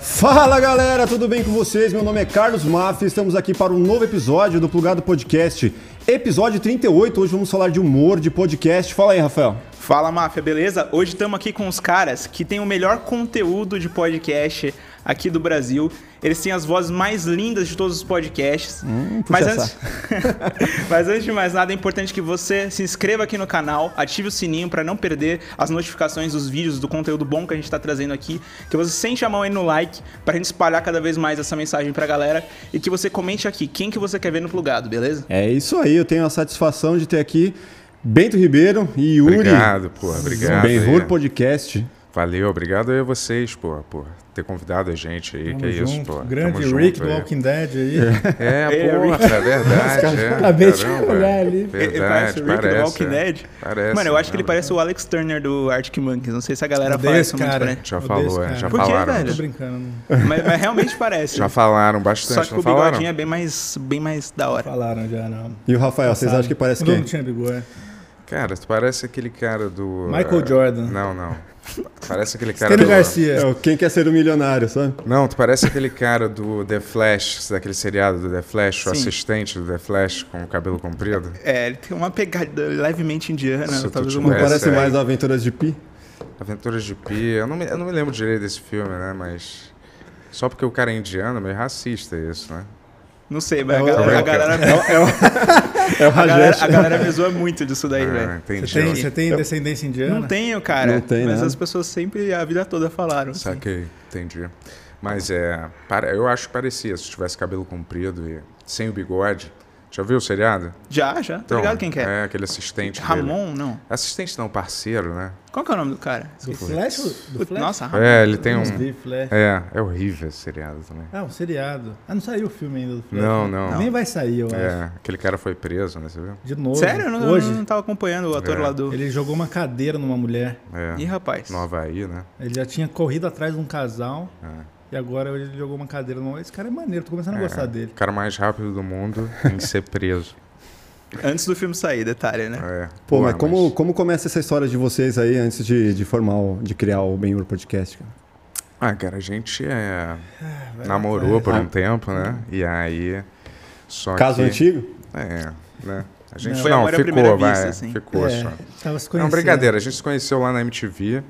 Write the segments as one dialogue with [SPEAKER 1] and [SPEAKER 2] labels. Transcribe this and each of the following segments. [SPEAKER 1] Fala galera, tudo bem com vocês? Meu nome é Carlos Maff, estamos aqui para um novo episódio do Plugado Podcast, episódio 38. Hoje vamos falar de humor, de podcast. Fala aí, Rafael.
[SPEAKER 2] Fala máfia, beleza? Hoje estamos aqui com os caras que têm o melhor conteúdo de podcast aqui do Brasil. Eles têm as vozes mais lindas de todos os podcasts.
[SPEAKER 1] Hum, puxa
[SPEAKER 2] Mas
[SPEAKER 1] essa.
[SPEAKER 2] antes... Mas antes de mais nada, é importante que você se inscreva aqui no canal, ative o sininho para não perder as notificações dos vídeos, do conteúdo bom que a gente está trazendo aqui. Que você sente a mão aí no like para a gente espalhar cada vez mais essa mensagem para galera. E que você comente aqui quem que você quer ver no plugado, beleza?
[SPEAKER 1] É isso aí, eu tenho a satisfação de ter aqui Bento Ribeiro e Yuri.
[SPEAKER 3] Obrigado, pô, obrigado aí.
[SPEAKER 1] Benhur Podcast.
[SPEAKER 3] Valeu, obrigado aí a vocês, pô, por ter convidado a gente aí, que é
[SPEAKER 4] Tamo
[SPEAKER 3] isso,
[SPEAKER 4] junto.
[SPEAKER 3] pô.
[SPEAKER 4] Grande
[SPEAKER 3] Tamo
[SPEAKER 4] Rick
[SPEAKER 3] junto
[SPEAKER 4] do
[SPEAKER 3] aí.
[SPEAKER 4] Walking Dead aí.
[SPEAKER 3] É,
[SPEAKER 2] Ei,
[SPEAKER 3] porra, é verdade, é.
[SPEAKER 4] Acabei de
[SPEAKER 3] Caramba,
[SPEAKER 4] olhar ali.
[SPEAKER 3] Verdade,
[SPEAKER 2] ele parece o Rick
[SPEAKER 3] parece,
[SPEAKER 2] do Walking
[SPEAKER 3] é.
[SPEAKER 2] Dead.
[SPEAKER 3] Parece,
[SPEAKER 2] Mano, eu acho que ele
[SPEAKER 3] né?
[SPEAKER 2] parece o Alex Turner do Arctic Monkeys. Não sei se a galera
[SPEAKER 4] Odeio
[SPEAKER 2] fala
[SPEAKER 4] esse
[SPEAKER 2] isso muito,
[SPEAKER 4] cara.
[SPEAKER 2] né?
[SPEAKER 3] Já
[SPEAKER 4] Odeio
[SPEAKER 3] falou,
[SPEAKER 4] esse
[SPEAKER 3] é,
[SPEAKER 4] cara.
[SPEAKER 3] já
[SPEAKER 2] Por que,
[SPEAKER 3] falaram.
[SPEAKER 2] velho?
[SPEAKER 4] Tô brincando.
[SPEAKER 2] Mas, mas realmente parece.
[SPEAKER 3] Já falaram bastante,
[SPEAKER 2] Só que
[SPEAKER 3] não
[SPEAKER 2] o
[SPEAKER 3] falaram?
[SPEAKER 2] bigodinho é bem mais, bem mais da hora.
[SPEAKER 4] Falaram já, não.
[SPEAKER 1] E o Rafael, vocês acham que parece
[SPEAKER 4] Quando
[SPEAKER 1] quem?
[SPEAKER 4] Não tinha bigode.
[SPEAKER 2] é-
[SPEAKER 3] Cara, tu parece aquele cara do...
[SPEAKER 4] Michael
[SPEAKER 3] eh,
[SPEAKER 4] Jordan.
[SPEAKER 3] Não, não. Parece aquele cara
[SPEAKER 4] Tênis
[SPEAKER 3] do...
[SPEAKER 4] Garcia.
[SPEAKER 1] É o Quem quer ser um milionário, sabe?
[SPEAKER 3] Não, tu parece aquele cara do The Flash, daquele seriado do The Flash, o
[SPEAKER 2] Sim.
[SPEAKER 3] assistente do The Flash com o cabelo comprido.
[SPEAKER 2] É, ele tem uma pegada levemente indiana,
[SPEAKER 3] Se tu
[SPEAKER 2] talvez
[SPEAKER 1] Não
[SPEAKER 2] uma
[SPEAKER 3] tivesse-
[SPEAKER 2] coisa.
[SPEAKER 1] parece
[SPEAKER 3] é.
[SPEAKER 1] mais Aventuras de Pi?
[SPEAKER 3] Aventuras de Pi, eu não, me, eu não me lembro direito desse filme, né? Mas. Só porque o cara é indiano, é meio racista isso, né?
[SPEAKER 2] Não sei, mas a
[SPEAKER 1] É o-
[SPEAKER 2] galera, a
[SPEAKER 3] é o-
[SPEAKER 2] galera,
[SPEAKER 1] É o
[SPEAKER 2] a galera,
[SPEAKER 1] Rajesh.
[SPEAKER 2] a galera me zoa muito disso daí,
[SPEAKER 3] Ah,
[SPEAKER 2] velho.
[SPEAKER 3] entendi.
[SPEAKER 4] Você tem, você tem descendência indiana?
[SPEAKER 3] É.
[SPEAKER 2] Não tenho, cara.
[SPEAKER 1] Não tem,
[SPEAKER 2] mas
[SPEAKER 1] né?
[SPEAKER 2] as pessoas sempre, a vida toda falaram. assim.
[SPEAKER 3] Saquei, entendi. Mas é. para- eu acho que parecia, se tivesse cabelo comprido e sem o bigode. Já viu o seriado?
[SPEAKER 2] Já, já. tá ligado quem que é?
[SPEAKER 3] É, aquele assistente. Dele.
[SPEAKER 2] Ramon, não.
[SPEAKER 3] Assistente não, parceiro, né?
[SPEAKER 2] Qual que é o nome do cara?
[SPEAKER 4] Do Flash? Do
[SPEAKER 2] Putz,
[SPEAKER 4] Flash?
[SPEAKER 2] Nossa, Ramon.
[SPEAKER 3] É, ele tem um.
[SPEAKER 4] Não vi Flash.
[SPEAKER 3] É, é horrível esse seriado também.
[SPEAKER 4] Ah, um seriado. Ah, não saiu o filme ainda do Flash.
[SPEAKER 3] Não,
[SPEAKER 4] né?
[SPEAKER 3] não.
[SPEAKER 4] Nem vai sair, eu acho.
[SPEAKER 3] É, aquele cara foi preso, né? Você viu?
[SPEAKER 4] De novo.
[SPEAKER 2] Sério? Eu não,
[SPEAKER 4] Hoje,
[SPEAKER 2] eu não tava acompanhando o ator
[SPEAKER 3] É.
[SPEAKER 2] lá do...
[SPEAKER 4] ele jogou uma cadeira numa mulher.
[SPEAKER 3] É.
[SPEAKER 2] Ih, rapaz.
[SPEAKER 3] No Havaí, né?
[SPEAKER 4] Ele já tinha corrido atrás de um casal.
[SPEAKER 3] É.
[SPEAKER 4] E agora ele jogou uma cadeira. numa- Esse cara é maneiro, tô começando a gostar
[SPEAKER 3] O
[SPEAKER 4] dele.
[SPEAKER 3] cara mais rápido do mundo em ser preso.
[SPEAKER 2] Antes do filme sair, detalhe, né?
[SPEAKER 3] É.
[SPEAKER 1] Pô, mas
[SPEAKER 3] Ué,
[SPEAKER 1] como, como começa essa história de vocês aí antes de, de formar, o- de criar o Benhur Podcast, cara?
[SPEAKER 3] Ah, cara, a gente é, namorou por um tempo, né? E aí. Só
[SPEAKER 1] é, Caso
[SPEAKER 3] que,
[SPEAKER 1] antigo?
[SPEAKER 3] É, né? A gente
[SPEAKER 2] Foi
[SPEAKER 3] não,
[SPEAKER 2] amor à primeira
[SPEAKER 3] ficou, vai.
[SPEAKER 2] vista, assim.
[SPEAKER 3] Ficou
[SPEAKER 4] É,
[SPEAKER 3] só.
[SPEAKER 4] tava se
[SPEAKER 3] Não,
[SPEAKER 4] conhecendo.
[SPEAKER 3] brincadeira, a gente se conheceu lá na MTV.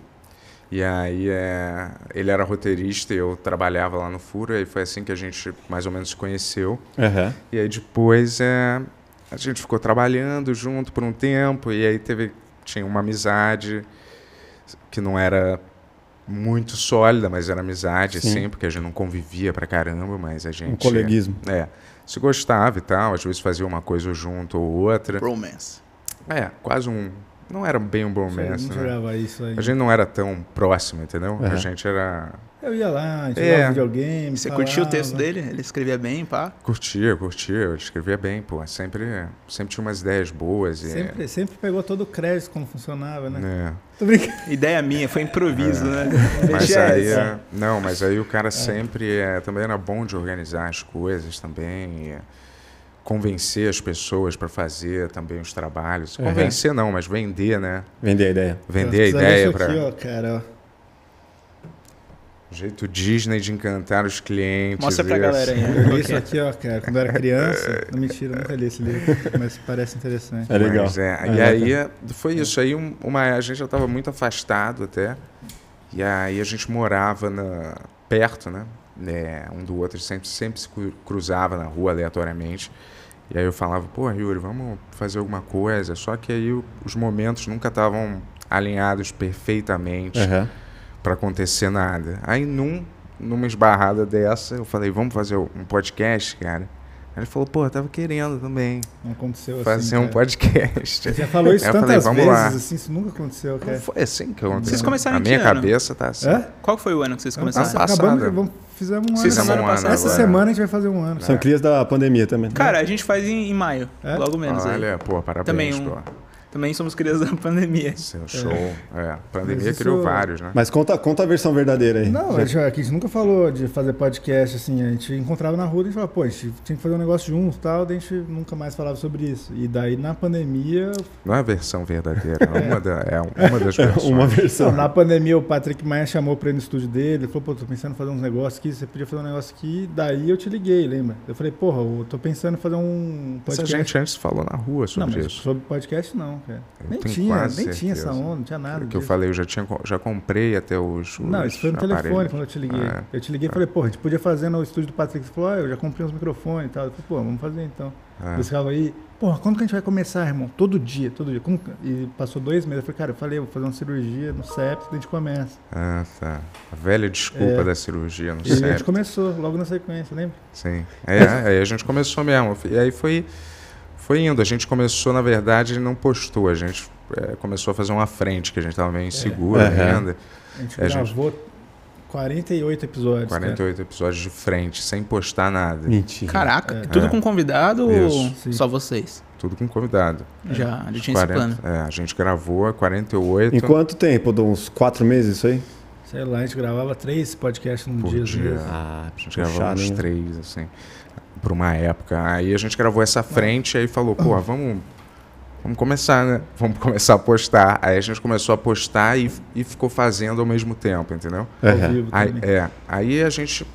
[SPEAKER 3] E aí é, ele era roteirista e eu trabalhava lá no Furo, e foi assim que a gente mais ou menos se conheceu. E aí depois é, a gente ficou trabalhando junto por um tempo, e aí teve, tinha uma amizade que não era muito sólida, mas era amizade,
[SPEAKER 1] Sim.
[SPEAKER 3] assim, porque a gente não convivia pra caramba, mas a gente.
[SPEAKER 1] Um coleguismo.
[SPEAKER 3] É, se gostava e tal, às vezes fazia uma coisa junto ou outra.
[SPEAKER 2] Romance.
[SPEAKER 3] É, quase um. Não era bem um bom
[SPEAKER 4] Eu
[SPEAKER 3] mestre,
[SPEAKER 4] não
[SPEAKER 3] né?
[SPEAKER 4] jogava isso aí.
[SPEAKER 3] A gente não era tão próximo, entendeu?
[SPEAKER 1] Aham.
[SPEAKER 3] A gente era.
[SPEAKER 4] Eu ia lá, a gente
[SPEAKER 3] É.
[SPEAKER 4] jogava videogame.
[SPEAKER 2] Você curtiu o texto
[SPEAKER 4] falava.
[SPEAKER 2] dele? Ele escrevia bem, pá?
[SPEAKER 3] Curtia, curtia, eu escrevia bem, pô. Sempre, sempre tinha umas ideias boas. E,
[SPEAKER 4] Sempre, sempre pegou todo o crédito como funcionava, né?
[SPEAKER 3] né?
[SPEAKER 4] Tô brincando.
[SPEAKER 2] Ideia minha, foi improviso, né?
[SPEAKER 3] Mas
[SPEAKER 2] Deixa
[SPEAKER 3] aí,
[SPEAKER 2] essa.
[SPEAKER 3] é, não, mas aí o cara sempre é, também era bom de organizar as coisas também, e é, convencer as pessoas para fazer também os trabalhos.
[SPEAKER 1] Uhum.
[SPEAKER 3] Convencer não, mas vender, né?
[SPEAKER 1] Vender a ideia.
[SPEAKER 3] Vender a
[SPEAKER 4] Precisa
[SPEAKER 3] ideia
[SPEAKER 4] disso aqui,
[SPEAKER 3] para
[SPEAKER 4] ó, cara, ó.
[SPEAKER 3] jeito Disney de encantar os clientes.
[SPEAKER 2] Mostra pra
[SPEAKER 3] isso.
[SPEAKER 2] galera aí.
[SPEAKER 4] Eu li
[SPEAKER 2] né?
[SPEAKER 4] isso aqui, ó, cara, quando eu era criança. Não, mentira, eu nunca li esse livro, mas parece interessante.
[SPEAKER 1] É legal.
[SPEAKER 3] Mas, é, e aí é, foi isso. Aí um- uma, a gente já estava muito afastado até. E aí a gente morava na- perto, né? né, um do outro, sempre, sempre se cru- cruzava na rua aleatoriamente. E aí eu falava, pô, Yuri, vamos fazer alguma coisa. Só que aí o- os momentos nunca estavam alinhados perfeitamente
[SPEAKER 1] Aham.
[SPEAKER 3] para acontecer nada. Aí num, numa esbarrada dessa, eu falei, vamos fazer um podcast, cara. Aí ele falou, pô, eu tava querendo também
[SPEAKER 4] Não aconteceu
[SPEAKER 3] fazer
[SPEAKER 4] assim.
[SPEAKER 3] um
[SPEAKER 4] cara.
[SPEAKER 3] podcast.
[SPEAKER 4] Você já falou isso
[SPEAKER 3] Aí eu
[SPEAKER 4] tantas
[SPEAKER 3] falei, vamos
[SPEAKER 4] vezes,
[SPEAKER 3] lá.
[SPEAKER 4] assim, isso nunca aconteceu,
[SPEAKER 3] Não
[SPEAKER 4] cara.
[SPEAKER 3] foi assim que aconteceu.
[SPEAKER 2] Vocês começaram
[SPEAKER 3] A
[SPEAKER 2] em que
[SPEAKER 3] minha
[SPEAKER 2] ano?
[SPEAKER 3] cabeça tá assim.
[SPEAKER 4] Hã?
[SPEAKER 2] Qual que foi o ano
[SPEAKER 4] Ah,
[SPEAKER 2] que vocês começaram?
[SPEAKER 3] Ano passado.
[SPEAKER 4] Acabamos, vamos, fizemos um ano.
[SPEAKER 2] Fizemos
[SPEAKER 4] essa-
[SPEAKER 2] um ano
[SPEAKER 4] Essa
[SPEAKER 3] agora.
[SPEAKER 4] semana a gente vai fazer um ano.
[SPEAKER 1] São crias da pandemia também. né?
[SPEAKER 2] Cara, a gente faz em, em maio,
[SPEAKER 4] É?
[SPEAKER 2] logo menos. aí.
[SPEAKER 3] Olha, pô, parabéns,
[SPEAKER 2] então, assim. Também um-
[SPEAKER 3] pô.
[SPEAKER 2] Também somos crias da pandemia.
[SPEAKER 3] Seu show. É. A pandemia criou
[SPEAKER 4] isso-
[SPEAKER 3] vários, né?
[SPEAKER 1] Mas conta, conta a versão verdadeira aí.
[SPEAKER 4] Não, a gente, a gente nunca falou de fazer podcast, assim, a gente encontrava na rua e a gente falava, pô, a gente tinha que fazer um negócio junto e tal, daí a gente nunca mais falava sobre isso. E daí na pandemia,
[SPEAKER 3] Não é a versão verdadeira, é uma, da- é uma das versões.
[SPEAKER 1] Uma
[SPEAKER 4] Não,
[SPEAKER 3] Então.
[SPEAKER 1] versão.
[SPEAKER 4] na pandemia o Patrick Maia chamou pra ir no estúdio dele, ele falou, pô, tô pensando em fazer uns negócios aqui, você podia fazer um negócio aqui, daí eu te liguei, lembra? Eu falei, porra, eu tô pensando em fazer um
[SPEAKER 3] Essa
[SPEAKER 4] podcast.
[SPEAKER 3] gente antes falou na rua
[SPEAKER 4] não,
[SPEAKER 3] sobre
[SPEAKER 4] mas
[SPEAKER 3] isso.
[SPEAKER 4] sobre podcast não, cara.
[SPEAKER 3] Eu
[SPEAKER 4] nem
[SPEAKER 3] tenho
[SPEAKER 4] tinha, nem
[SPEAKER 3] quase
[SPEAKER 4] tinha essa
[SPEAKER 3] certeza. É
[SPEAKER 4] onda, não tinha nada.
[SPEAKER 3] que eu
[SPEAKER 4] disso.
[SPEAKER 3] falei, eu já, tinha, co- já comprei até os.
[SPEAKER 4] Não,
[SPEAKER 3] os
[SPEAKER 4] isso foi no
[SPEAKER 3] aparelhos.
[SPEAKER 4] telefone quando eu te liguei.
[SPEAKER 3] Ah,
[SPEAKER 4] eu te liguei e falei, pô, a gente podia fazer no estúdio do Patrick. Você falou, ah, eu já comprei uns microfones e tal. Eu falei, pô, vamos fazer então.
[SPEAKER 3] Ah.
[SPEAKER 4] Eles ficavam aí, porra, quando que a gente vai começar, irmão? Todo dia, todo dia. Como que- E passou dois meses. Eu falei, cara, eu falei, eu vou fazer uma cirurgia no septo, daí a gente começa.
[SPEAKER 3] Ah, tá. A velha desculpa
[SPEAKER 4] É.
[SPEAKER 3] da cirurgia no
[SPEAKER 4] E a gente
[SPEAKER 3] septo.
[SPEAKER 4] começou logo na sequência, lembra?
[SPEAKER 3] Sim. É, aí a gente começou mesmo. E aí foi, foi indo. A gente começou, na verdade, não postou. A gente é, começou a fazer uma frente, que a gente estava
[SPEAKER 2] É.
[SPEAKER 3] meio inseguro
[SPEAKER 1] Aham.
[SPEAKER 3] ainda.
[SPEAKER 4] A gente
[SPEAKER 3] É, gente.
[SPEAKER 4] gravou 48 episódios. cara.
[SPEAKER 3] 48 episódios de frente, sem postar nada.
[SPEAKER 1] Mentira.
[SPEAKER 2] Caraca, tudo
[SPEAKER 3] É.
[SPEAKER 2] com convidado ou
[SPEAKER 3] Isso.
[SPEAKER 4] Sim.
[SPEAKER 2] só vocês?
[SPEAKER 3] Tudo com convidado.
[SPEAKER 2] Já, já tinha esse
[SPEAKER 3] 40,
[SPEAKER 2] plano.
[SPEAKER 3] é, a gente gravou a 48
[SPEAKER 1] Em quanto tempo? De uns quatro meses isso aí?
[SPEAKER 4] Sei lá, a gente gravava três podcasts num
[SPEAKER 3] por
[SPEAKER 4] dia.
[SPEAKER 3] dia.
[SPEAKER 4] às vezes.
[SPEAKER 1] Ah,
[SPEAKER 3] A gente gravou
[SPEAKER 2] né?
[SPEAKER 3] uns três, assim, por uma época. Aí a gente gravou essa frente aí falou, pô, vamos, vamos começar, né? Vamos começar a postar. Aí a gente começou a postar e, e ficou fazendo ao mesmo tempo, entendeu?
[SPEAKER 4] Ao vivo
[SPEAKER 3] Aí,
[SPEAKER 4] também.
[SPEAKER 3] é, aí a gente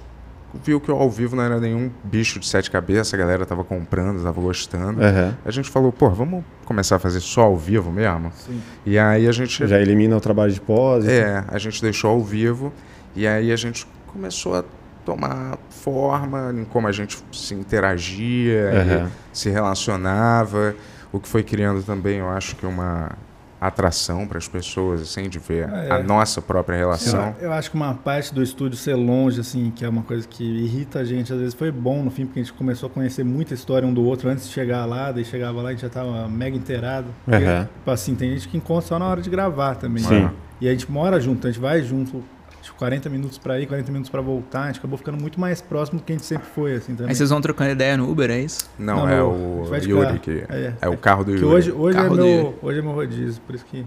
[SPEAKER 3] viu que o ao vivo não era nenhum bicho de sete cabeças, a galera tava comprando, tava gostando.
[SPEAKER 1] Aham.
[SPEAKER 3] A gente falou, pô, vamos começar a fazer só ao vivo mesmo?
[SPEAKER 4] Sim.
[SPEAKER 3] E aí a gente
[SPEAKER 1] Já elimina o trabalho de pós. e
[SPEAKER 3] é, a gente deixou ao vivo e aí a gente começou a tomar forma em como a gente se interagia,
[SPEAKER 1] Aham.
[SPEAKER 3] e se relacionava, o que foi criando também, eu acho que uma atração para as pessoas, assim, de ver
[SPEAKER 4] Ah, é.
[SPEAKER 3] a nossa própria relação.
[SPEAKER 4] Eu, eu acho que uma parte do estúdio ser longe, assim, que é uma coisa que irrita a gente, às vezes foi bom no fim, porque a gente começou a conhecer muita história um do outro antes de chegar lá, daí chegava lá a gente já tava mega inteirado. Porque,
[SPEAKER 1] Aham.
[SPEAKER 4] tipo assim, tem gente que encontra só na hora de gravar também.
[SPEAKER 1] Sim.
[SPEAKER 4] né? E a gente mora junto, a gente vai junto, tipo, 40 minutos pra ir, 40 minutos pra voltar, a gente acabou ficando muito mais próximo do que a gente sempre foi, assim, também.
[SPEAKER 2] Aí vocês vão trocando ideia no Uber, é isso?
[SPEAKER 3] Não,
[SPEAKER 4] Não,
[SPEAKER 3] é
[SPEAKER 4] não, a
[SPEAKER 3] o
[SPEAKER 4] gente vai de
[SPEAKER 3] Yuri
[SPEAKER 4] carro.
[SPEAKER 3] que...
[SPEAKER 4] É.
[SPEAKER 3] É, o carro do
[SPEAKER 4] que
[SPEAKER 3] Yuri.
[SPEAKER 4] hoje, hoje, é
[SPEAKER 2] Carro
[SPEAKER 4] meu, hoje é meu rodízio, por isso que...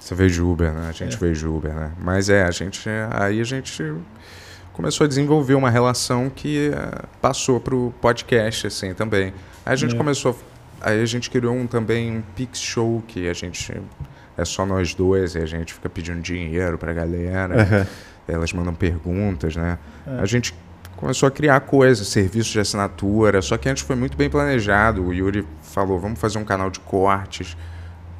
[SPEAKER 3] Você veio de Uber, né? A gente
[SPEAKER 4] É.
[SPEAKER 3] veio de Uber, né? Mas é, a gente. Aí a gente começou a desenvolver uma relação que eh, passou pro podcast, assim, também. Aí a gente
[SPEAKER 4] É.
[SPEAKER 3] começou. Aí a gente criou um, também um Pix Show que a gente. É só nós dois e a gente fica pedindo dinheiro pra
[SPEAKER 4] É.
[SPEAKER 3] galera. Elas mandam perguntas, né? A gente começou a criar coisas, serviços de assinatura. Só que antes foi muito bem planejado. O Yuri falou: vamos fazer um canal de cortes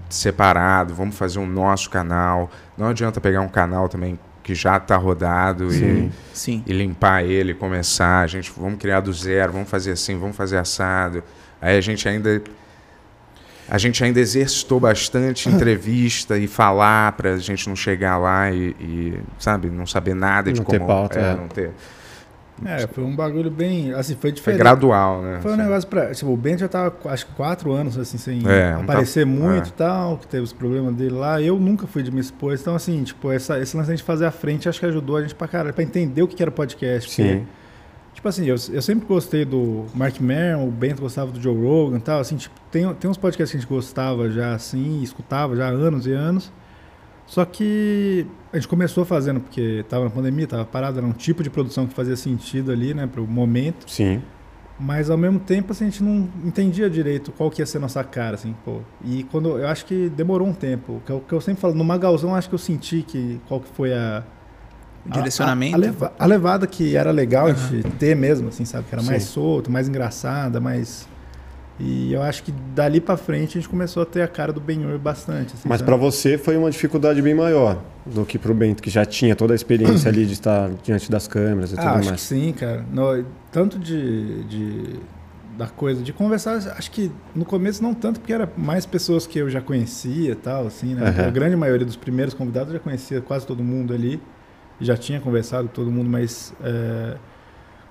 [SPEAKER 3] separado, vamos fazer um nosso canal. Não adianta pegar um canal também que já está rodado e,
[SPEAKER 2] Sim.
[SPEAKER 3] e limpar ele, começar. A gente vamos criar do zero, vamos fazer assim, vamos fazer assado. Aí a gente ainda a gente ainda exercitou bastante entrevista e falar para a gente não chegar lá e, e, sabe não saber nada de
[SPEAKER 1] Não ter
[SPEAKER 3] como
[SPEAKER 1] pauta,
[SPEAKER 3] é,
[SPEAKER 1] é.
[SPEAKER 3] não ter.
[SPEAKER 4] É, foi um bagulho bem... Assim, foi
[SPEAKER 3] Foi
[SPEAKER 4] diferente.
[SPEAKER 3] gradual, né?
[SPEAKER 4] Foi um
[SPEAKER 3] Assim.
[SPEAKER 4] negócio pra. Tipo, o Ben já tava, acho que, quatro anos, assim, sem
[SPEAKER 3] É, não
[SPEAKER 4] aparecer
[SPEAKER 3] tá-
[SPEAKER 4] muito
[SPEAKER 3] é.
[SPEAKER 4] e tal, que teve os problemas dele lá. Eu nunca fui de me expor. Então, assim, tipo, essa, esse lance de a gente fazer a frente, acho que ajudou a gente pra caralho, pra entender o que que era podcast. porque,
[SPEAKER 1] Sim.
[SPEAKER 4] tipo assim, eu, eu sempre gostei do Mark Maron, o Bento gostava do Joe Rogan e tal. Assim, tipo, tem, tem uns podcasts que a gente gostava já, assim, e escutava já há anos e anos. Só que a gente começou fazendo, porque tava na pandemia, tava parado, era um tipo de produção que fazia sentido ali, né, pro momento.
[SPEAKER 1] Sim.
[SPEAKER 4] Mas ao mesmo tempo, assim, a gente não entendia direito qual que ia ser a nossa cara, assim, pô. E quando. Eu acho que demorou um tempo. Que é o que eu sempre falo, no Magalzão acho que eu senti que qual que foi a. Ah,
[SPEAKER 2] O direcionamento.
[SPEAKER 4] A, a, leva- a levada que era legal a gente ter mesmo, assim, sabe? Que era mais solto, mais engraçada, mais. E eu acho que dali pra frente a gente começou a ter a cara do Benhur bastante. Assim,
[SPEAKER 1] Mas
[SPEAKER 4] sabe?
[SPEAKER 1] pra você foi uma dificuldade bem maior do que pro Bento, que já tinha toda a experiência ali de estar diante das câmeras e tudo
[SPEAKER 4] Ah, acho que
[SPEAKER 1] mais.
[SPEAKER 4] sim, cara. No- tanto de, de- da coisa de conversar, acho que no começo não tanto, porque era mais pessoas que eu já conhecia e tal, assim, né?
[SPEAKER 1] Aham.
[SPEAKER 4] A grande maioria dos primeiros convidados eu já conhecia quase todo mundo ali. Já tinha conversado com todo mundo, mas é,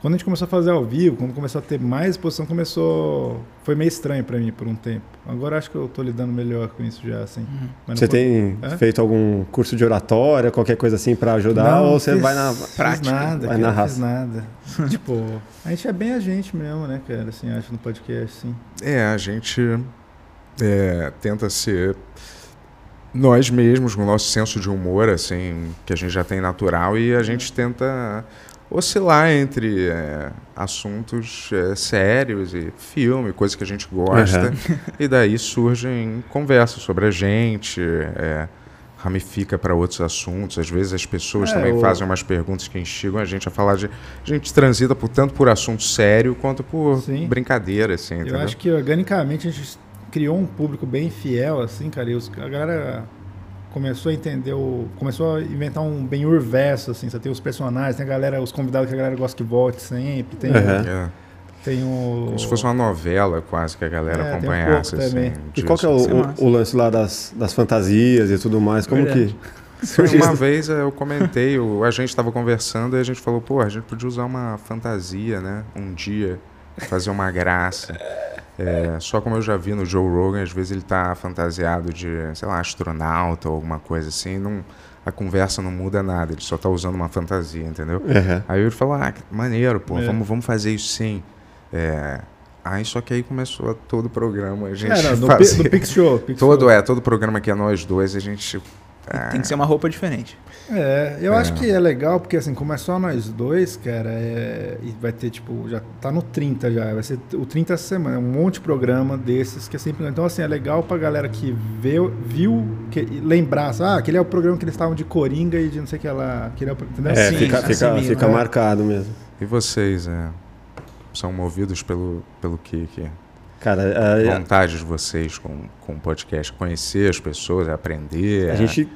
[SPEAKER 4] quando a gente começou a fazer ao vivo, quando começou a ter mais exposição, começou. Foi meio estranho pra mim por um tempo. Agora acho que eu tô lidando melhor com isso já, assim. Mas
[SPEAKER 1] Você
[SPEAKER 4] não- É?
[SPEAKER 1] tem
[SPEAKER 4] Hã?
[SPEAKER 1] feito algum curso de oratória, qualquer coisa assim pra ajudar?
[SPEAKER 4] não,
[SPEAKER 1] ou você
[SPEAKER 4] fiz-
[SPEAKER 1] vai na.
[SPEAKER 4] Fiz
[SPEAKER 2] prática,
[SPEAKER 4] nada,
[SPEAKER 1] vai
[SPEAKER 4] cara,
[SPEAKER 1] na
[SPEAKER 4] não fiz
[SPEAKER 1] raça.
[SPEAKER 4] nada. tipo, a gente é bem a gente mesmo, né, cara? Assim, acho no podcast, assim.
[SPEAKER 3] É, a gente é, tenta ser nós mesmos, com o nosso senso de humor, assim, que a gente já tem natural, e a gente tenta oscilar entre é, assuntos é, sérios e filme, coisa que a gente gosta, e daí surgem conversas sobre a gente, é, ramifica para outros assuntos. Às vezes as pessoas
[SPEAKER 4] É,
[SPEAKER 3] também
[SPEAKER 4] o-
[SPEAKER 3] fazem umas perguntas que instigam a gente a falar de. A gente transita por, tanto por assunto sério quanto por
[SPEAKER 4] Sim.
[SPEAKER 3] brincadeira, assim, entendeu?
[SPEAKER 4] Eu acho que organicamente a gente criou um público bem fiel, assim, cara. E os, a galera começou a entender o. Começou a inventar um bem urverso, assim. Você tem os personagens, tem a galera, os convidados que a galera gosta que volte sempre. Tem,
[SPEAKER 1] Aham.
[SPEAKER 3] É,
[SPEAKER 4] tem o.
[SPEAKER 3] como se fosse uma novela quase que a galera
[SPEAKER 4] É, tem um
[SPEAKER 3] acompanhasse.
[SPEAKER 4] pouco
[SPEAKER 3] assim,
[SPEAKER 4] também.
[SPEAKER 1] E
[SPEAKER 3] disso,
[SPEAKER 1] qual que é o,
[SPEAKER 3] assim.
[SPEAKER 1] o-
[SPEAKER 2] massa.
[SPEAKER 1] o lance lá das, das fantasias e tudo mais? Como
[SPEAKER 2] Verdade.
[SPEAKER 1] que.
[SPEAKER 3] Foi
[SPEAKER 1] surgiu
[SPEAKER 3] Uma
[SPEAKER 1] isso?
[SPEAKER 3] vez eh, eu comentei, o, a gente estava conversando e a gente falou, pô, a gente podia usar uma fantasia, né? Um dia, fazer uma graça. É, só como eu já vi no Joe Rogan, às vezes ele tá fantasiado de, sei lá, astronauta ou alguma coisa assim, não, a conversa não muda nada, ele só tá usando uma fantasia, entendeu?
[SPEAKER 1] Aham.
[SPEAKER 3] Aí ele falou, ah, que maneiro, pô,
[SPEAKER 4] É.
[SPEAKER 3] vamos, vamos fazer isso sim. É, aí só que aí começou todo o programa, a gente
[SPEAKER 4] Era, do,
[SPEAKER 3] fazia-
[SPEAKER 4] Pi- do Pix Show. Pix
[SPEAKER 3] Todo,
[SPEAKER 4] Show.
[SPEAKER 3] é, todo programa que é nós dois, a gente... ah,
[SPEAKER 2] Tem que ser uma roupa diferente.
[SPEAKER 4] É, eu acho que é legal, porque assim, como é só nós dois, cara, é, e vai ter, tipo, já tá no 30 já, vai ser o 30 essa semana, é um monte de programa desses que é sempre. Então, assim, é legal pra galera que vê, viu, que, e lembrar, assim, ah, aquele é o programa que eles estavam de Coringa e de não sei o que lá. Aquele é o, pro- entendeu?
[SPEAKER 1] É,
[SPEAKER 4] Assim,
[SPEAKER 1] fica,
[SPEAKER 4] assim
[SPEAKER 1] fica,
[SPEAKER 4] mesmo,
[SPEAKER 1] fica
[SPEAKER 4] né?
[SPEAKER 1] marcado mesmo.
[SPEAKER 3] E vocês, é, são movidos pelo, pelo que? que
[SPEAKER 1] Cara, é, a- a,
[SPEAKER 3] Vontade de vocês com, com o podcast, conhecer as pessoas, aprender. é.
[SPEAKER 1] a gente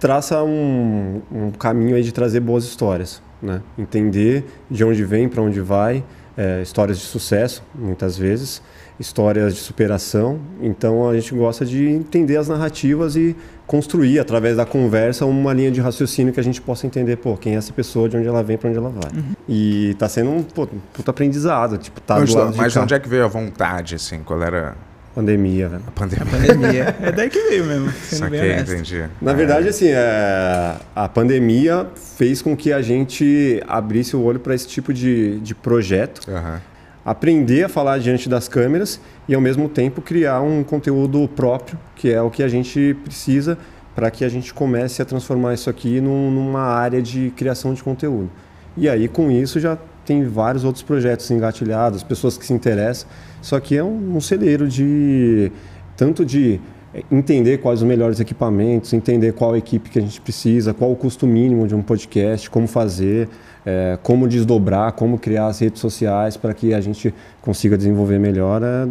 [SPEAKER 1] traça um, um caminho aí de trazer boas histórias, né? Entender de onde vem, para onde vai, é, histórias de sucesso, muitas vezes, histórias de superação. Então a gente gosta de entender as narrativas e construir através da conversa uma linha de raciocínio que a gente possa entender, pô, quem é essa pessoa, de onde ela vem, para onde ela vai.
[SPEAKER 3] Uhum.
[SPEAKER 1] E tá sendo um, pô, um puta aprendizado, tipo, tá
[SPEAKER 3] Mas,
[SPEAKER 1] do lado de
[SPEAKER 3] mas
[SPEAKER 1] cá.
[SPEAKER 3] onde é que veio a vontade, assim, qual era
[SPEAKER 1] Pandemia, velho.
[SPEAKER 3] a pandemia?
[SPEAKER 2] Pandemia. é daí que veio mesmo.
[SPEAKER 3] é
[SPEAKER 2] é Sendo bem
[SPEAKER 3] Saquei,
[SPEAKER 2] honesto.
[SPEAKER 3] entendi.
[SPEAKER 1] Na verdade, assim, é, a pandemia fez com que a gente abrisse o olho para esse tipo de, de projeto,
[SPEAKER 3] É. Aham.
[SPEAKER 1] aprender a falar diante das câmeras e, ao mesmo tempo, criar um conteúdo próprio, que é o que a gente precisa para que a gente comece a transformar isso aqui num- numa área de criação de conteúdo. E aí, com isso, já tem vários outros projetos engatilhados, pessoas que se interessam. Só que é um, um celeiro de tanto de eh, entender quais os melhores equipamentos, entender qual equipe que a gente precisa, qual o custo mínimo de um podcast, como fazer, eh, como desdobrar, como criar as redes sociais para que a gente consiga desenvolver melhor, é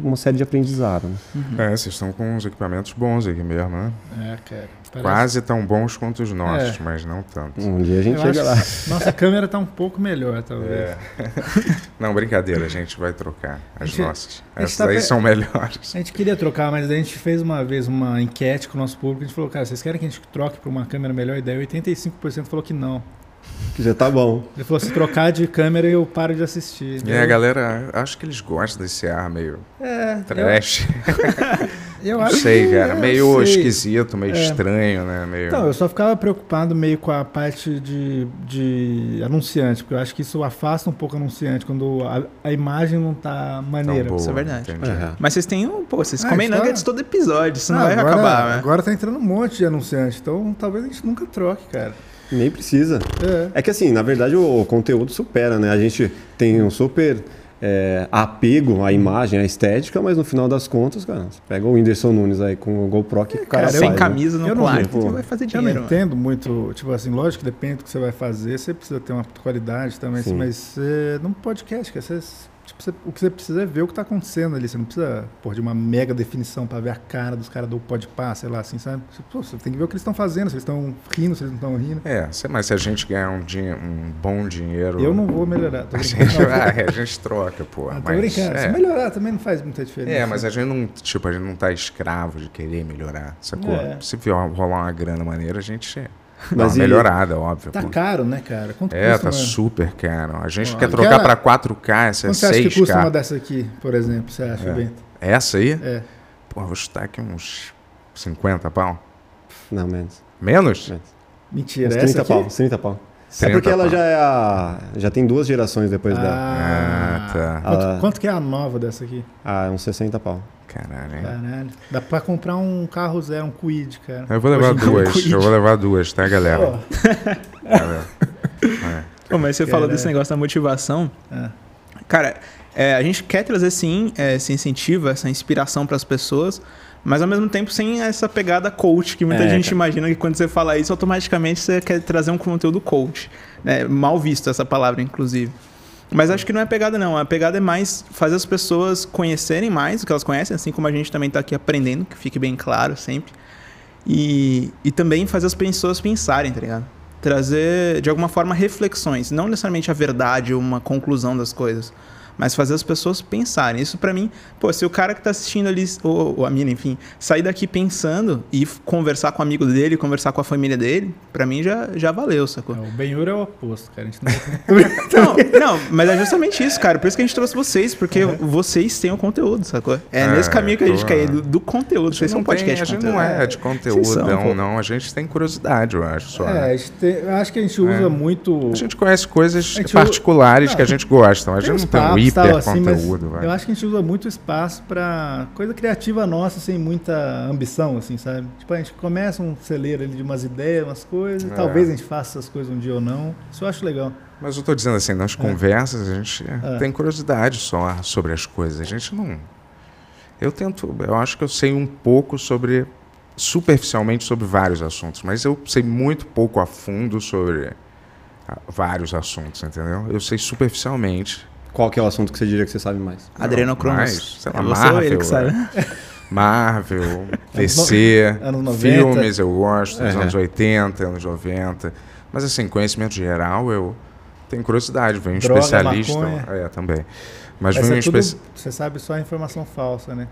[SPEAKER 1] uma série de aprendizado. né?
[SPEAKER 3] É, vocês estão com uns equipamentos bons aqui mesmo, né?
[SPEAKER 4] É, cara. parece- É.
[SPEAKER 3] Quase tão bons quanto os nossos, mas não tanto.
[SPEAKER 1] Um dia a gente
[SPEAKER 4] eu
[SPEAKER 1] chega lá. É.
[SPEAKER 4] acho- Nossa, a câmera tá um pouco melhor, talvez.
[SPEAKER 3] É. Não, brincadeira, a gente vai trocar as
[SPEAKER 4] gente-
[SPEAKER 3] nossas.
[SPEAKER 4] a gente
[SPEAKER 3] Essas
[SPEAKER 4] tá
[SPEAKER 3] aí
[SPEAKER 4] pe-
[SPEAKER 3] são melhores.
[SPEAKER 4] A gente queria trocar, mas a gente fez uma vez uma enquete com o nosso público. A gente falou, cara, vocês querem que a gente troque para uma câmera melhor? E daí 85% falou que não.
[SPEAKER 1] Que já tá bom.
[SPEAKER 4] Ele falou, se trocar de câmera eu paro de assistir.
[SPEAKER 3] E a É, galera, acho que eles gostam desse ar meio
[SPEAKER 4] É,
[SPEAKER 3] trash.
[SPEAKER 4] eu, eu
[SPEAKER 3] Não
[SPEAKER 4] acho
[SPEAKER 3] sei,
[SPEAKER 4] que-
[SPEAKER 3] cara.
[SPEAKER 4] eu
[SPEAKER 3] Meio
[SPEAKER 4] sei.
[SPEAKER 3] esquisito, meio
[SPEAKER 4] É.
[SPEAKER 3] estranho, né? Meio...
[SPEAKER 4] Então, eu só ficava preocupado meio com a parte de, de anunciante, porque eu acho que isso afasta um pouco o anunciante, quando a, a imagem não tá
[SPEAKER 3] Tão
[SPEAKER 4] maneira.
[SPEAKER 3] boa,
[SPEAKER 2] isso é verdade.
[SPEAKER 3] entendi.
[SPEAKER 2] Mas vocês têm um. Pô, vocês
[SPEAKER 4] Ah,
[SPEAKER 2] comem
[SPEAKER 4] isso tá-
[SPEAKER 2] nuggets todo episódio, isso não
[SPEAKER 4] Ah,
[SPEAKER 2] vai
[SPEAKER 4] agora,
[SPEAKER 2] acabar, né?
[SPEAKER 4] Agora tá entrando um monte de anunciante, então talvez a gente nunca troque, cara.
[SPEAKER 1] Nem precisa.
[SPEAKER 4] É.
[SPEAKER 1] É que assim, na verdade o, o conteúdo supera, né? A gente tem um super é, apego à imagem, à estética, mas no final das contas, cara, você pega o Whindersson Nunes aí com o GoPro que o cara
[SPEAKER 4] cara,
[SPEAKER 1] faz,
[SPEAKER 2] Sem
[SPEAKER 1] né?
[SPEAKER 2] camisa no
[SPEAKER 4] Eu não
[SPEAKER 2] quarto.
[SPEAKER 1] vou.
[SPEAKER 2] Você vai fazer
[SPEAKER 4] Eu
[SPEAKER 3] né?
[SPEAKER 2] dinheiro,
[SPEAKER 4] não
[SPEAKER 2] mano.
[SPEAKER 4] entendo muito, tipo assim, lógico que depende do que você vai fazer, você precisa ter uma qualidade também, assim,
[SPEAKER 1] Sim.
[SPEAKER 4] mas é, num podcast, cara, você, tipo, você- o que você precisa é ver o que tá acontecendo ali, você não precisa pôr de uma mega definição pra ver a cara dos caras do podpar, sei lá, assim, sabe? Você, pô, você tem que ver o que eles estão fazendo, se eles estão rindo, se eles não estão rindo.
[SPEAKER 3] É, sei, mas se a gente ganhar um, dinhe- um bom dinheiro.
[SPEAKER 4] Eu não vou melhorar, tô
[SPEAKER 3] A
[SPEAKER 4] brincando.
[SPEAKER 3] gente, ah, é, a gente troca, pô.
[SPEAKER 4] Ah, tô
[SPEAKER 3] mas,
[SPEAKER 4] brincando, se
[SPEAKER 3] É,
[SPEAKER 4] melhorar também não faz muita diferença.
[SPEAKER 3] é, mas a gente não, tipo, a gente não tá escravo de querer melhorar, sacou?
[SPEAKER 4] É.
[SPEAKER 3] Se vier rolar uma grana maneira, a gente dá
[SPEAKER 1] Mas
[SPEAKER 3] uma
[SPEAKER 1] e-
[SPEAKER 3] melhorada, óbvio.
[SPEAKER 4] Tá
[SPEAKER 3] pô.
[SPEAKER 4] caro, né, cara? Quanto
[SPEAKER 3] É,
[SPEAKER 4] custa
[SPEAKER 3] tá
[SPEAKER 4] uma...
[SPEAKER 3] super caro. A gente
[SPEAKER 4] Olha,
[SPEAKER 3] quer trocar
[SPEAKER 4] cara,
[SPEAKER 3] pra 4K, essa é
[SPEAKER 4] Quanto você acha que custa uma
[SPEAKER 3] 6K.
[SPEAKER 4] dessa aqui, por exemplo, você acha, Bento?
[SPEAKER 3] Essa aí?
[SPEAKER 4] É.
[SPEAKER 3] Pô, vou chutar aqui uns 50 pau.
[SPEAKER 1] Não, menos.
[SPEAKER 3] Menos?
[SPEAKER 1] menos.
[SPEAKER 4] Mentira,
[SPEAKER 1] Uns
[SPEAKER 4] essa
[SPEAKER 1] 30
[SPEAKER 4] aqui?
[SPEAKER 1] pau, uns 30 pau. É
[SPEAKER 3] 30
[SPEAKER 1] porque ela
[SPEAKER 3] pau.
[SPEAKER 1] já é a. Já tem duas gerações depois dela.
[SPEAKER 4] Ah,
[SPEAKER 3] Ah, tá.
[SPEAKER 4] Quanto,
[SPEAKER 1] Ah.
[SPEAKER 4] quanto que é a nova dessa aqui?
[SPEAKER 1] Ah, é Ah, uns 60 pau.
[SPEAKER 3] Caralho, hein?
[SPEAKER 4] Caralho. Dá pra comprar um carro zero, um Kwid, cara.
[SPEAKER 3] Eu vou levar
[SPEAKER 4] Hoje em dia, um
[SPEAKER 3] duas,
[SPEAKER 4] Kwid.
[SPEAKER 3] eu vou levar duas, tá, galera?
[SPEAKER 4] Pô,
[SPEAKER 3] Valeu. É.
[SPEAKER 2] Pô, mas você falou
[SPEAKER 4] Caralho.
[SPEAKER 2] desse negócio da motivação.
[SPEAKER 4] É.
[SPEAKER 2] Cara, é, a gente quer trazer sim é, esse incentivo, essa inspiração para as pessoas, mas ao mesmo tempo sem essa pegada coach, que muita
[SPEAKER 5] É,
[SPEAKER 2] gente
[SPEAKER 5] cara.
[SPEAKER 2] imagina que quando você fala isso, automaticamente você quer trazer um conteúdo coach. né? Mal visto essa palavra, inclusive. Mas acho que não é pegada, não. A pegada é mais fazer as pessoas conhecerem mais o que elas conhecem, assim como a gente também está aqui aprendendo, que fique bem claro sempre. E, e também fazer as pessoas pensarem, tá ligado? Trazer, de alguma forma, reflexões. Não necessariamente a verdade ou uma conclusão das coisas, mas fazer as pessoas pensarem. Isso pra mim, pô, se o cara que tá assistindo ali, ou, ou a mina, enfim, sair daqui pensando e f- conversar com o amigo dele, conversar com a família dele, pra mim já, já valeu, sacou?
[SPEAKER 4] o Benhur é o oposto, cara. A gente não
[SPEAKER 3] Então.
[SPEAKER 2] Não, não, mas é justamente isso, cara. Por isso que a gente trouxe vocês, porque vocês têm o conteúdo, sacou? É,
[SPEAKER 3] Uhum. É,
[SPEAKER 2] nesse caminho que a gente
[SPEAKER 3] pô,
[SPEAKER 2] quer ir,
[SPEAKER 3] é.
[SPEAKER 2] do, do conteúdo. Vocês são
[SPEAKER 3] Não
[SPEAKER 2] um
[SPEAKER 3] tem-
[SPEAKER 2] podcast
[SPEAKER 3] A gente
[SPEAKER 2] conteúdo.
[SPEAKER 3] não é de conteúdo,
[SPEAKER 2] são, pô.
[SPEAKER 3] não, não. A gente tem curiosidade, eu acho, só.
[SPEAKER 4] É, a gente tem- eu acho que a gente usa muito.
[SPEAKER 3] É. A gente conhece coisas
[SPEAKER 4] A gente-
[SPEAKER 3] particulares
[SPEAKER 4] Não.
[SPEAKER 3] que a gente gosta, mas a
[SPEAKER 4] Ah, uns
[SPEAKER 3] gente não tem um
[SPEAKER 4] papos,
[SPEAKER 3] hiper
[SPEAKER 4] tal, assim, mas
[SPEAKER 3] conteúdo. vai.
[SPEAKER 4] Eu acho que a gente usa muito espaço pra coisa criativa nossa, sem muita ambição, assim, sabe? Tipo, a gente começa um celeiro ali de umas ideias, umas coisas,
[SPEAKER 3] É.
[SPEAKER 4] talvez a gente faça essas coisas um dia ou não. Isso eu acho legal.
[SPEAKER 3] Mas eu tô dizendo assim,
[SPEAKER 4] É.
[SPEAKER 3] nas conversas a gente tem curiosidade só sobre as coisas. A gente não. Eu tento. Eu acho que eu sei um pouco sobre. superficialmente sobre vários assuntos, mas eu sei muito pouco a fundo sobre ah, vários assuntos, entendeu? Eu sei superficialmente.
[SPEAKER 1] Qual que é o assunto que você diria que você sabe mais?
[SPEAKER 2] Adriano
[SPEAKER 3] Mas,
[SPEAKER 2] Cronos.
[SPEAKER 3] sei lá,
[SPEAKER 2] é você ou ele
[SPEAKER 3] Marvel,
[SPEAKER 2] que sabe?
[SPEAKER 3] Marvel, DC,
[SPEAKER 4] anos 90.
[SPEAKER 3] filmes eu gosto, dos
[SPEAKER 1] É.
[SPEAKER 3] anos 80, anos 90. Mas assim, conhecimento geral eu tenho curiosidade, vem um
[SPEAKER 4] Droga,
[SPEAKER 3] especialista.
[SPEAKER 4] maconha.
[SPEAKER 3] É, também. Mas
[SPEAKER 4] Mas
[SPEAKER 3] vem um
[SPEAKER 4] é tudo,
[SPEAKER 3] especialista.
[SPEAKER 4] Você sabe só a informação falsa, né?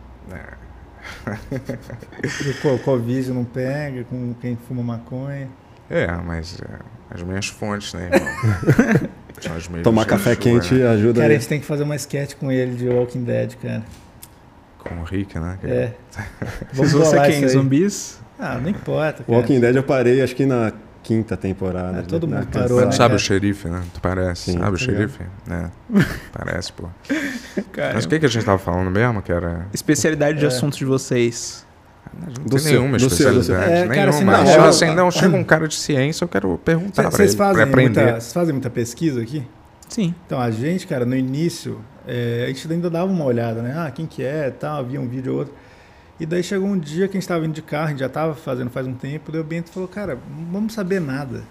[SPEAKER 4] E o co- Covid não pega, com quem fuma maconha.
[SPEAKER 3] É, mas é, as minhas fontes, né, irmão? São as mesmas
[SPEAKER 1] Tomar
[SPEAKER 3] que eu
[SPEAKER 1] café
[SPEAKER 3] sou,
[SPEAKER 1] quente
[SPEAKER 3] né?
[SPEAKER 1] ajuda.
[SPEAKER 4] Cara, a
[SPEAKER 1] aí.
[SPEAKER 4] gente tem que fazer uma sketch com ele de Walking Dead, cara.
[SPEAKER 3] Com o Rick, né? cara?
[SPEAKER 4] É.
[SPEAKER 2] Vocês vão ser
[SPEAKER 4] bolar
[SPEAKER 2] quem?
[SPEAKER 4] isso aí.
[SPEAKER 2] Zumbis?
[SPEAKER 4] Ah, não importa, cara.
[SPEAKER 1] Walking Dead eu parei acho que na quinta temporada.
[SPEAKER 4] É, todo
[SPEAKER 1] né?
[SPEAKER 4] mundo
[SPEAKER 1] Na
[SPEAKER 4] parou,
[SPEAKER 3] Mas
[SPEAKER 1] terceira.
[SPEAKER 3] tu
[SPEAKER 4] né?
[SPEAKER 3] sabe
[SPEAKER 4] cara?
[SPEAKER 3] o xerife, né? Tu parece.
[SPEAKER 1] Sim,
[SPEAKER 3] sabe o
[SPEAKER 4] tá
[SPEAKER 3] xerife? né? Parece, pô.
[SPEAKER 2] Cara,
[SPEAKER 3] Mas o que, que a gente tava falando mesmo? Que era.
[SPEAKER 2] especialidade de
[SPEAKER 4] É.
[SPEAKER 2] assuntos de vocês.
[SPEAKER 3] Não tem
[SPEAKER 1] Do seu,
[SPEAKER 3] Ah, nenhuma
[SPEAKER 1] do seu, do seu.
[SPEAKER 3] especialidade.
[SPEAKER 4] É, cara,
[SPEAKER 3] nenhuma.
[SPEAKER 4] assim,
[SPEAKER 1] na
[SPEAKER 3] Mas
[SPEAKER 1] moral-
[SPEAKER 3] eu, assim, não, chega um cara de ciência, eu quero perguntar pra
[SPEAKER 4] Vocês
[SPEAKER 3] ele. pra
[SPEAKER 4] fazem,
[SPEAKER 3] aprender.
[SPEAKER 4] muita- vocês fazem muita pesquisa aqui?
[SPEAKER 2] Sim.
[SPEAKER 4] Então, a gente, cara, no início, é, a gente ainda dava uma olhada, né? Ah, quem que é, tal, havia um vídeo ou outro. E daí chegou um dia que a gente tava indo de carro, a gente já tava fazendo faz um tempo, daí o Bento falou, cara, não vamos saber nada.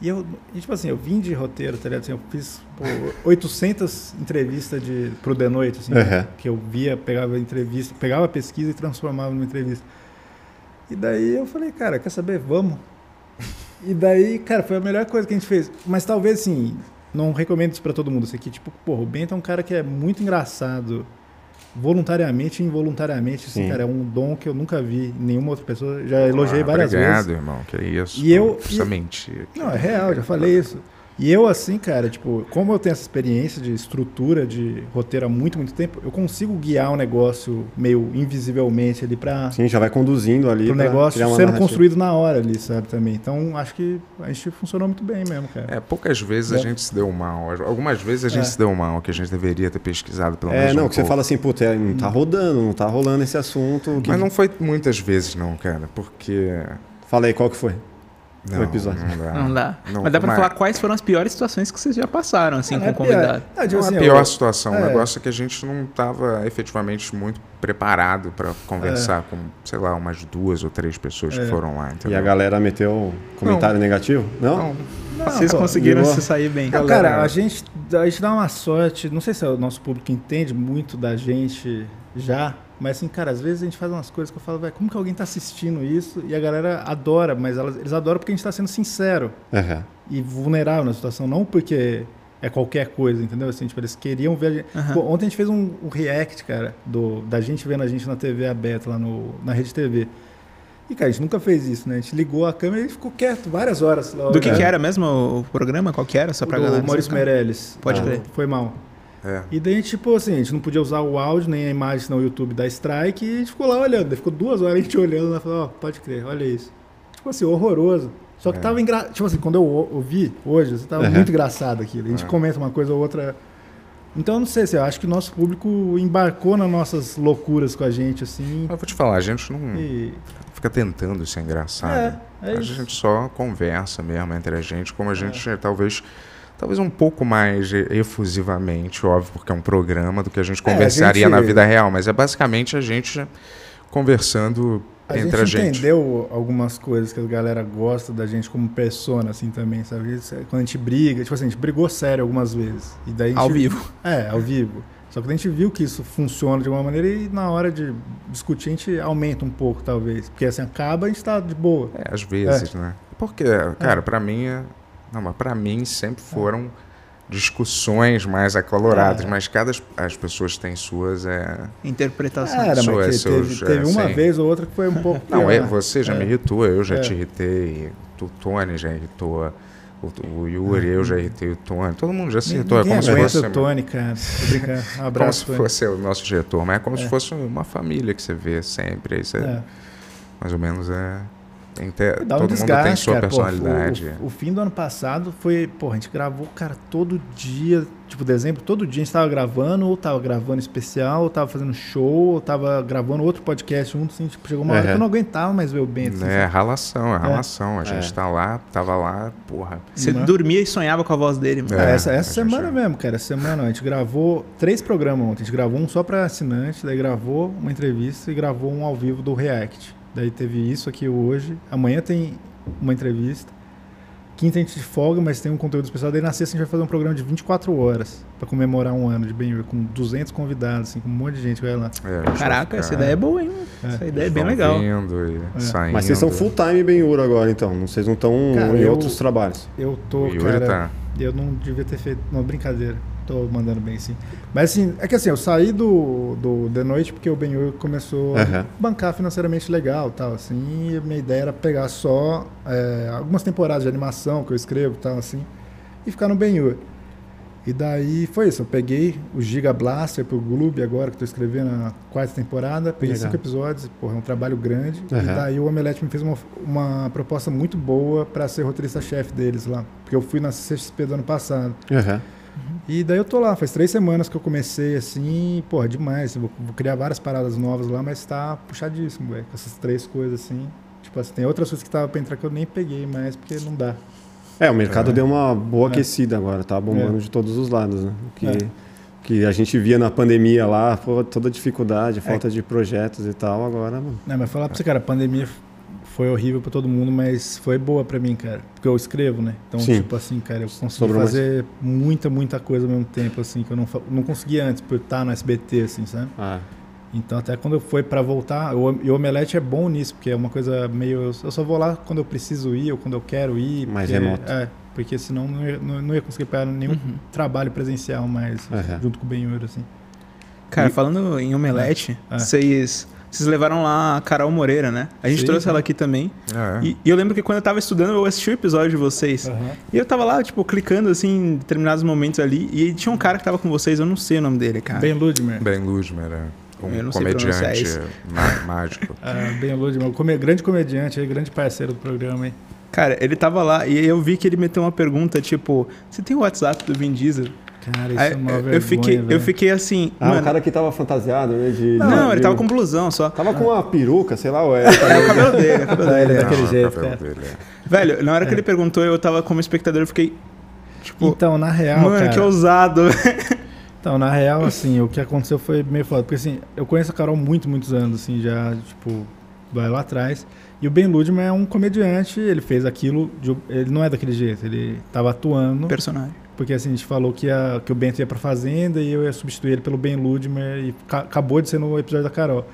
[SPEAKER 4] E eu, e, tipo assim, eu vim de roteiro, tá ligado? Assim, eu fiz pô, 800 entrevistas de, pro The Noite, assim,
[SPEAKER 1] Aham.
[SPEAKER 4] que eu via, pegava entrevista, pegava a pesquisa e transformava numa entrevista. E daí eu falei, cara, quer saber? Vamos. E daí, cara, foi a melhor coisa que a gente fez. Mas talvez, assim, não recomendo isso pra todo mundo. Isso aqui, tipo, porra, o Bento é um cara que é muito engraçado. Voluntariamente e involuntariamente, assim,
[SPEAKER 1] Sim.
[SPEAKER 4] cara, é um dom que eu nunca vi em nenhuma outra pessoa. Já elogiei
[SPEAKER 3] Ah,
[SPEAKER 4] várias
[SPEAKER 3] obrigado,
[SPEAKER 4] vezes.
[SPEAKER 3] irmão. Que é isso.
[SPEAKER 4] E eu-
[SPEAKER 3] Não precisa
[SPEAKER 4] e-
[SPEAKER 3] mentir.
[SPEAKER 4] Não, é real, já falei isso. E eu, assim, cara, tipo, como eu tenho essa experiência de estrutura, de roteiro há muito, muito tempo, eu consigo guiar um negócio meio invisivelmente ali pra,
[SPEAKER 1] Sim, já vai conduzindo ali.
[SPEAKER 4] né? pro
[SPEAKER 1] pra
[SPEAKER 4] negócio
[SPEAKER 1] criar
[SPEAKER 4] sendo
[SPEAKER 1] uma narrativa.
[SPEAKER 4] construído na hora ali, sabe, também. Então, acho que a gente funcionou muito bem mesmo, cara.
[SPEAKER 3] É, poucas vezes a
[SPEAKER 4] É.
[SPEAKER 3] gente se deu mal. Algumas vezes a gente
[SPEAKER 4] É.
[SPEAKER 3] se deu mal, que a gente deveria ter pesquisado pelo menos.
[SPEAKER 1] É, não,
[SPEAKER 3] um
[SPEAKER 1] que você
[SPEAKER 3] pouco.
[SPEAKER 1] fala assim, puta, é, não
[SPEAKER 4] Hum.
[SPEAKER 1] tá rodando, não tá rolando esse assunto. Que...
[SPEAKER 3] Mas não foi muitas vezes, não, cara, porque.
[SPEAKER 1] Fala aí, qual que foi?
[SPEAKER 3] Não,
[SPEAKER 1] episódio.
[SPEAKER 3] Não dá.
[SPEAKER 2] Não dá.
[SPEAKER 3] Ah, Não,
[SPEAKER 2] mas dá pra
[SPEAKER 3] mas-
[SPEAKER 2] falar quais foram as piores situações que vocês já passaram, assim, com o convidado.
[SPEAKER 4] É,
[SPEAKER 3] Não,
[SPEAKER 4] tipo assim,
[SPEAKER 3] a pior
[SPEAKER 4] eu-
[SPEAKER 3] situação,
[SPEAKER 4] é.
[SPEAKER 3] o negócio é que a gente não estava efetivamente muito preparado para conversar
[SPEAKER 4] É.
[SPEAKER 3] com, sei lá, umas duas ou três pessoas que foram lá, entendeu?
[SPEAKER 1] E a galera meteu um comentário negativo? Não?
[SPEAKER 3] Não,
[SPEAKER 4] não,
[SPEAKER 2] Vocês
[SPEAKER 4] pô,
[SPEAKER 2] conseguiram
[SPEAKER 1] boa.
[SPEAKER 2] se sair bem.
[SPEAKER 4] Não,
[SPEAKER 3] galera.
[SPEAKER 4] cara, a gente, a gente dá uma sorte. Não sei se é o nosso público entende muito da gente já, mas assim, cara, às vezes a gente faz umas coisas que eu falo, velho, como que alguém tá assistindo isso? E a galera adora, mas elas- eles adoram porque a gente tá sendo sincero
[SPEAKER 1] Aham.
[SPEAKER 4] e vulnerável na situação, não porque é qualquer coisa, entendeu? Assim, tipo, eles queriam ver a gente.
[SPEAKER 2] Aham.
[SPEAKER 4] Pô, ontem a gente fez um, um react, cara, do, da gente vendo a gente na TV aberta, lá no, na Rede TV. E, cara, a gente nunca fez isso, né? A gente ligou a câmera e ficou quieto várias horas. lá,
[SPEAKER 2] Do que,
[SPEAKER 4] olhando.
[SPEAKER 2] que era mesmo o programa? Qual que era? Só pra
[SPEAKER 4] O é. do
[SPEAKER 2] galera.
[SPEAKER 4] Maurício
[SPEAKER 2] sacar.
[SPEAKER 4] Meirelles.
[SPEAKER 2] Pode
[SPEAKER 4] Ah,
[SPEAKER 2] crer.
[SPEAKER 4] Foi mal.
[SPEAKER 3] é.
[SPEAKER 4] E daí, tipo assim, a gente não podia usar o áudio nem a imagem, senão o YouTube da Strike, e a gente ficou lá olhando. Daí Ficou duas horas a gente olhando lá e falou, ó, pode crer, olha isso. Tipo assim, horroroso. Só que
[SPEAKER 3] É.
[SPEAKER 4] tava engraçado. Tipo assim, quando eu o- ouvi hoje, assim, tava
[SPEAKER 1] Aham.
[SPEAKER 4] muito engraçado aquilo. A gente
[SPEAKER 3] É.
[SPEAKER 4] comenta uma coisa ou outra Então, eu não sei, assim, eu acho que o nosso público embarcou nas nossas loucuras com a gente, assim.
[SPEAKER 3] Eu vou te falar, a gente não
[SPEAKER 4] E,
[SPEAKER 3] fica tentando ser engraçado.
[SPEAKER 4] é, é
[SPEAKER 3] a
[SPEAKER 4] isso. É.
[SPEAKER 3] gente só conversa mesmo entre a gente, como a gente talvez talvez um pouco mais e- efusivamente, óbvio, porque é um programa do que a gente
[SPEAKER 4] É, a
[SPEAKER 3] conversaria
[SPEAKER 4] gente-
[SPEAKER 3] na vida real, mas é basicamente a gente conversando
[SPEAKER 4] A
[SPEAKER 3] entre
[SPEAKER 4] gente
[SPEAKER 3] a gente.
[SPEAKER 4] entendeu algumas coisas que a galera gosta da gente como persona, assim, também, sabe? Isso é Quando a gente briga, tipo assim, a gente brigou sério algumas vezes. E daí a gente-
[SPEAKER 2] Ao vivo.
[SPEAKER 4] É, ao vivo. Só que a gente viu que isso funciona de alguma maneira e na hora de discutir a gente aumenta um pouco, talvez. Porque assim, acaba a gente tá de boa.
[SPEAKER 3] É, às vezes, né? Porque, cara, pra mim é... Não, mas pra mim sempre
[SPEAKER 4] É.
[SPEAKER 3] foram discussões mais acaloradas,
[SPEAKER 4] É.
[SPEAKER 3] mas cada as pessoas têm suas é...
[SPEAKER 2] Interpretação.
[SPEAKER 4] Era,
[SPEAKER 3] sou, é,
[SPEAKER 4] mas que
[SPEAKER 3] sou,
[SPEAKER 4] teve,
[SPEAKER 3] é,
[SPEAKER 4] teve uma
[SPEAKER 3] sim.
[SPEAKER 4] vez ou outra que foi um pouco.
[SPEAKER 3] Não,
[SPEAKER 4] pior.
[SPEAKER 3] é, você já me irritou, eu já
[SPEAKER 4] É.
[SPEAKER 3] te irritei, o Tony já irritou, o, o Yuri, eu já irritei o Tony, todo mundo já se irritou. É
[SPEAKER 4] Uhum. Ninguém
[SPEAKER 3] como se
[SPEAKER 4] aguenta
[SPEAKER 3] fosse,
[SPEAKER 4] o Tony, cara. Tô brincando. Um
[SPEAKER 3] como
[SPEAKER 4] abraço,
[SPEAKER 3] se
[SPEAKER 4] Tony.
[SPEAKER 3] fosse o nosso diretor, mas é como se fosse uma família que você vê sempre. Aí você,
[SPEAKER 4] É.
[SPEAKER 3] Mais ou menos é. tem que ter-
[SPEAKER 4] Dá um
[SPEAKER 3] todo mundo tem
[SPEAKER 4] desgaste,
[SPEAKER 3] sua
[SPEAKER 4] cara. Pô,
[SPEAKER 3] personalidade.
[SPEAKER 4] o, o fim do ano passado foi, pô, a gente gravou, cara, todo dia, tipo, dezembro, todo dia a gente tava gravando, ou tava gravando especial, ou tava fazendo show, ou tava gravando outro podcast junto, assim, tipo, chegou uma hora
[SPEAKER 1] Uhum.
[SPEAKER 4] que eu não aguentava mais ver o Bento. assim,
[SPEAKER 3] É, ralação, é ralação. A gente tá lá, tava lá, porra.
[SPEAKER 2] Você
[SPEAKER 4] Não é?
[SPEAKER 2] dormia e sonhava com a voz dele, mano.
[SPEAKER 3] É,
[SPEAKER 4] É, essa
[SPEAKER 3] a
[SPEAKER 4] essa
[SPEAKER 3] gente-
[SPEAKER 4] semana mesmo, cara. Essa semana a gente gravou três programas ontem. A gente gravou um só pra assinante, daí gravou uma entrevista e gravou um ao vivo do React. Daí teve isso aqui hoje. Amanhã tem uma entrevista. Quinta a gente folga, mas tem um conteúdo especial. Daí na sexta a gente vai fazer um programa de 24 horas pra comemorar um ano de Ben com 200 convidados, assim, com um monte de gente que vai lá.
[SPEAKER 3] É, a gente
[SPEAKER 2] Caraca,
[SPEAKER 3] vai
[SPEAKER 2] essa
[SPEAKER 3] ficar-
[SPEAKER 2] ideia é boa, hein? mano? Essa ideia é bem
[SPEAKER 3] vão
[SPEAKER 2] legal.
[SPEAKER 3] vindo
[SPEAKER 4] É.
[SPEAKER 3] e saindo.
[SPEAKER 1] Mas vocês são full time bem ouro agora, então. Não- Vocês não estão
[SPEAKER 4] Cara,
[SPEAKER 1] em
[SPEAKER 4] eu-
[SPEAKER 1] outros trabalhos.
[SPEAKER 4] Eu
[SPEAKER 3] O
[SPEAKER 4] tô,
[SPEAKER 3] Yuri
[SPEAKER 4] cara.
[SPEAKER 3] tá.
[SPEAKER 4] Eu não devia ter feito. Não, brincadeira. Tô mandando bem sim. Mas assim, é que assim, eu saí do, do The Noite porque o Benhur começou a
[SPEAKER 1] Aham.
[SPEAKER 4] bancar financeiramente legal tal, assim. E minha ideia era pegar só é, algumas temporadas de animação que eu escrevo tal, assim, e ficar no Benhur. E daí foi isso. Eu peguei o Giga Blaster pro Gloob agora, que tô escrevendo a quarta temporada. Peguei
[SPEAKER 1] Legal.
[SPEAKER 4] cinco episódios, porra, é um trabalho grande. E
[SPEAKER 1] Aham.
[SPEAKER 4] daí o Omelete me fez uma, uma proposta muito boa para ser roteirista-chefe deles lá. Porque eu fui na CXP do ano passado.
[SPEAKER 1] Aham.
[SPEAKER 4] E daí eu tô lá, faz três semanas que eu comecei assim, porra, demais. eu Vou, vou criar várias paradas novas lá, mas tá puxadíssimo, velho. Com essas três coisas assim. Tipo assim, tem outras coisas que tava pra entrar que eu nem peguei mais, porque não dá.
[SPEAKER 1] É, o mercado
[SPEAKER 3] É.
[SPEAKER 1] deu uma boa
[SPEAKER 4] É.
[SPEAKER 1] aquecida agora, tá bombando
[SPEAKER 4] É.
[SPEAKER 1] de todos os lados, né? O Que,
[SPEAKER 4] É.
[SPEAKER 1] que a gente via na pandemia lá, pô, toda a dificuldade, a falta de projetos e tal, agora, mano.
[SPEAKER 4] Não, mas falar pra você, cara, a pandemia f- foi horrível pra todo mundo, mas foi boa pra mim, cara. Porque eu escrevo, né? Então,
[SPEAKER 1] Sim.
[SPEAKER 4] tipo assim, cara, eu consegui
[SPEAKER 1] Sobrou mais.
[SPEAKER 4] fazer muita, muita coisa ao mesmo tempo, assim, que eu não, fa- não conseguia antes por estar no SBT, assim, sabe?
[SPEAKER 1] Ah,
[SPEAKER 4] Então, até quando eu fui pra voltar, o- e o Omelete é bom nisso, porque é uma coisa meio. Eu eu só vou lá quando eu preciso ir ou quando eu quero ir.
[SPEAKER 1] Mais
[SPEAKER 4] porque,
[SPEAKER 1] remoto.
[SPEAKER 4] É, porque senão não ia, não, não ia conseguir pegar nenhum trabalho presencial mais,
[SPEAKER 1] Aham.
[SPEAKER 4] junto com o Benhur, assim.
[SPEAKER 2] Cara, falando em omelete,
[SPEAKER 4] É. É.
[SPEAKER 2] vocês. Vocês levaram lá a Carol Moreira, né? A gente
[SPEAKER 4] Sim.
[SPEAKER 2] trouxe ela aqui também.
[SPEAKER 3] É.
[SPEAKER 2] E, e eu lembro que quando eu tava estudando, eu assisti o episódio de vocês. E eu tava lá, tipo, clicando, assim, em determinados momentos ali. E tinha um cara que tava com vocês, eu não sei o nome dele, cara.
[SPEAKER 4] Ben Ludmer.
[SPEAKER 3] Ben Luzmer, é
[SPEAKER 2] Eu
[SPEAKER 3] um
[SPEAKER 2] não sei pronunciar
[SPEAKER 3] comediante
[SPEAKER 2] isso.
[SPEAKER 3] má- mágico.
[SPEAKER 4] Ah, ben Ludmer, come- grande comediante aí, grande parceiro do programa, hein?
[SPEAKER 2] Cara, ele tava lá e eu vi que ele meteu uma pergunta, tipo... Você tem o WhatsApp do Vin Diesel?
[SPEAKER 4] Cara, isso
[SPEAKER 2] Aí,
[SPEAKER 4] é uma
[SPEAKER 2] Ah, eu,
[SPEAKER 4] vergonha,
[SPEAKER 2] fiquei, eu
[SPEAKER 4] velho.
[SPEAKER 2] fiquei assim...
[SPEAKER 1] Ah,
[SPEAKER 2] mano,
[SPEAKER 1] o cara que tava fantasiado, né? De,
[SPEAKER 2] Não,
[SPEAKER 1] de-
[SPEAKER 2] ele tava com blusão só.
[SPEAKER 1] Tava com uma peruca, sei lá, ou é.
[SPEAKER 2] É o cabelo dele, é o cabelo dele.
[SPEAKER 4] Ele é
[SPEAKER 2] é.
[SPEAKER 4] daquele
[SPEAKER 3] Não, é o
[SPEAKER 4] jeito,
[SPEAKER 1] né?
[SPEAKER 3] cabelo
[SPEAKER 4] é.
[SPEAKER 3] dele, é.
[SPEAKER 2] Velho, na hora que ele perguntou, eu tava como espectador, eu fiquei... Tipo,
[SPEAKER 4] Então, na real,
[SPEAKER 2] mano,
[SPEAKER 4] cara,
[SPEAKER 2] que ousado.
[SPEAKER 4] Então, na real, assim, o que aconteceu foi meio foda. Porque, assim, eu conheço a Carol muito, muitos anos, assim, já, tipo, vai lá atrás. E o Ben Ludman é um comediante, ele fez aquilo, de- ele não é daquele jeito, ele tava atuando.
[SPEAKER 2] Personagem.
[SPEAKER 4] Porque, assim, a gente falou que, a- que o Bento ia pra Fazenda e eu ia substituir ele pelo Ben Ludmer e ca- acabou de ser no episódio da Carol.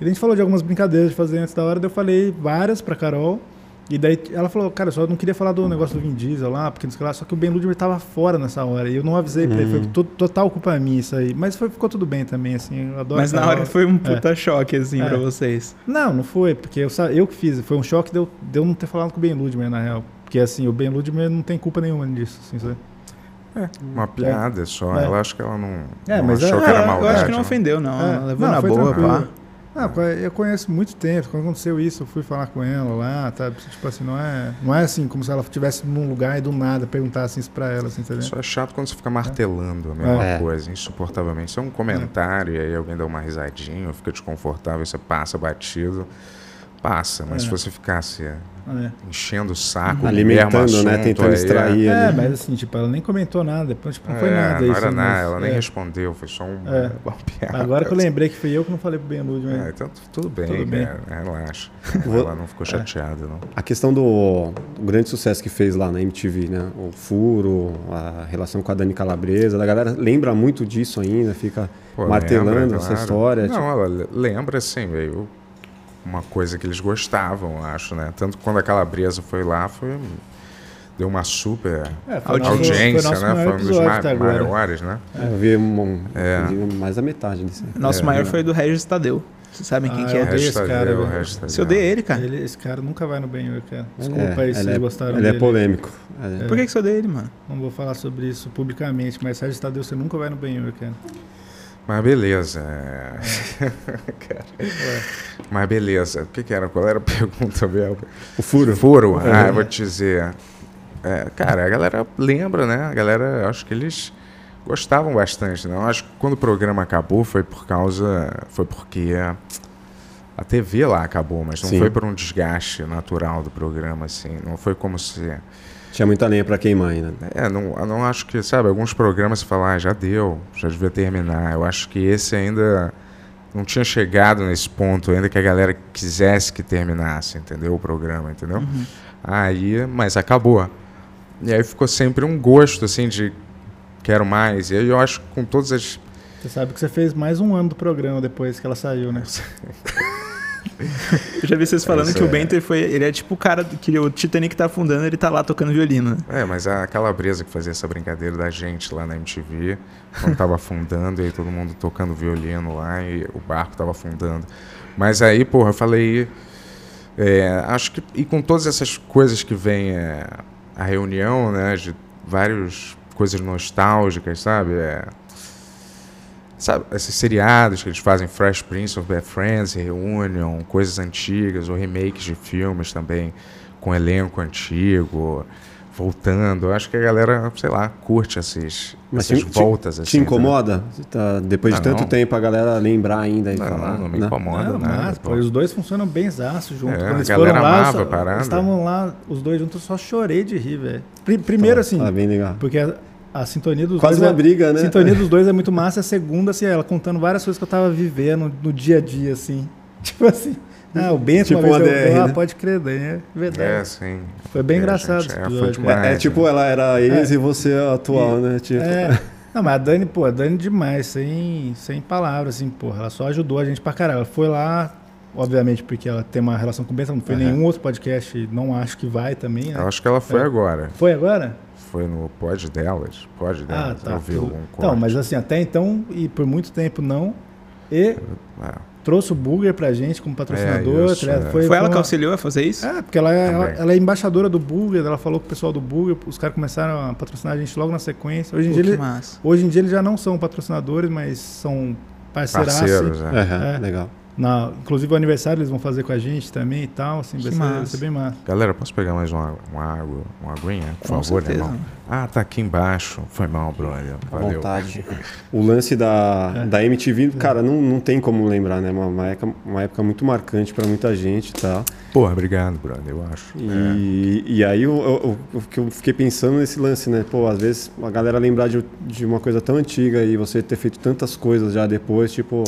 [SPEAKER 4] E a gente falou de algumas brincadeiras de fazer antes da hora, daí eu falei várias pra Carol. E daí ela falou, cara, eu só não queria falar do negócio do Vin Diesel lá, porque não sei o que lá, só que o Ben Ludmer tava fora nessa hora. E eu não avisei pra ele,
[SPEAKER 2] Uhum.
[SPEAKER 4] foi to- total culpa minha isso aí. Mas foi- ficou tudo bem também, assim, eu adoro.
[SPEAKER 2] Mas
[SPEAKER 4] a
[SPEAKER 2] na
[SPEAKER 4] Carol.
[SPEAKER 2] hora foi um puta choque, assim,
[SPEAKER 4] É.
[SPEAKER 2] pra vocês.
[SPEAKER 4] Não, não foi, porque eu, sa- eu que fiz. Foi um choque de eu, de eu não ter falado com o Ben Ludmer, na real. Porque, assim, o Ben Ludmer não tem culpa nenhuma disso, assim, sabe?
[SPEAKER 3] Uma piada só.
[SPEAKER 4] É.
[SPEAKER 3] Ela acho que ela não.
[SPEAKER 4] É,
[SPEAKER 3] não
[SPEAKER 4] mas
[SPEAKER 3] achou
[SPEAKER 4] é-
[SPEAKER 3] que era
[SPEAKER 2] eu
[SPEAKER 3] maldade.
[SPEAKER 2] acho que não
[SPEAKER 3] né?
[SPEAKER 2] ofendeu, não.
[SPEAKER 4] É.
[SPEAKER 2] Ela Levou
[SPEAKER 4] Não,
[SPEAKER 2] na
[SPEAKER 4] foi
[SPEAKER 2] boa,
[SPEAKER 4] tranquilo.
[SPEAKER 2] pá.
[SPEAKER 4] Ah, eu conheço muito tempo. Quando aconteceu isso, eu fui falar com ela lá, sabe? Tipo assim, não é, não é assim como se ela estivesse num lugar e do nada perguntasse isso pra ela, assim, tá
[SPEAKER 3] Só é chato quando você fica martelando a mesma
[SPEAKER 1] É.
[SPEAKER 3] coisa, insuportavelmente. Isso é um comentário, e aí alguém dá uma risadinha, fica desconfortável, você passa batido. Passa, mas
[SPEAKER 4] É.
[SPEAKER 3] se você ficasse
[SPEAKER 4] ligado?
[SPEAKER 3] enchendo o saco, do mesmo
[SPEAKER 1] Alimentando, né?
[SPEAKER 3] assunto,
[SPEAKER 1] Tentando
[SPEAKER 3] aí é-
[SPEAKER 4] É.
[SPEAKER 1] extrair
[SPEAKER 4] É,
[SPEAKER 1] ali.
[SPEAKER 4] mas assim, tipo, ela nem comentou nada. Tipo, não foi
[SPEAKER 3] É,
[SPEAKER 4] nada
[SPEAKER 3] não
[SPEAKER 4] isso.
[SPEAKER 3] era
[SPEAKER 4] mas-
[SPEAKER 3] nada, ela nem
[SPEAKER 4] é.
[SPEAKER 3] respondeu, foi só um,
[SPEAKER 4] É.
[SPEAKER 3] uma piada.
[SPEAKER 4] Agora que eu lembrei que fui eu que não falei pro Ben Lud,
[SPEAKER 3] É,
[SPEAKER 4] mas...
[SPEAKER 3] então tu- tudo bem,
[SPEAKER 4] Tudo bem. É.
[SPEAKER 3] cara, relaxa.
[SPEAKER 1] Vou-
[SPEAKER 3] Ela não ficou chateada, não.
[SPEAKER 1] A questão do, do grande sucesso que fez lá na MTV, né? O furo, a relação com a Dani Calabresa, a galera lembra muito disso ainda, fica
[SPEAKER 3] Pô,
[SPEAKER 1] martelando
[SPEAKER 3] lembra,
[SPEAKER 1] essa
[SPEAKER 3] claro.
[SPEAKER 1] história.
[SPEAKER 4] tipo
[SPEAKER 3] Não, ela le- lembra, assim, veio uma coisa que eles gostavam, eu acho, né? Tanto que quando a Calabresa foi lá, foi... Deu uma super
[SPEAKER 4] É, foi nosso-
[SPEAKER 3] audiência,
[SPEAKER 4] foi nosso
[SPEAKER 3] né?
[SPEAKER 4] maior
[SPEAKER 3] Foi um dos
[SPEAKER 4] episódio
[SPEAKER 3] ma-
[SPEAKER 4] até agora.
[SPEAKER 3] maiores, né?
[SPEAKER 1] Eu vi um-
[SPEAKER 3] É.
[SPEAKER 1] vi mais da metade disso. né? aí.
[SPEAKER 2] Nosso maior foi o do Regis Tadeu. Vocês sabem quem
[SPEAKER 4] Ah,
[SPEAKER 2] que
[SPEAKER 4] eu
[SPEAKER 2] é?
[SPEAKER 4] odeio esse cara,
[SPEAKER 3] deu, o
[SPEAKER 4] velho.
[SPEAKER 3] resto
[SPEAKER 2] Você
[SPEAKER 3] deu.
[SPEAKER 2] odeia ele, cara?
[SPEAKER 4] Ele- esse cara nunca vai no Ben Lud, cara.
[SPEAKER 1] É,
[SPEAKER 4] Desculpa aí se
[SPEAKER 1] ele
[SPEAKER 4] vocês
[SPEAKER 1] é-
[SPEAKER 4] gostaram
[SPEAKER 1] Ele
[SPEAKER 4] dele.
[SPEAKER 1] é polêmico. É.
[SPEAKER 2] Por que, que você odeia ele, mano?
[SPEAKER 4] Não vou falar sobre isso publicamente, mas Sérgio Tadeu, você nunca vai no Ben Lud, cara.
[SPEAKER 3] Mas beleza. é. Cara. Mas beleza. O que, que era? Qual era a pergunta mesmo?
[SPEAKER 1] O furo.
[SPEAKER 3] Furo? Ah,
[SPEAKER 1] É.
[SPEAKER 3] eu vou te dizer. É, cara, a galera lembra, né? A galera, acho que eles gostavam bastante, não? Acho que quando o programa acabou foi por causa. Foi porque a, a TV lá acabou, mas não
[SPEAKER 1] Sim.
[SPEAKER 3] foi por um desgaste natural do programa, assim. Não foi como se.
[SPEAKER 1] Tinha muita lenha pra queimar ainda.
[SPEAKER 3] É, não, eu não acho que, sabe, alguns programas você fala, ah, já deu, já devia terminar. Eu acho que esse ainda não tinha chegado nesse ponto ainda que a galera quisesse que terminasse, entendeu? O programa, entendeu? Aí, mas acabou. E aí ficou sempre um gosto, assim, de quero mais. E aí eu acho que com todas as.
[SPEAKER 4] Você sabe que você fez mais um ano do programa depois que ela saiu, né?
[SPEAKER 2] Eu já vi vocês falando
[SPEAKER 3] isso
[SPEAKER 2] que o
[SPEAKER 3] é.
[SPEAKER 2] Benter foi. Ele é tipo o cara que o Titanic tá afundando ele tá lá tocando violino, né?
[SPEAKER 3] É, mas a calabresa que fazia essa brincadeira da gente lá na MTV, quando tava afundando, e aí todo mundo tocando violino lá e o barco tava afundando. Mas aí, porra, eu falei. é, acho que. E com todas essas coisas que vem é, a reunião, né? De várias coisas nostálgicas, sabe? É, sabe? Esses seriados que eles fazem, Fresh Prince of Bad Friends, Reunion, coisas antigas, ou remakes de filmes também, com elenco antigo, voltando. Eu acho que a galera, sei lá, curte esses,
[SPEAKER 1] Mas
[SPEAKER 3] essas
[SPEAKER 1] te- te-
[SPEAKER 3] voltas.
[SPEAKER 1] Te
[SPEAKER 3] assim,
[SPEAKER 1] incomoda? Você tá- depois de
[SPEAKER 3] Ah,
[SPEAKER 1] tanto
[SPEAKER 3] não.
[SPEAKER 1] tempo a galera lembrar ainda e
[SPEAKER 3] entendeu?
[SPEAKER 1] falar.
[SPEAKER 3] Não, não me
[SPEAKER 1] né?
[SPEAKER 3] incomoda
[SPEAKER 4] então, Não,
[SPEAKER 3] nada.
[SPEAKER 4] mas,
[SPEAKER 3] pô.
[SPEAKER 4] pô, os dois né? funcionam benzaço junto.
[SPEAKER 3] É,
[SPEAKER 4] Quando
[SPEAKER 3] a
[SPEAKER 4] eles
[SPEAKER 3] galera
[SPEAKER 4] foram lá,
[SPEAKER 3] amava
[SPEAKER 4] eu
[SPEAKER 3] a
[SPEAKER 4] só,
[SPEAKER 3] parada.
[SPEAKER 4] eles estavam lá, os dois juntos, eu só chorei de rir, velho. Pri- primeiro, assim,
[SPEAKER 1] Tá bem legal.
[SPEAKER 4] porque a, a sintonia dos
[SPEAKER 1] Quase
[SPEAKER 4] dois...
[SPEAKER 1] uma briga, né?
[SPEAKER 4] A sintonia dos dois é muito massa. A segunda, assim, ela contando várias coisas que eu tava vivendo no dia a dia, assim. Tipo assim... Ah, o Bento
[SPEAKER 1] Tipo
[SPEAKER 4] uma
[SPEAKER 1] uma
[SPEAKER 4] vez eu,
[SPEAKER 1] DR,
[SPEAKER 4] ah,
[SPEAKER 1] né?
[SPEAKER 4] pode crer, né? Verdade.
[SPEAKER 3] É, sim.
[SPEAKER 4] Foi bem
[SPEAKER 3] É,
[SPEAKER 4] engraçado
[SPEAKER 3] gente,
[SPEAKER 4] esse
[SPEAKER 3] é,
[SPEAKER 4] episódio,
[SPEAKER 3] foi
[SPEAKER 4] né?
[SPEAKER 3] demais,
[SPEAKER 1] É, é
[SPEAKER 3] né?
[SPEAKER 1] tipo, ela era ex e você é atual, né? Tipo,
[SPEAKER 4] É. Não, mas a Dani, pô, a Dani demais, sem, sem palavras, assim, porra. Ela só ajudou a gente pra caralho. Ela foi lá, obviamente, porque ela tem uma relação com o Bento, não foi
[SPEAKER 3] Aham.
[SPEAKER 4] nenhum outro podcast, não acho que vai também, né?
[SPEAKER 3] Eu acho que ela foi
[SPEAKER 4] É.
[SPEAKER 3] agora.
[SPEAKER 4] Foi agora?
[SPEAKER 3] Foi no pod delas. Pod
[SPEAKER 4] Ah,
[SPEAKER 3] delas.
[SPEAKER 4] tá.
[SPEAKER 3] É, Eu vi
[SPEAKER 4] tudo.
[SPEAKER 3] algum corte.
[SPEAKER 4] Então, mas assim, até então, e por muito tempo não. E
[SPEAKER 3] Ah,
[SPEAKER 4] trouxe o Burger pra gente como patrocinador.
[SPEAKER 3] É, isso,
[SPEAKER 4] tá ligado?
[SPEAKER 3] é.
[SPEAKER 2] Foi, ela que
[SPEAKER 4] uma-
[SPEAKER 2] auxiliou a fazer isso?
[SPEAKER 4] É, porque ela, é- ela,
[SPEAKER 3] Também.
[SPEAKER 4] ela é embaixadora do Burger, ela falou com o pessoal do Burger, os caras começaram a patrocinar a gente logo na sequência. Hoje em
[SPEAKER 2] Pô,
[SPEAKER 4] dia
[SPEAKER 2] que
[SPEAKER 4] ele-
[SPEAKER 2] massa.
[SPEAKER 4] Hoje em dia eles já não são patrocinadores, mas são parceiraços.
[SPEAKER 3] Parceiros, é.
[SPEAKER 1] Aham,
[SPEAKER 4] É.
[SPEAKER 1] legal.
[SPEAKER 4] Na, inclusive o aniversário eles vão fazer com a gente também e tal. Assim,
[SPEAKER 2] Que
[SPEAKER 4] vai, ser,
[SPEAKER 2] massa.
[SPEAKER 4] vai ser bem massa.
[SPEAKER 3] Galera, posso pegar mais uma, uma água, uma aguinha, por
[SPEAKER 2] Com
[SPEAKER 3] favor,
[SPEAKER 2] certeza,
[SPEAKER 3] irmão?
[SPEAKER 2] mano.
[SPEAKER 3] Ah, tá aqui embaixo. Foi mal, brother.
[SPEAKER 1] À
[SPEAKER 3] Valeu.
[SPEAKER 1] vontade. O lance da,
[SPEAKER 4] É.
[SPEAKER 1] da MTV, cara, não, não tem como lembrar, né? Uma, uma época, uma época muito marcante pra muita gente e tal.
[SPEAKER 3] Porra, obrigado, brother, eu acho. É.
[SPEAKER 1] E, e aí eu, eu, eu- o que eu fiquei pensando nesse lance, né? Pô, às vezes a galera lembrar de, de uma coisa tão antiga e você ter feito tantas coisas já depois, tipo,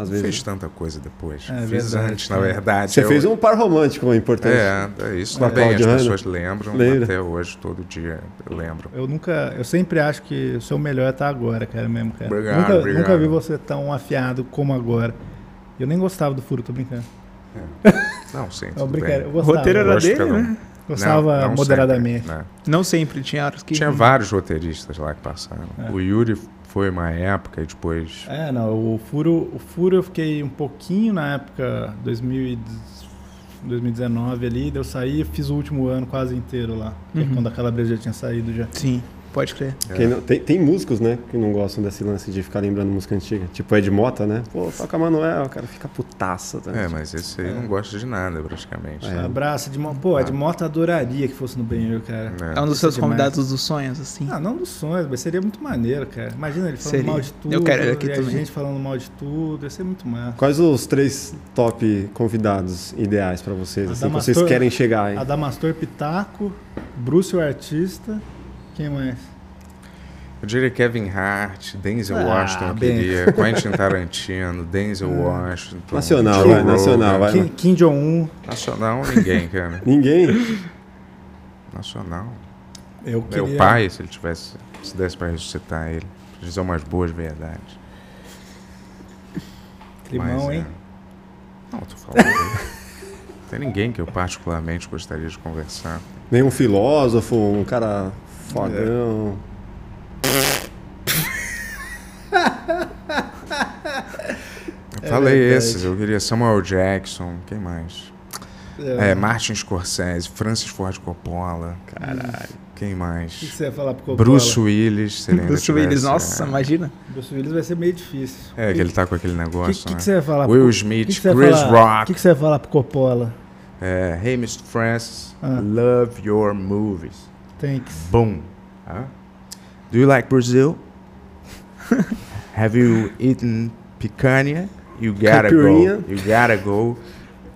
[SPEAKER 1] às
[SPEAKER 3] Não
[SPEAKER 1] vezes.
[SPEAKER 3] Fez tanta coisa depois.
[SPEAKER 4] É
[SPEAKER 3] Fiz
[SPEAKER 4] verdade,
[SPEAKER 3] antes, na
[SPEAKER 4] é.
[SPEAKER 3] verdade.
[SPEAKER 1] Você
[SPEAKER 3] eu-
[SPEAKER 1] fez um par romântico importante.
[SPEAKER 3] É, é isso
[SPEAKER 1] Da
[SPEAKER 3] também. As
[SPEAKER 1] Claudiana.
[SPEAKER 3] pessoas lembram
[SPEAKER 1] Lembra.
[SPEAKER 3] até hoje, todo dia. Eu lembro.
[SPEAKER 4] Eu nunca. Eu sempre acho que o seu melhor tá agora, cara, mesmo, cara.
[SPEAKER 3] Obrigado,
[SPEAKER 4] nunca,
[SPEAKER 3] obrigado.
[SPEAKER 4] nunca vi você tão afiado como agora. Eu nem gostava do furo, tô brincando.
[SPEAKER 3] Não, sim, tudo
[SPEAKER 4] Eu, brincava, eu
[SPEAKER 3] bem.
[SPEAKER 4] gostava.
[SPEAKER 2] Roteiro era-
[SPEAKER 3] Eu acho que
[SPEAKER 2] dele,
[SPEAKER 3] eu não-
[SPEAKER 2] né?
[SPEAKER 4] Gostava
[SPEAKER 3] um. Não, não
[SPEAKER 4] moderadamente.
[SPEAKER 3] sempre, né?
[SPEAKER 2] Não sempre, tinha horas que.
[SPEAKER 3] Tinha vários roteiristas lá que passaram.
[SPEAKER 4] É.
[SPEAKER 3] O Yuri foi uma época e depois...
[SPEAKER 4] É, não, o furo, o furo eu fiquei um pouquinho na época
[SPEAKER 2] Uhum.
[SPEAKER 4] 2019 ali, daí eu saí e fiz o último ano quase inteiro lá, que é quando a Calabresa já tinha saído já.
[SPEAKER 2] Sim. pode crer.
[SPEAKER 1] Quem
[SPEAKER 3] é.
[SPEAKER 1] não- tem, tem músicos, né, que não gostam desse lance de ficar lembrando música antiga. Tipo Ed Mota, né? Pô, toca Manuel, o cara fica putaça tá também.
[SPEAKER 3] É, mas esse aí não gosta de nada, praticamente.
[SPEAKER 1] É.
[SPEAKER 4] Abraço de Mota.
[SPEAKER 3] Ah.
[SPEAKER 4] Pô, Ed Mota adoraria que fosse no banheiro, cara.
[SPEAKER 2] É um dos
[SPEAKER 4] Isso é
[SPEAKER 2] seus
[SPEAKER 4] demais.
[SPEAKER 2] convidados dos sonhos, assim.
[SPEAKER 4] Ah, não dos sonhos, mas seria muito maneiro, cara. Imagina ele falando
[SPEAKER 2] Seria.
[SPEAKER 4] mal de tudo.
[SPEAKER 2] Eu quero ele aqui
[SPEAKER 4] e a
[SPEAKER 2] também.
[SPEAKER 4] gente falando mal de tudo. Ia ser muito massa.
[SPEAKER 1] Quais os três top convidados ideais pra vocês, assim, que
[SPEAKER 4] Adamastor-
[SPEAKER 1] vocês querem
[SPEAKER 3] É.
[SPEAKER 1] chegar, hein?
[SPEAKER 4] Adamastor Pitaco, Bruce o Artista. Quem mais?
[SPEAKER 3] Eu diria Kevin Hart, Denzel
[SPEAKER 4] Ah,
[SPEAKER 3] Washington, eu
[SPEAKER 4] bem.
[SPEAKER 3] queria. Quentin Tarantino, Denzel Washington.
[SPEAKER 1] Nacional,
[SPEAKER 3] Joe
[SPEAKER 1] vai, nacional, vai.
[SPEAKER 3] né?
[SPEAKER 4] Kim, Kim Jong-un.
[SPEAKER 3] Nacional, ninguém, cara.
[SPEAKER 1] Ninguém?
[SPEAKER 3] Nacional.
[SPEAKER 4] Eu queria...
[SPEAKER 3] Meu pai, se ele tivesse, se desse pra ressuscitar ele, dizer umas boas verdades.
[SPEAKER 4] Climão,
[SPEAKER 3] Mas, é,
[SPEAKER 4] hein?
[SPEAKER 3] Não, tô falando. Não Tem ninguém que eu particularmente gostaria de conversar.
[SPEAKER 1] Nenhum filósofo, um cara
[SPEAKER 3] É.
[SPEAKER 1] fodão.
[SPEAKER 3] Eu falei
[SPEAKER 4] É verdade.
[SPEAKER 3] esses, eu queria Samuel Jackson, quem mais? É, Martin Scorsese, Francis Ford Coppola. Ah, Caralho.
[SPEAKER 2] Hum.
[SPEAKER 3] Quem
[SPEAKER 4] O que que
[SPEAKER 3] mais?
[SPEAKER 4] você ia falar pro Coppola?
[SPEAKER 3] Bruce Willis, se ele ainda
[SPEAKER 2] Bruce Willis,
[SPEAKER 3] tivesse,
[SPEAKER 2] nossa,
[SPEAKER 3] é,
[SPEAKER 2] imagina.
[SPEAKER 4] Bruce Willis vai ser meio difícil.
[SPEAKER 3] É, que ele tá com aquele
[SPEAKER 4] O
[SPEAKER 3] negócio,
[SPEAKER 4] que, que,
[SPEAKER 3] né?
[SPEAKER 4] que você ia falar pro-
[SPEAKER 3] Will
[SPEAKER 4] o
[SPEAKER 3] Smith,
[SPEAKER 4] que que você ia
[SPEAKER 3] Chris
[SPEAKER 4] falar- O
[SPEAKER 3] Rock,
[SPEAKER 4] que, que você ia falar pro Coppola?
[SPEAKER 3] é, Hey Mr. Francis,
[SPEAKER 4] Ah.
[SPEAKER 3] love your movies.
[SPEAKER 4] Thanks.
[SPEAKER 3] Boom. Hã? Do you like Brazil? Have you eaten picanha? You gotta
[SPEAKER 1] Caipirinha.
[SPEAKER 3] go. You gotta go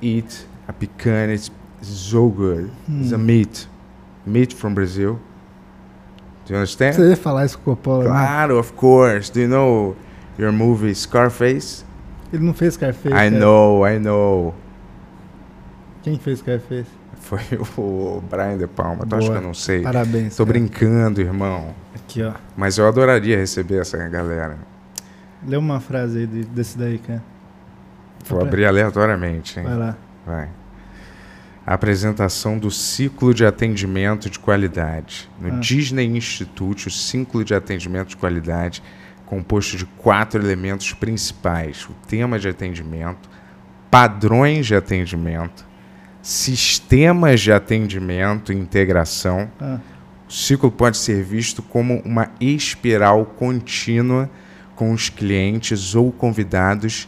[SPEAKER 3] eat a picanha. It's so good. It's a
[SPEAKER 4] Hum.
[SPEAKER 3] meat. Meat from Brazil. Do you understand?
[SPEAKER 4] Você ia falar isso pro Coppola, né?
[SPEAKER 3] Claro, of course. Do you know your movie Scarface?
[SPEAKER 4] Ele não fez Scarface.
[SPEAKER 3] I
[SPEAKER 4] cara.
[SPEAKER 3] know, I know.
[SPEAKER 4] Quem fez Scarface?
[SPEAKER 3] Foi o Brian De Palma. Tu
[SPEAKER 4] Boa.
[SPEAKER 3] acha que eu não sei?
[SPEAKER 4] Parabéns.
[SPEAKER 3] Tô
[SPEAKER 4] cara.
[SPEAKER 3] brincando, irmão.
[SPEAKER 4] Aqui, ó.
[SPEAKER 3] Mas eu adoraria receber essa galera.
[SPEAKER 4] Lê uma frase aí de- desse daí, cara.
[SPEAKER 3] Vou abrir aleatoriamente, hein?
[SPEAKER 4] Vai lá.
[SPEAKER 3] Vai. Apresentação do ciclo de atendimento de qualidade. No
[SPEAKER 4] Ah.
[SPEAKER 3] Disney Institute, o ciclo de atendimento de qualidade composto de quatro elementos principais: o tema de atendimento, padrões de atendimento, sistemas de atendimento e integração.
[SPEAKER 4] Ah.
[SPEAKER 3] O ciclo pode ser visto como uma espiral contínua com os clientes ou convidados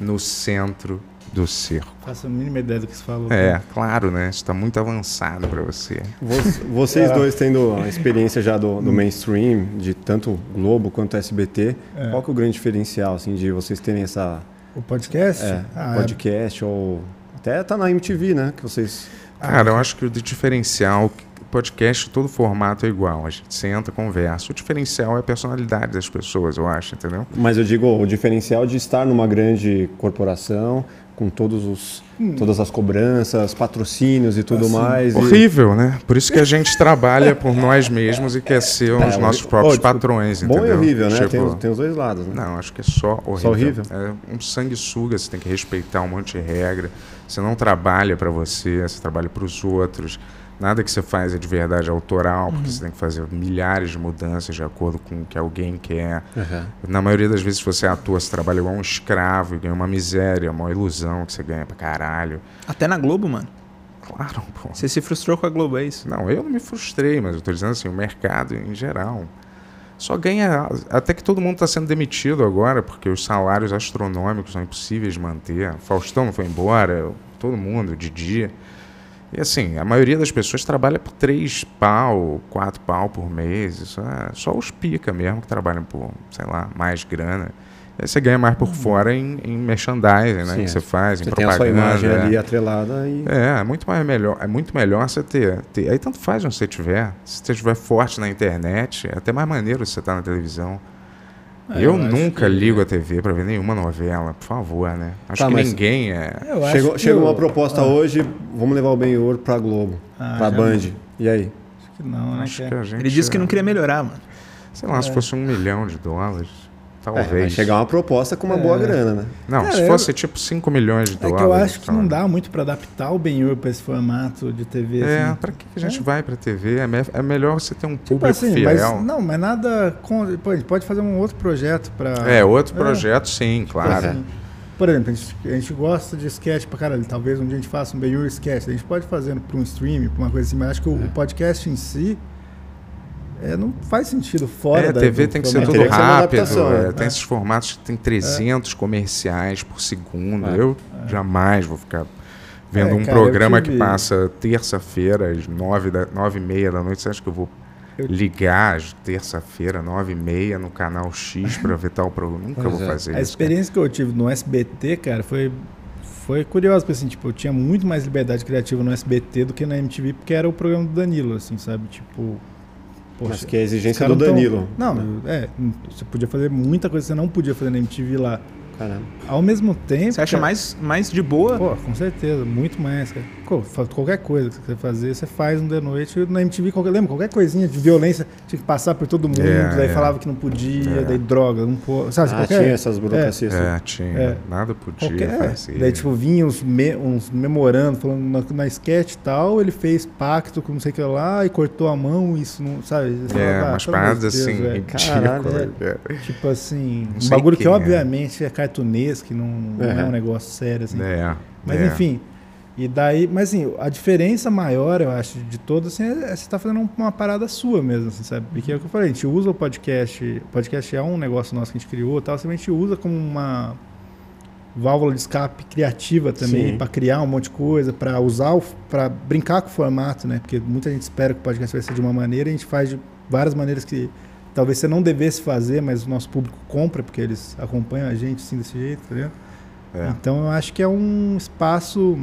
[SPEAKER 3] no centro do circo.
[SPEAKER 4] Faço a mínima ideia do que você
[SPEAKER 1] Uhum.
[SPEAKER 4] falou.
[SPEAKER 3] É, claro, né? Isso tá muito avançado para você.
[SPEAKER 1] Vo- Vocês
[SPEAKER 4] É.
[SPEAKER 1] dois tendo a experiência já do, do mainstream, de tanto Globo quanto SBT,
[SPEAKER 4] É.
[SPEAKER 1] qual que é o grande diferencial assim, de vocês terem essa
[SPEAKER 4] O podcast?
[SPEAKER 1] é,
[SPEAKER 4] Ah,
[SPEAKER 1] podcast ou até tá na MTV, né? Que vocês.
[SPEAKER 3] Cara,
[SPEAKER 1] é.
[SPEAKER 3] eu acho que o de diferencial, podcast, todo formato é igual. A gente senta, conversa. O diferencial é a personalidade das pessoas, eu acho, entendeu?
[SPEAKER 1] Mas eu digo o diferencial de estar numa grande corporação com todos os
[SPEAKER 4] Hum.
[SPEAKER 1] todas as cobranças, patrocínios e
[SPEAKER 4] Ah,
[SPEAKER 1] tudo mais. e-
[SPEAKER 3] Horrível, né? Por isso que a gente trabalha por nós mesmos e quer ser os
[SPEAKER 1] É,
[SPEAKER 3] nossos
[SPEAKER 1] horri-
[SPEAKER 3] próprios
[SPEAKER 1] Ó, tipo,
[SPEAKER 3] patrões,
[SPEAKER 1] Bom
[SPEAKER 3] entendeu?
[SPEAKER 1] e horrível, né? Tem,
[SPEAKER 3] Tipo,
[SPEAKER 1] os- tem os dois lados, né?
[SPEAKER 3] Não, acho que é só horrível.
[SPEAKER 1] Só horrível?
[SPEAKER 3] É um sanguessuga, você tem que respeitar um monte de regra. Você não trabalha pra você, você trabalha pros outros. Nada que você faz é de verdade autoral,
[SPEAKER 1] Uhum.
[SPEAKER 3] porque você tem que fazer milhares de mudanças de acordo com o que alguém quer.
[SPEAKER 1] É.
[SPEAKER 3] Na maioria das vezes, se você atua, você trabalha igual um escravo e ganha uma miséria, uma ilusão que você ganha pra caralho.
[SPEAKER 2] Até na Globo, mano.
[SPEAKER 3] Claro, pô.
[SPEAKER 2] Você se frustrou com a Globo, é isso?
[SPEAKER 3] Não, eu não me frustrei, mas eu tô dizendo assim, o mercado em geral. Só ganha. Até que todo mundo está sendo demitido agora, porque os salários astronômicos são impossíveis de manter. Faustão foi embora, todo mundo, Didi. E assim, a maioria das pessoas trabalha por três pau, quatro pau por mês. Isso é só os pica mesmo que trabalham por, sei lá, mais grana. Aí você ganha mais por fora em, em merchandising, né?
[SPEAKER 1] Uhum. Sim,
[SPEAKER 3] que
[SPEAKER 1] é.
[SPEAKER 3] você faz, em
[SPEAKER 1] Você tem a
[SPEAKER 3] propaganda.
[SPEAKER 1] sua imagem
[SPEAKER 3] é.
[SPEAKER 1] ali atrelada e.
[SPEAKER 3] É, é muito mais melhor, é muito melhor você ter, ter- Aí tanto faz onde você tiver. Se você estiver forte na internet, é até mais maneiro você estar na televisão.
[SPEAKER 4] É,
[SPEAKER 3] eu
[SPEAKER 4] eu acho
[SPEAKER 3] nunca
[SPEAKER 4] que-
[SPEAKER 3] ligo a TV pra ver nenhuma novela, por favor, né? Acho
[SPEAKER 1] Tá,
[SPEAKER 3] que
[SPEAKER 1] mas-
[SPEAKER 3] ninguém é.
[SPEAKER 4] Eu acho
[SPEAKER 1] Chegou,
[SPEAKER 4] que
[SPEAKER 1] chegou
[SPEAKER 4] o-
[SPEAKER 1] uma proposta hoje, vamos levar o Ben Ouro pra Globo,
[SPEAKER 4] Ah,
[SPEAKER 1] pra
[SPEAKER 4] já-
[SPEAKER 1] Band. E aí? É,
[SPEAKER 4] Acho que não, né,
[SPEAKER 3] Acho que
[SPEAKER 4] cara?
[SPEAKER 3] a gente.
[SPEAKER 2] Ele disse que
[SPEAKER 3] é-
[SPEAKER 2] não queria melhorar, mano.
[SPEAKER 3] Sei lá, se fosse um milhão de dólares,
[SPEAKER 1] É,
[SPEAKER 3] talvez.
[SPEAKER 1] vai chegar uma proposta com uma
[SPEAKER 4] É.
[SPEAKER 1] boa grana, né?
[SPEAKER 3] Não,
[SPEAKER 4] Cara,
[SPEAKER 3] se
[SPEAKER 4] eu-
[SPEAKER 3] fosse tipo 5 milhões de
[SPEAKER 4] É
[SPEAKER 3] dólares.
[SPEAKER 4] que eu acho que
[SPEAKER 3] sei lá.
[SPEAKER 4] não dá muito pra adaptar o Ben Hur pra esse formato de TV.
[SPEAKER 3] É,
[SPEAKER 4] assim.
[SPEAKER 3] pra que que a gente vai pra TV? É, me- é melhor você ter um
[SPEAKER 4] Tipo
[SPEAKER 3] público
[SPEAKER 4] assim,
[SPEAKER 3] fiel.
[SPEAKER 4] mas não, mas nada. Con... Pô, a gente pode fazer um outro projeto pra.
[SPEAKER 3] É, outro projeto, sim,
[SPEAKER 4] Tipo
[SPEAKER 3] claro.
[SPEAKER 4] assim, Por exemplo, a gente, a gente gosta de sketch pra caralho. Talvez um dia a gente faça um Ben
[SPEAKER 3] É.
[SPEAKER 4] Hur sketch. A gente pode fazer pra um stream, pra uma coisa assim, mas acho que o, o podcast em si. É, não faz sentido fora
[SPEAKER 3] é,
[SPEAKER 4] da
[SPEAKER 3] TV
[SPEAKER 4] do
[SPEAKER 3] tem que ser
[SPEAKER 4] formato.
[SPEAKER 3] tudo
[SPEAKER 1] Tem que ser uma
[SPEAKER 3] rápido.
[SPEAKER 1] adaptação,
[SPEAKER 3] é,
[SPEAKER 1] né?
[SPEAKER 3] Tem esses formatos que tem 300 comerciais por segundo. Eu jamais vou ficar vendo
[SPEAKER 4] É,
[SPEAKER 3] um
[SPEAKER 4] cara, eu
[SPEAKER 3] programa que
[SPEAKER 4] tive-
[SPEAKER 3] passa terça-feira às 9, da, 9 e meia da noite. Você acha que eu vou
[SPEAKER 4] Eu-
[SPEAKER 3] ligar às terça-feira, 9 e meia, no canal X para ver tal programa? Nunca
[SPEAKER 1] Pois
[SPEAKER 3] vou
[SPEAKER 1] é.
[SPEAKER 3] fazer
[SPEAKER 4] A
[SPEAKER 3] isso. cara.
[SPEAKER 4] experiência que eu tive no SBT, cara, foi, foi curiosa, porque assim, tipo, eu tinha muito mais liberdade criativa no SBT do que na MTV, porque era o programa do Danilo, assim, sabe? Tipo.
[SPEAKER 1] Mas
[SPEAKER 4] Poxa,
[SPEAKER 1] que é a
[SPEAKER 4] os
[SPEAKER 1] exigência do
[SPEAKER 4] caras não tão-
[SPEAKER 1] Danilo.
[SPEAKER 4] Não, é. Você podia fazer muita coisa que você não podia fazer na MTV lá.
[SPEAKER 1] Caramba.
[SPEAKER 4] Ao mesmo tempo.
[SPEAKER 2] Você acha
[SPEAKER 4] cara,
[SPEAKER 2] mais, mais de boa?
[SPEAKER 4] Pô, com certeza, muito mais, cara. Pô, fa- qualquer coisa que você fazer, você faz no The Noite. Na MTV, qualquer, lembra? Qualquer coisinha de violência tinha que passar por todo mundo,
[SPEAKER 3] É,
[SPEAKER 4] daí
[SPEAKER 3] é.
[SPEAKER 4] falava que não podia, daí droga, não pô. Sabe,
[SPEAKER 1] Ah,
[SPEAKER 4] qualquer,
[SPEAKER 1] tinha essas burocracias. né?
[SPEAKER 3] É, tinha.
[SPEAKER 4] É.
[SPEAKER 3] Nada podia
[SPEAKER 4] qualquer, é.
[SPEAKER 3] fazer.
[SPEAKER 4] Daí, tipo, vinha uns, me, uns memorando, falando na, na sketch e tal, ele fez pacto com não sei o que lá e cortou a mão, isso não, sabe? Você
[SPEAKER 3] é,
[SPEAKER 4] falava, ah,
[SPEAKER 3] umas
[SPEAKER 4] pelo amor de
[SPEAKER 3] paradas
[SPEAKER 4] Deus,
[SPEAKER 3] assim,
[SPEAKER 4] velho.
[SPEAKER 1] Caralho,
[SPEAKER 3] ridículas. é.
[SPEAKER 4] Tipo assim, um
[SPEAKER 3] sei
[SPEAKER 4] bagulho
[SPEAKER 3] quem
[SPEAKER 4] que
[SPEAKER 3] é.
[SPEAKER 4] obviamente é cartunesco, que não, não é.
[SPEAKER 1] É.
[SPEAKER 4] um negócio sério, assim.
[SPEAKER 3] É,
[SPEAKER 4] Mas
[SPEAKER 3] é.
[SPEAKER 4] enfim. E daí, mas assim, a diferença maior, eu acho, de todas, assim, é, é você tá fazendo uma parada sua mesmo, assim, sabe? Porque é o que eu falei, a gente usa o podcast. Podcast é um negócio nosso que a gente criou e tal, assim, a gente usa como uma válvula de escape criativa também,
[SPEAKER 1] Sim.
[SPEAKER 4] para criar um monte de coisa, para usar, o- pra brincar com o formato, né? Porque muita gente espera que o podcast vai ser de uma maneira e a gente faz de várias maneiras que talvez você não devesse fazer, mas o nosso público compra, porque eles acompanham a gente assim desse jeito, tá ligado?
[SPEAKER 3] É.
[SPEAKER 4] Então eu acho que é um espaço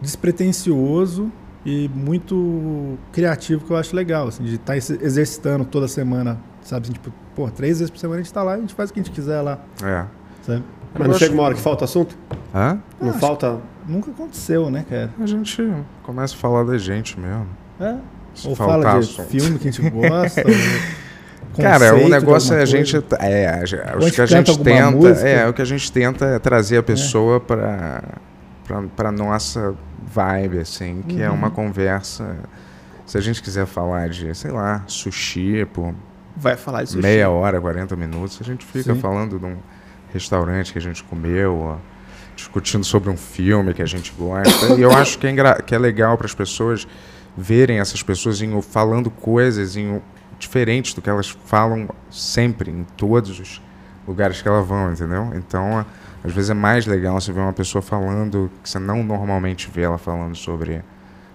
[SPEAKER 4] despretensioso e muito criativo que eu acho legal, assim, de estar exercitando toda semana, sabe? Assim, tipo, pô, três vezes por semana a gente tá lá e a gente faz o que a gente quiser lá,
[SPEAKER 3] É.
[SPEAKER 4] sabe?
[SPEAKER 1] Mas não chega uma hora que falta assunto?
[SPEAKER 3] Hã?
[SPEAKER 1] Não falta.
[SPEAKER 4] Nunca aconteceu, né, cara?
[SPEAKER 3] A gente começa a falar da gente mesmo.
[SPEAKER 4] É.
[SPEAKER 3] Se
[SPEAKER 4] Ou
[SPEAKER 3] faltar
[SPEAKER 4] fala de
[SPEAKER 3] assunto.
[SPEAKER 4] filme que a gente gosta. ou
[SPEAKER 3] Cara,
[SPEAKER 4] conceito
[SPEAKER 3] o
[SPEAKER 4] de
[SPEAKER 3] negócio é a
[SPEAKER 4] alguma
[SPEAKER 3] gente.
[SPEAKER 4] coisa.
[SPEAKER 3] É, a ge-
[SPEAKER 4] Ou a
[SPEAKER 3] o
[SPEAKER 4] gente
[SPEAKER 3] que a
[SPEAKER 4] canta
[SPEAKER 3] gente
[SPEAKER 4] alguma
[SPEAKER 3] tenta.
[SPEAKER 4] música.
[SPEAKER 3] É, o que a gente tenta é trazer a pessoa pra para para nossa vibe assim, que
[SPEAKER 4] Uhum.
[SPEAKER 3] é uma conversa. Se a gente quiser falar de, sei lá, sushi por
[SPEAKER 2] Vai falar disso.
[SPEAKER 3] meia hora, 40 minutos, a gente fica
[SPEAKER 4] Sim.
[SPEAKER 3] falando de um restaurante que a gente comeu, ó, discutindo sobre um filme que a gente gosta. e eu acho que é, engra- que é legal para as pessoas verem essas pessoas em, falando coisas em, o- diferentes do que elas falam sempre, em todos os lugares que elas vão, entendeu? Então, a- às vezes é mais legal você ver uma pessoa falando que você não normalmente vê ela falando sobre,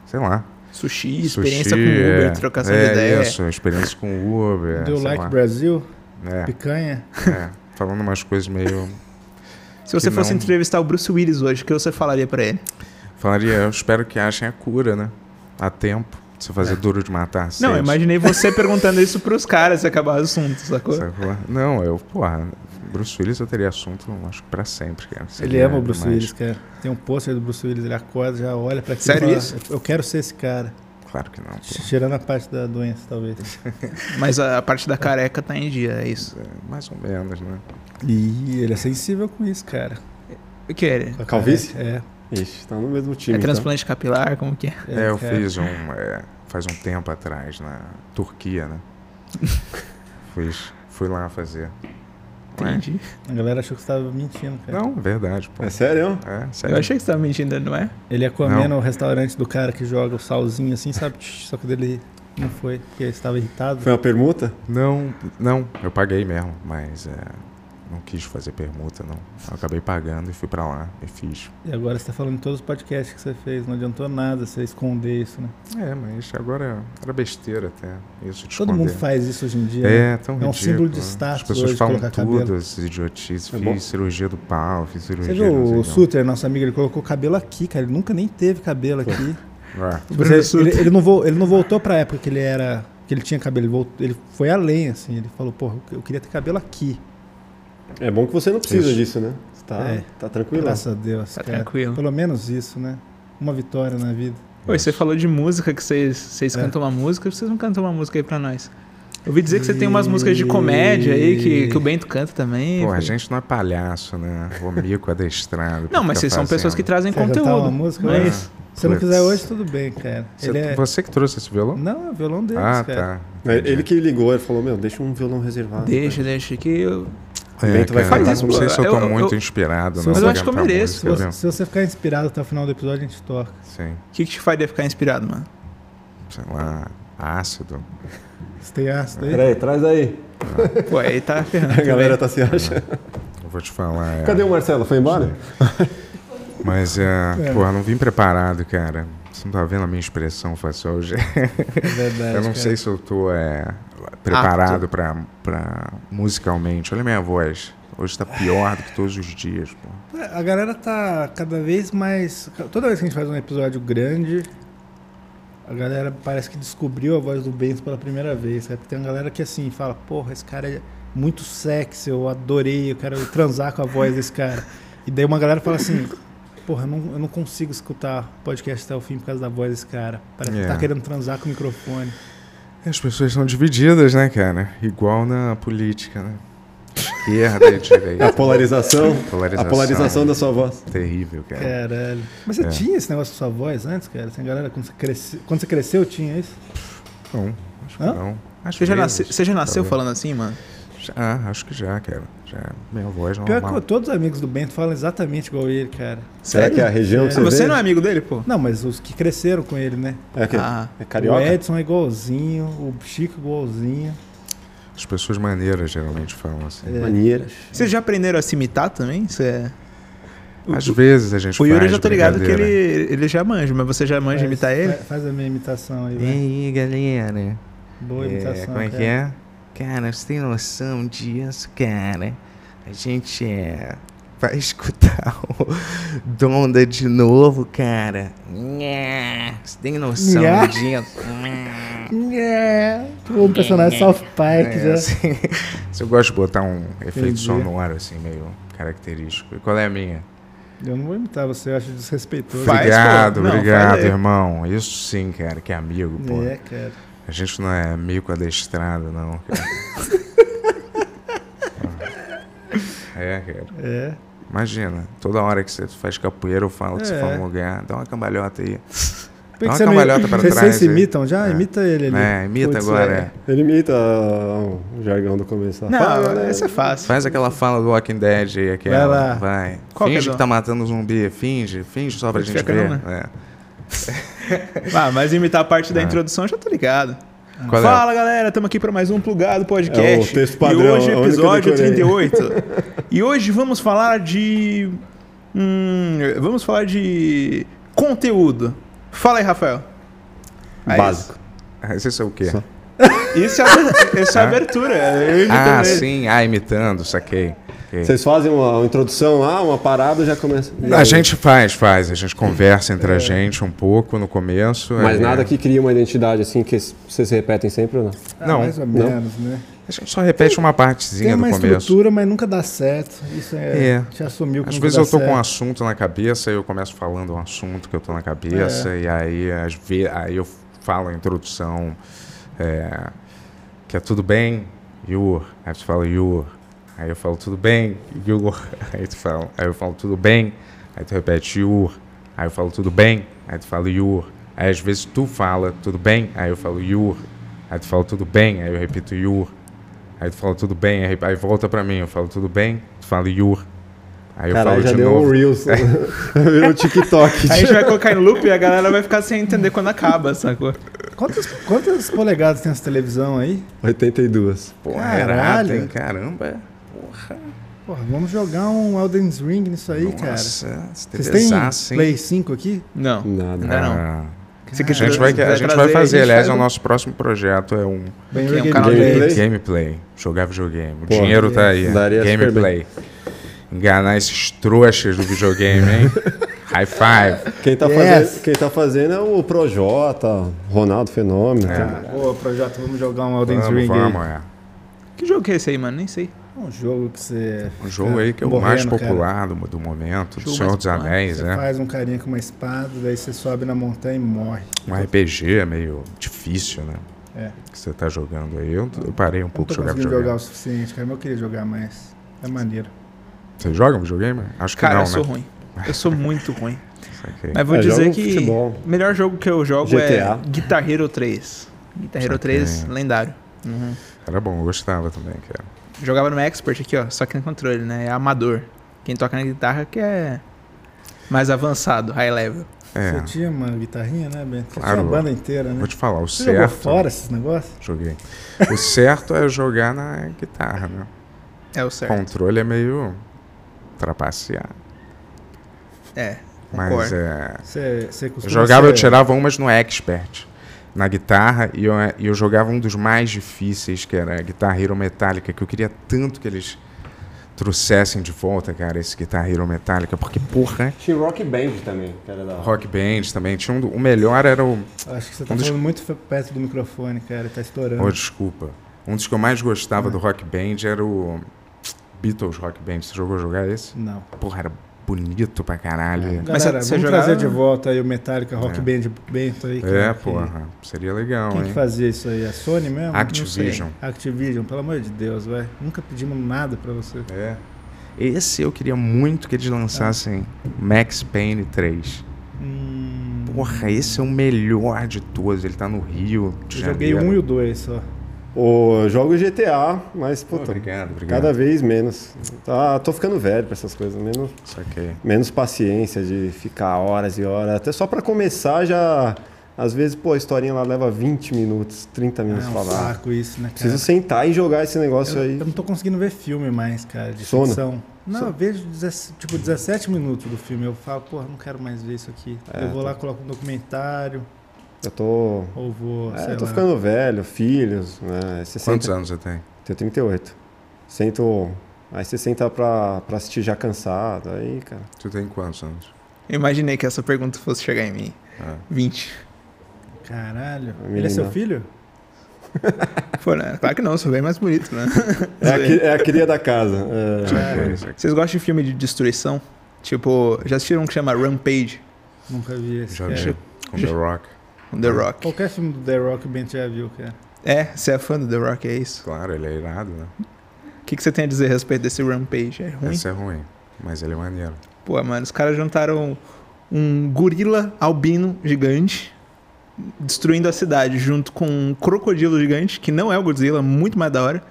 [SPEAKER 3] sei lá,
[SPEAKER 2] Sushi, experiência
[SPEAKER 3] sushi,
[SPEAKER 2] com Uber,
[SPEAKER 3] é,
[SPEAKER 2] trocação
[SPEAKER 3] é
[SPEAKER 2] de ideia.
[SPEAKER 3] Isso, experiência com Uber.
[SPEAKER 4] Do
[SPEAKER 3] É, sei
[SPEAKER 4] Like
[SPEAKER 3] lá.
[SPEAKER 4] Brasil,
[SPEAKER 3] É.
[SPEAKER 4] picanha.
[SPEAKER 3] É, falando umas coisas meio.
[SPEAKER 2] Se você
[SPEAKER 3] Que
[SPEAKER 2] fosse
[SPEAKER 3] não-
[SPEAKER 2] entrevistar o Bruce Willis hoje, o que você falaria pra ele?
[SPEAKER 3] Falaria, eu espero que achem a cura, né? A tempo. Se eu
[SPEAKER 4] É.
[SPEAKER 3] fazer duro de matar. seis,
[SPEAKER 2] Não, eu imaginei você perguntando isso pros caras se acabar o assunto, sacou?
[SPEAKER 3] sacou? Não, eu, porra, Bruce Willis eu teria assunto, eu acho que pra sempre, cara. é
[SPEAKER 4] Ele
[SPEAKER 3] Seria
[SPEAKER 4] ama o Bruce
[SPEAKER 3] demais.
[SPEAKER 4] Willis, cara. Tem um pôster do Bruce Willis, ele acorda, já olha pra aquilo
[SPEAKER 2] Sério
[SPEAKER 4] e fala,
[SPEAKER 2] isso?
[SPEAKER 4] Eu quero ser esse cara.
[SPEAKER 3] Claro que não. Pô.
[SPEAKER 4] Tirando a parte da doença, talvez.
[SPEAKER 2] Mas a, a parte da careca tá em dia, é isso.
[SPEAKER 3] É, mais ou menos, né?
[SPEAKER 4] E ele é sensível com isso, cara.
[SPEAKER 2] O que é ele?
[SPEAKER 4] Com a
[SPEAKER 1] Calvície?
[SPEAKER 4] cara-
[SPEAKER 1] Ixi, tá no mesmo time.
[SPEAKER 2] É
[SPEAKER 1] então.
[SPEAKER 2] transplante capilar? Como que é?
[SPEAKER 4] É,
[SPEAKER 3] É, eu
[SPEAKER 4] cara.
[SPEAKER 3] fiz um. é, faz um tempo atrás, na Turquia, né? fiz. Fui lá fazer. é.
[SPEAKER 2] Entendi.
[SPEAKER 4] A galera achou que você tava mentindo, cara.
[SPEAKER 3] Não, verdade, pô.
[SPEAKER 1] É sério?
[SPEAKER 3] É,
[SPEAKER 2] Eu
[SPEAKER 3] sério.
[SPEAKER 2] achei que você tava mentindo, não é?
[SPEAKER 4] Ele ia comer no restaurante do cara que joga o salzinho assim, sabe? Tch, Só que dele não foi, porque ele estava irritado.
[SPEAKER 1] Foi uma permuta?
[SPEAKER 3] Não, não, eu paguei mesmo, mas é, não quis fazer permuta, não. Eu acabei pagando e fui pra lá e fiz.
[SPEAKER 4] E agora você tá falando em todos os podcasts que você fez. Não adiantou nada você esconder isso, né?
[SPEAKER 3] É, mas agora era besteira até. Isso de
[SPEAKER 4] Todo
[SPEAKER 3] esconder.
[SPEAKER 4] mundo faz isso hoje em dia. né?
[SPEAKER 3] É, tão
[SPEAKER 4] É um
[SPEAKER 3] ridículo,
[SPEAKER 4] símbolo de
[SPEAKER 3] né?
[SPEAKER 4] status
[SPEAKER 3] As pessoas
[SPEAKER 4] hoje
[SPEAKER 3] falam
[SPEAKER 4] colocar
[SPEAKER 3] tudo,
[SPEAKER 4] cabelo.
[SPEAKER 3] essas idiotices.
[SPEAKER 1] É bom.
[SPEAKER 3] fiz cirurgia do pau, fiz cirurgia.
[SPEAKER 4] Você viu
[SPEAKER 3] não sei
[SPEAKER 4] o
[SPEAKER 3] não.
[SPEAKER 4] Suter, nosso amigo, ele colocou o cabelo aqui, cara. Ele nunca nem teve cabelo aqui.
[SPEAKER 3] É.
[SPEAKER 4] Tipo,
[SPEAKER 2] Bruno
[SPEAKER 4] ele-
[SPEAKER 2] Sutter.
[SPEAKER 4] ele, ele não vo- ele não voltou pra época que ele era. que ele tinha cabelo. Ele, voltou- ele foi além, assim. Ele falou, porra, eu queria ter cabelo aqui.
[SPEAKER 1] É bom que você não precisa
[SPEAKER 3] Ixi.
[SPEAKER 1] disso, né? Você tá,
[SPEAKER 4] É.
[SPEAKER 1] tá tranquilo.
[SPEAKER 4] Graças a Deus,
[SPEAKER 2] Tá
[SPEAKER 4] cara.
[SPEAKER 2] tranquilo.
[SPEAKER 4] Pelo menos isso, né? Uma vitória na vida.
[SPEAKER 2] Oi, você falou de música, que vocês, vocês
[SPEAKER 4] É.
[SPEAKER 2] cantam uma música, vocês não cantam uma música aí pra nós. Eu ouvi dizer que você tem umas músicas de comédia aí, que, que o Bento canta também.
[SPEAKER 3] Pô, a gente não é palhaço, né? O mico adestrado.
[SPEAKER 2] Não, mas
[SPEAKER 3] fica
[SPEAKER 2] vocês são pessoas que trazem
[SPEAKER 3] fazendo.
[SPEAKER 4] Quer cantar uma
[SPEAKER 2] conteúdo.
[SPEAKER 4] música?
[SPEAKER 2] Não é
[SPEAKER 4] hoje?
[SPEAKER 2] isso.
[SPEAKER 4] Se não
[SPEAKER 3] Putz.
[SPEAKER 4] quiser hoje, tudo bem, cara. ele
[SPEAKER 3] Você,
[SPEAKER 4] é...
[SPEAKER 3] você que trouxe esse violão?
[SPEAKER 4] Não, é o violão deles,
[SPEAKER 3] ah,
[SPEAKER 4] cara.
[SPEAKER 3] tá.
[SPEAKER 1] É, Ele que ligou, ele falou, meu, deixa um violão reservado.
[SPEAKER 2] Deixa, deixa que eu...
[SPEAKER 1] O
[SPEAKER 3] É,
[SPEAKER 1] Bento vai
[SPEAKER 3] cara,
[SPEAKER 1] fazer
[SPEAKER 3] eu não sei se eu
[SPEAKER 2] isso,
[SPEAKER 3] tô
[SPEAKER 2] pô. Eu-
[SPEAKER 3] muito
[SPEAKER 2] eu-
[SPEAKER 3] inspirado.
[SPEAKER 4] Mas
[SPEAKER 3] não,
[SPEAKER 4] eu
[SPEAKER 3] pra
[SPEAKER 2] acho que eu
[SPEAKER 3] cantar
[SPEAKER 2] mereço.
[SPEAKER 4] Se
[SPEAKER 3] música,
[SPEAKER 4] você,
[SPEAKER 3] viu?
[SPEAKER 4] se você ficar inspirado até o final do episódio, a gente toca.
[SPEAKER 3] Sim,
[SPEAKER 2] O que, que te faria ficar inspirado, mano?
[SPEAKER 3] sei lá, Ácido.
[SPEAKER 4] Você tem ácido aí?
[SPEAKER 1] Peraí, traz aí.
[SPEAKER 2] Pô, aí tá ferrando.
[SPEAKER 1] A galera tá se achando.
[SPEAKER 3] Eu vou te falar. é.
[SPEAKER 1] Cadê o Marcelo? Foi embora?
[SPEAKER 3] Mas, é, porra, não vim preparado, cara. Você não tá vendo a minha expressão facial hoje?
[SPEAKER 4] É verdade.
[SPEAKER 3] eu não
[SPEAKER 4] cara.
[SPEAKER 3] sei se eu tô é, preparado pra, pra musicalmente. Olha a minha voz. Hoje tá pior do que todos os dias, pô.
[SPEAKER 4] A galera tá cada vez mais. Toda vez que a gente faz um episódio grande, a galera parece que descobriu a voz do Bento pela primeira vez. Sabe? Tem uma galera que assim fala: Porra, esse cara é muito sexy, eu adorei, eu quero transar com a voz desse cara. E daí uma galera fala assim: Porra, eu não, eu não consigo escutar podcast até o fim por causa da voz desse cara. Parece que
[SPEAKER 3] É.
[SPEAKER 4] tá querendo transar com o microfone.
[SPEAKER 3] As pessoas são divididas, né, cara? Igual na política, né? Esquerda e direita.
[SPEAKER 1] A polarização.
[SPEAKER 3] Polarização.
[SPEAKER 1] A polarização da sua voz.
[SPEAKER 3] Terrível, cara.
[SPEAKER 4] Caralho. Mas você
[SPEAKER 3] É.
[SPEAKER 4] tinha esse negócio da sua voz antes, cara? Tem galera, quando você, cresce... quando você cresceu, tinha isso?
[SPEAKER 3] Não, acho que
[SPEAKER 4] Hã?
[SPEAKER 3] não. Acho
[SPEAKER 2] Você já,
[SPEAKER 3] mesmo.
[SPEAKER 2] nasce- você já nasceu
[SPEAKER 3] Talvez.
[SPEAKER 2] falando assim, mano?
[SPEAKER 3] Já, acho que já, cara. Já. Minha voz não
[SPEAKER 4] Pior que eu- todos os amigos do Bento falam exatamente igual ele, cara.
[SPEAKER 1] Será que é a região que você,
[SPEAKER 2] Você
[SPEAKER 1] vê?
[SPEAKER 2] não é amigo dele, pô?
[SPEAKER 4] Não, mas os que cresceram com ele, né?
[SPEAKER 1] É, que-
[SPEAKER 2] Ah.
[SPEAKER 1] é carioca?
[SPEAKER 4] O Edson é igualzinho, o Chico é igualzinho.
[SPEAKER 3] As pessoas maneiras geralmente falam
[SPEAKER 2] é.
[SPEAKER 3] assim.
[SPEAKER 1] Maneira.
[SPEAKER 2] Vocês já aprenderam a se imitar também? Isso é...
[SPEAKER 3] Às vezes a gente
[SPEAKER 2] O Yuri eu
[SPEAKER 3] faz
[SPEAKER 2] já tô ligado que ele,
[SPEAKER 3] brincadeira.
[SPEAKER 2] ele já manja, mas você já manja
[SPEAKER 4] Faz-
[SPEAKER 2] imitar ele?
[SPEAKER 4] fa- Faz a minha imitação aí,
[SPEAKER 5] E
[SPEAKER 4] vai.
[SPEAKER 5] aí,
[SPEAKER 3] né?
[SPEAKER 5] galera?
[SPEAKER 4] Boa
[SPEAKER 5] É,
[SPEAKER 4] imitação.
[SPEAKER 5] como é que
[SPEAKER 4] cara.
[SPEAKER 5] é? Cara, você tem noção disso, cara? A gente é. Vai escutar o Donda de novo, cara. Nha. Você tem noção
[SPEAKER 4] Nha.
[SPEAKER 5] disso? Nha.
[SPEAKER 4] Yeah. O personagem South Park
[SPEAKER 3] É,
[SPEAKER 4] já.
[SPEAKER 3] assim, eu gosto de botar um efeito
[SPEAKER 4] Entendi.
[SPEAKER 3] sonoro, assim, meio característico. E qual é a minha?
[SPEAKER 4] Eu não vou imitar você, eu acho desrespeitoso.
[SPEAKER 2] Faz,
[SPEAKER 3] obrigado,
[SPEAKER 2] pô. Não,
[SPEAKER 3] obrigado,
[SPEAKER 2] faz aí.
[SPEAKER 3] irmão. Isso sim, cara, que amigo, pô.
[SPEAKER 4] É, cara.
[SPEAKER 3] A gente não é amigo adestrado, não, cara. é, cara.
[SPEAKER 4] É.
[SPEAKER 3] Imagina, toda hora que você faz capoeira, eu falo que você
[SPEAKER 4] É.
[SPEAKER 3] foi um lugar, dá uma cambalhota aí. Dá
[SPEAKER 4] Por
[SPEAKER 3] uma
[SPEAKER 4] não-
[SPEAKER 3] cambalhota pra
[SPEAKER 4] Vocês
[SPEAKER 3] trás
[SPEAKER 4] se
[SPEAKER 3] aí.
[SPEAKER 4] imitam já?
[SPEAKER 3] É.
[SPEAKER 4] Imita ele ali.
[SPEAKER 3] É, imita
[SPEAKER 4] Putz,
[SPEAKER 3] agora.
[SPEAKER 4] é.
[SPEAKER 3] é.
[SPEAKER 1] Ele imita ah, o jargão do começo.
[SPEAKER 2] Não,
[SPEAKER 1] Fala, né?
[SPEAKER 2] essa é fácil.
[SPEAKER 3] Faz aquela fala do Walking Dead aí, aquela.
[SPEAKER 4] Vai lá.
[SPEAKER 3] Vai.
[SPEAKER 2] Qual que é
[SPEAKER 3] finge que,
[SPEAKER 2] do-
[SPEAKER 3] tá matando zumbi, finge, finge só pra
[SPEAKER 2] Finge
[SPEAKER 3] gente
[SPEAKER 2] que é
[SPEAKER 3] ver.
[SPEAKER 2] cama.
[SPEAKER 4] né?
[SPEAKER 3] É.
[SPEAKER 2] Ah, mas imitar a parte da
[SPEAKER 1] É.
[SPEAKER 2] introdução eu já tô ligado.
[SPEAKER 3] Qual é?
[SPEAKER 2] Fala galera, estamos aqui para mais um Plugado Podcast.
[SPEAKER 1] É o texto padrão,
[SPEAKER 2] e hoje
[SPEAKER 1] é
[SPEAKER 2] é
[SPEAKER 1] o
[SPEAKER 2] o
[SPEAKER 1] único
[SPEAKER 2] episódio
[SPEAKER 1] que eu decorei.
[SPEAKER 2] 38. e hoje vamos falar de. hum, vamos falar de conteúdo. Fala aí, Rafael. Aí,
[SPEAKER 1] Básico.
[SPEAKER 3] Ah, Esse é o quê?
[SPEAKER 2] Isso é, a- isso é a abertura. eu
[SPEAKER 3] Ah,
[SPEAKER 2] imitando ele.
[SPEAKER 3] sim, ah, imitando, saquei. Ok.
[SPEAKER 1] Vocês fazem uma, uma introdução lá, uma parada, já começa.
[SPEAKER 3] A gente faz, faz. A gente conversa entre a gente um pouco no começo.
[SPEAKER 1] Mas
[SPEAKER 3] é.
[SPEAKER 1] nada que cria uma identidade assim que vocês repetem sempre ou não?
[SPEAKER 4] Ah,
[SPEAKER 3] Não,
[SPEAKER 4] mais ou menos, né?
[SPEAKER 3] A gente só repete uma
[SPEAKER 4] Tem
[SPEAKER 3] partezinha
[SPEAKER 4] uma
[SPEAKER 3] do começo.
[SPEAKER 4] estrutura, mas nunca dá certo. Isso é.
[SPEAKER 3] É.
[SPEAKER 4] A gente assumiu que
[SPEAKER 3] Às
[SPEAKER 4] nunca
[SPEAKER 3] vezes
[SPEAKER 4] dá
[SPEAKER 3] eu tô com um
[SPEAKER 4] certo.
[SPEAKER 3] assunto na cabeça e eu começo falando um assunto que eu tô na cabeça,
[SPEAKER 4] É.
[SPEAKER 3] e aí, às ve- aí eu falo a introdução, é, que é tudo bem, Yur. Aí tu fala Yur. Aí eu falo tudo bem, Yur. Aí, tu fala, aí eu falo tudo bem, aí tu repete Yur. Aí eu falo tudo bem, aí tu fala Yur. Aí às vezes tu fala tudo bem, aí eu falo Yur. Aí tu fala tudo bem, aí eu repito Yur. Aí tu fala tudo bem, aí, aí volta pra mim, eu falo tudo bem, tu fala Yur. Aí eu
[SPEAKER 1] Caralho,
[SPEAKER 3] falo
[SPEAKER 1] já
[SPEAKER 3] de
[SPEAKER 1] deu
[SPEAKER 3] novo. É.
[SPEAKER 1] um Reels. Virou um TikTok.
[SPEAKER 2] Aí a gente vai colocar em loop e a galera vai ficar sem entender quando acaba, sacou?
[SPEAKER 4] Quantas, quantas polegadas tem essa televisão aí?
[SPEAKER 2] É.
[SPEAKER 1] 82.
[SPEAKER 3] Porra,
[SPEAKER 4] Caralho.
[SPEAKER 3] é errado, hein? Caramba. Porra.
[SPEAKER 4] Porra, vamos jogar um Elden Ring nisso aí, cara.
[SPEAKER 3] Nossa, essa
[SPEAKER 4] Vocês
[SPEAKER 3] TV
[SPEAKER 4] têm
[SPEAKER 3] Sassen.
[SPEAKER 4] Play 5 aqui?
[SPEAKER 2] Não.
[SPEAKER 1] Nada.
[SPEAKER 2] Não.
[SPEAKER 3] Ah,
[SPEAKER 2] Você que
[SPEAKER 3] A gente vai, a gente vai
[SPEAKER 2] trazer,
[SPEAKER 3] fazer,
[SPEAKER 2] a gente faz
[SPEAKER 3] aliás, é o
[SPEAKER 2] um-
[SPEAKER 3] nosso próximo projeto, é um
[SPEAKER 2] Aqui é
[SPEAKER 4] Bem,
[SPEAKER 2] um
[SPEAKER 4] Reggae
[SPEAKER 2] canal
[SPEAKER 4] Day.
[SPEAKER 2] de
[SPEAKER 1] Gameplay?
[SPEAKER 3] gameplay, jogar videogame. O
[SPEAKER 1] Pô,
[SPEAKER 3] dinheiro tá aí,
[SPEAKER 1] daria super
[SPEAKER 3] gameplay. Enganar esses trouxas do videogame, hein? High five.
[SPEAKER 1] Quem tá,
[SPEAKER 4] Yes.
[SPEAKER 1] fazendo, quem tá fazendo é o Projota, Ronaldo Fenômeno.
[SPEAKER 3] É.
[SPEAKER 1] tá?
[SPEAKER 4] Ô, projeto, vamos jogar um Elden
[SPEAKER 3] Vamos,
[SPEAKER 4] Ring
[SPEAKER 3] vamos,
[SPEAKER 4] aí.
[SPEAKER 3] é.
[SPEAKER 2] Que jogo que é esse aí, mano? Nem sei.
[SPEAKER 4] Um jogo que você
[SPEAKER 3] Um jogo aí que é o
[SPEAKER 4] Morrendo,
[SPEAKER 3] mais
[SPEAKER 4] cara.
[SPEAKER 3] popular do, do momento, do
[SPEAKER 2] Jogo
[SPEAKER 3] Senhor
[SPEAKER 2] mais
[SPEAKER 3] dos
[SPEAKER 2] popular.
[SPEAKER 3] Anéis,
[SPEAKER 4] você
[SPEAKER 3] né?
[SPEAKER 4] faz um carinha com uma espada, daí você sobe na montanha e morre.
[SPEAKER 3] Um RPG meio difícil, né?
[SPEAKER 4] É.
[SPEAKER 3] Que você tá jogando aí. Eu, eu parei um
[SPEAKER 4] Não
[SPEAKER 3] pouco
[SPEAKER 4] tô
[SPEAKER 3] de jogar
[SPEAKER 4] conseguindo
[SPEAKER 3] videogame.
[SPEAKER 4] jogar o suficiente, cara, mas eu queria jogar mais. É maneiro.
[SPEAKER 3] Vocês jogam um videogame? Acho que
[SPEAKER 2] Cara,
[SPEAKER 3] não,
[SPEAKER 2] eu sou
[SPEAKER 3] né?
[SPEAKER 2] ruim. Eu sou muito ruim.
[SPEAKER 3] Saquei.
[SPEAKER 2] Mas vou
[SPEAKER 1] É,
[SPEAKER 2] dizer
[SPEAKER 1] jogo
[SPEAKER 2] que
[SPEAKER 1] futebol.
[SPEAKER 2] o melhor jogo que eu jogo
[SPEAKER 1] GTA.
[SPEAKER 2] é Guitar Hero 3. Guitar Hero 3, lendário. Uhum.
[SPEAKER 3] Era bom, eu gostava também, cara.
[SPEAKER 2] Jogava no Expert aqui, ó, só que no controle, né? É amador. Quem toca na guitarra que é mais avançado, high level.
[SPEAKER 3] É,
[SPEAKER 4] Você tinha uma guitarrinha, né, Bento? Você
[SPEAKER 3] Claro.
[SPEAKER 4] tinha uma banda inteira, né?
[SPEAKER 3] vou te falar, o
[SPEAKER 4] Você jogou
[SPEAKER 3] certo.
[SPEAKER 4] fora esses negócios?
[SPEAKER 3] Joguei. O certo é jogar na guitarra, né?
[SPEAKER 2] É o
[SPEAKER 3] O
[SPEAKER 2] certo.
[SPEAKER 3] controle é meio trapaceado.
[SPEAKER 2] É,
[SPEAKER 3] Mas
[SPEAKER 2] concordo.
[SPEAKER 3] é.
[SPEAKER 4] Você, você costuma
[SPEAKER 3] Eu jogava, eu
[SPEAKER 4] ser-
[SPEAKER 3] tirava umas no expert na guitarra e eu, e eu jogava um dos mais difíceis, que era a Guitar Hero Metallica, que eu queria tanto que eles trouxessem de volta, cara, esse Guitar Hero Metallica, porque porra,
[SPEAKER 1] Tinha Rock Band também, que era da hora.
[SPEAKER 3] Rock Band também, tinha um, do- o melhor era o,
[SPEAKER 4] Acho que você
[SPEAKER 3] Um
[SPEAKER 4] tá
[SPEAKER 3] dos-
[SPEAKER 4] falando muito fe- perto do microfone, cara. Tá estourando.
[SPEAKER 3] oh, desculpa, um dos que eu mais gostava do Rock Band era o Beatles Rock Band, você jogou jogar esse?
[SPEAKER 4] Não.
[SPEAKER 3] Porra, era bonito pra caralho.
[SPEAKER 2] Mas você-
[SPEAKER 4] Galera,
[SPEAKER 2] você
[SPEAKER 4] vamos
[SPEAKER 2] jogava-
[SPEAKER 4] trazer de volta aí o Metallica Rock
[SPEAKER 3] É.
[SPEAKER 4] Band Bento aí. cara,
[SPEAKER 3] É,
[SPEAKER 4] que-
[SPEAKER 3] porra, seria legal,
[SPEAKER 4] Quem
[SPEAKER 3] hein?
[SPEAKER 4] que fazia isso aí? A Sony mesmo?
[SPEAKER 3] Activision.
[SPEAKER 4] Não sei. Activision, pelo amor de Deus, vai. Nunca pedimos nada pra você.
[SPEAKER 3] É. Esse eu queria muito que eles lançassem Max Payne 3.
[SPEAKER 4] Hum,
[SPEAKER 3] Porra, esse é o melhor de todos. Ele tá no Rio.
[SPEAKER 4] eu
[SPEAKER 3] De
[SPEAKER 4] joguei um e o dois só.
[SPEAKER 1] Ô, jogo GTA, mas puta,
[SPEAKER 3] Obrigado, obrigado.
[SPEAKER 1] cada vez menos. Tá, tô ficando velho pra essas coisas, menos,
[SPEAKER 3] Saquei.
[SPEAKER 1] menos paciência de ficar horas e horas. Até só pra começar já. Às vezes, pô, a historinha lá leva 20 minutos, 30
[SPEAKER 4] Ah,
[SPEAKER 1] minutos pra
[SPEAKER 4] um
[SPEAKER 1] lá.
[SPEAKER 4] saco isso, né, cara?
[SPEAKER 1] Preciso sentar e jogar esse negócio
[SPEAKER 4] Eu,
[SPEAKER 1] aí.
[SPEAKER 4] eu não tô conseguindo ver filme mais, cara, de
[SPEAKER 1] Sono.
[SPEAKER 4] ficção. Não,
[SPEAKER 1] Sono.
[SPEAKER 4] eu vejo deze- tipo 17 minutos do filme. Eu falo, porra, não quero mais ver isso aqui.
[SPEAKER 3] É,
[SPEAKER 4] eu
[SPEAKER 3] tá.
[SPEAKER 4] vou lá, coloco um documentário,
[SPEAKER 1] Eu tô.
[SPEAKER 4] ou vou.
[SPEAKER 1] É,
[SPEAKER 4] sei
[SPEAKER 1] eu tô
[SPEAKER 4] lá.
[SPEAKER 1] ficando velho, filhos, né? 60
[SPEAKER 3] Quantos anos você tem?
[SPEAKER 1] Tenho 38. Sento. Aí você senta pra, pra assistir já cansado. Aí, cara.
[SPEAKER 3] Tu tem quantos anos?
[SPEAKER 2] Eu imaginei que essa pergunta fosse chegar em mim.
[SPEAKER 3] Ah.
[SPEAKER 2] 20.
[SPEAKER 4] Caralho.
[SPEAKER 1] menina.
[SPEAKER 4] Ele é
[SPEAKER 3] né?
[SPEAKER 4] seu filho?
[SPEAKER 2] Pô, né? Claro que não, sou bem mais bonito, né?
[SPEAKER 1] É a, cri- é a cria da casa. é.
[SPEAKER 3] Saquei, saquei.
[SPEAKER 2] Vocês gostam de filme de destruição? Tipo, já assistiram um que chama Rampage,
[SPEAKER 4] Nunca vi esse.
[SPEAKER 3] Já
[SPEAKER 4] cara.
[SPEAKER 3] vi. Com The Rock.
[SPEAKER 2] com The Rock?
[SPEAKER 4] Qualquer filme do The Rock, o Bento já viu, cara.
[SPEAKER 2] É? Você é fã do The Rock, é isso?
[SPEAKER 3] Claro, ele é irado, né?
[SPEAKER 2] O que, que você tem a dizer a respeito desse Rampage? É ruim?
[SPEAKER 3] Esse é ruim. Mas ele é maneiro.
[SPEAKER 2] Pô, mano, os caras juntaram um gorila albino gigante destruindo a cidade junto com um crocodilo gigante, que não é o Godzilla, muito mais da hora,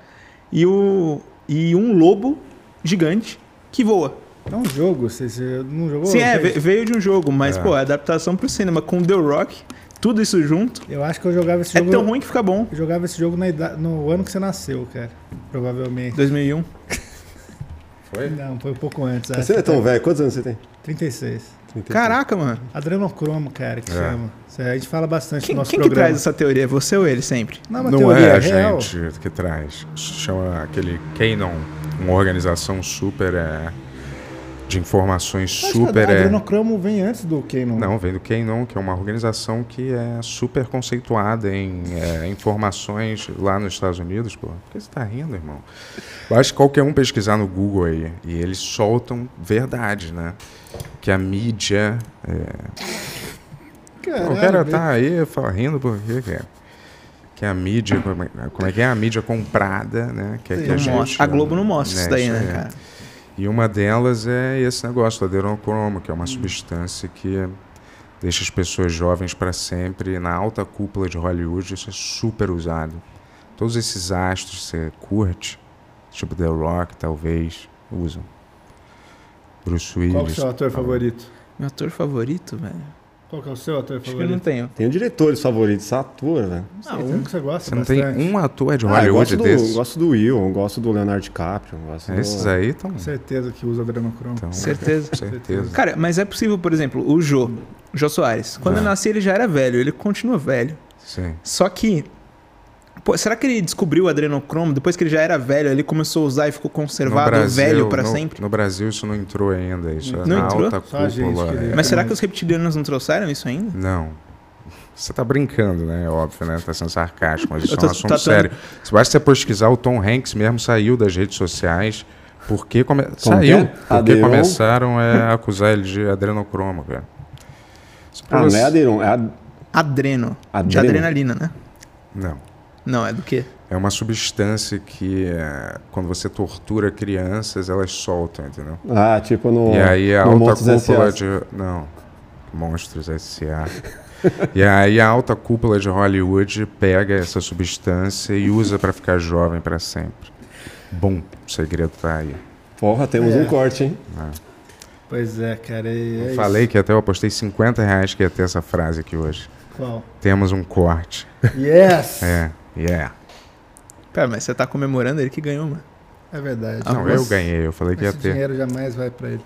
[SPEAKER 2] e, o, e um lobo gigante que voa.
[SPEAKER 4] É um jogo, você, você não jogou?
[SPEAKER 2] Sim, é,
[SPEAKER 4] Não sei.
[SPEAKER 2] ve- veio de um jogo, mas,
[SPEAKER 3] É.
[SPEAKER 2] pô, a adaptação pro cinema com The Rock, tudo isso junto,
[SPEAKER 4] Eu acho que eu jogava esse
[SPEAKER 2] é
[SPEAKER 4] jogo.
[SPEAKER 2] tão ruim que fica bom.
[SPEAKER 4] Eu jogava esse jogo na idade- no ano que você nasceu, cara. Provavelmente.
[SPEAKER 2] 2001.
[SPEAKER 3] Foi?
[SPEAKER 4] Não, foi um pouco antes. acho
[SPEAKER 1] Você não é
[SPEAKER 4] que
[SPEAKER 1] tão
[SPEAKER 4] tá-
[SPEAKER 1] velho. Quantos anos você tem?
[SPEAKER 4] 36.
[SPEAKER 1] 35.
[SPEAKER 2] Caraca, mano.
[SPEAKER 4] Adrenocromo, cara, que
[SPEAKER 3] É.
[SPEAKER 4] chama. Isso aí A gente fala bastante
[SPEAKER 2] Quem,
[SPEAKER 4] no nosso
[SPEAKER 2] quem que
[SPEAKER 4] programa.
[SPEAKER 2] traz essa teoria? É Você ou ele sempre?
[SPEAKER 4] Não, é uma
[SPEAKER 3] Não
[SPEAKER 4] teoria
[SPEAKER 3] é a
[SPEAKER 4] real.
[SPEAKER 3] gente que traz. Chama aquele Canon. Uma organização super. é, de informações
[SPEAKER 4] Acho que
[SPEAKER 3] super.
[SPEAKER 4] a
[SPEAKER 3] é,
[SPEAKER 4] adrenocromo vem antes do Canon.
[SPEAKER 3] Não, vem do Canon, que é uma organização que é super conceituada em é, informações lá nos Estados Unidos. Pô, por que você tá rindo, irmão? Eu acho que qualquer um pesquisar no Google aí, e eles soltam verdade, né? Que a mídia... É... o cara tá aí fala, rindo por quê, cara? Que a mídia, como é, como é que é a mídia comprada, né? Que é que é.
[SPEAKER 2] Não
[SPEAKER 3] a, gente,
[SPEAKER 2] mostra. A Globo não mostra isso daí,
[SPEAKER 3] aí.
[SPEAKER 2] né, cara?
[SPEAKER 3] E uma delas é esse negócio do adenocromo, que é uma substância que deixa as pessoas jovens para sempre. E Na alta cúpula de Hollywood, isso é super usado. Todos esses astros que você curte, tipo The Rock, talvez, usam. Bruce Willis.
[SPEAKER 4] Qual que é o seu ator favorito?
[SPEAKER 2] Meu ator favorito, velho?
[SPEAKER 4] Qual que é o seu ator
[SPEAKER 2] Acho que eu não
[SPEAKER 4] favorito?
[SPEAKER 2] tenho.
[SPEAKER 1] Tem diretores favoritos, Satura, velho.
[SPEAKER 4] Não, tem
[SPEAKER 2] né?
[SPEAKER 4] um que você gosta
[SPEAKER 3] Você não tem
[SPEAKER 4] bastante.
[SPEAKER 3] um ator de
[SPEAKER 1] Ah, eu gosto
[SPEAKER 3] Hollywood
[SPEAKER 1] do,
[SPEAKER 3] desses? É
[SPEAKER 1] gosto do Will, eu gosto do Leonardo DiCaprio. eu Gosto
[SPEAKER 3] Esses
[SPEAKER 1] do...
[SPEAKER 3] aí estão...
[SPEAKER 4] Com certeza que usa adrenocromo.
[SPEAKER 3] Então.
[SPEAKER 2] Certeza.
[SPEAKER 3] certeza.
[SPEAKER 2] Cara, mas é possível, por exemplo, o Jô, Jô Soares. Quando
[SPEAKER 3] Ah.
[SPEAKER 2] eu nasci, ele já era velho, ele continua velho.
[SPEAKER 3] Sim.
[SPEAKER 2] Só que. pô, será que ele descobriu o adrenocromo depois que ele já era velho? Ele começou a usar e ficou conservado velho pra
[SPEAKER 3] no-
[SPEAKER 2] sempre?
[SPEAKER 3] No Brasil isso não entrou ainda. Isso é
[SPEAKER 2] Não
[SPEAKER 3] na
[SPEAKER 2] entrou?
[SPEAKER 3] alta
[SPEAKER 4] Só a
[SPEAKER 3] cúpula.
[SPEAKER 4] gente que
[SPEAKER 3] é.
[SPEAKER 4] lê.
[SPEAKER 2] Mas será que os reptilianos não trouxeram isso ainda?
[SPEAKER 3] Não. Você tá brincando, né? É Óbvio, né? Tá sendo sarcástico, mas isso
[SPEAKER 2] Eu tô-
[SPEAKER 3] é um assunto
[SPEAKER 2] tá tendo-
[SPEAKER 3] sério. Se basta você pesquisar, o Tom Hanks mesmo saiu das redes sociais porque come...
[SPEAKER 1] quem?
[SPEAKER 3] saiu. Porque
[SPEAKER 1] Aderon?
[SPEAKER 3] começaram é, a acusar ele de adrenocromo, cara. Isso pra
[SPEAKER 1] Ah, não
[SPEAKER 3] você-
[SPEAKER 1] é Adeiron, é Ad-
[SPEAKER 2] Adreno. De
[SPEAKER 1] Adreno?
[SPEAKER 2] adrenalina, né?
[SPEAKER 3] Não.
[SPEAKER 2] Não, é do quê?
[SPEAKER 3] É uma substância que é, quando você tortura crianças, elas soltam, entendeu?
[SPEAKER 1] Ah, tipo no.
[SPEAKER 3] E aí a
[SPEAKER 1] no
[SPEAKER 3] alta
[SPEAKER 1] Monstros
[SPEAKER 3] cúpula
[SPEAKER 1] S.A..
[SPEAKER 3] de. Não. Monstros S.A. e aí a alta cúpula de Hollywood pega essa substância e usa pra ficar jovem pra sempre. Bom, o segredo tá aí.
[SPEAKER 1] Porra, temos
[SPEAKER 4] É.
[SPEAKER 1] um corte, hein?
[SPEAKER 4] Pois é, cara. É, é
[SPEAKER 3] Eu
[SPEAKER 4] isso.
[SPEAKER 3] falei que até eu apostei 50 reais que ia ter essa frase aqui hoje.
[SPEAKER 4] Qual?
[SPEAKER 3] Temos um corte.
[SPEAKER 4] Yes!
[SPEAKER 3] É, yeah.
[SPEAKER 2] Pera, mas você tá comemorando ele que ganhou, mano.
[SPEAKER 4] É verdade.
[SPEAKER 3] Não, eu ganhei, eu falei que ia
[SPEAKER 4] Esse
[SPEAKER 3] ter.
[SPEAKER 4] dinheiro jamais vai pra ele.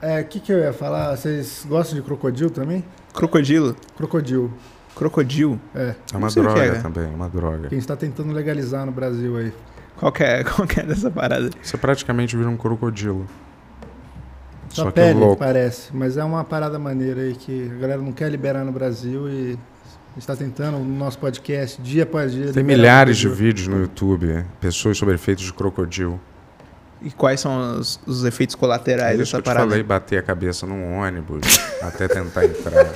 [SPEAKER 4] É, o que, que eu ia falar? Vocês gostam de crocodilo também?
[SPEAKER 2] Crocodilo.
[SPEAKER 4] Crocodilo.
[SPEAKER 2] Crocodilo.
[SPEAKER 4] É,
[SPEAKER 3] É uma
[SPEAKER 2] Não sei o que
[SPEAKER 3] droga
[SPEAKER 2] é.
[SPEAKER 3] também, é uma droga.
[SPEAKER 4] que a gente tá tentando legalizar no Brasil aí.
[SPEAKER 2] Qual que é, qual que é dessa parada?
[SPEAKER 3] Você praticamente vira um crocodilo.
[SPEAKER 4] Só,
[SPEAKER 3] Só que é
[SPEAKER 4] pele,
[SPEAKER 3] louco.
[SPEAKER 4] parece. Mas é uma parada maneira aí que a galera não quer liberar no Brasil e está tentando no nosso podcast, dia após dia.
[SPEAKER 3] Tem
[SPEAKER 4] liberar
[SPEAKER 3] milhares de
[SPEAKER 4] no Brasil.
[SPEAKER 3] vídeos no YouTube, pessoas sobre efeitos de crocodilo.
[SPEAKER 2] E quais são os, os efeitos
[SPEAKER 3] É
[SPEAKER 2] colaterais
[SPEAKER 3] isso que
[SPEAKER 2] dessa
[SPEAKER 3] eu te
[SPEAKER 2] parada?
[SPEAKER 3] falei, bater a cabeça num ônibus até tentar entrar.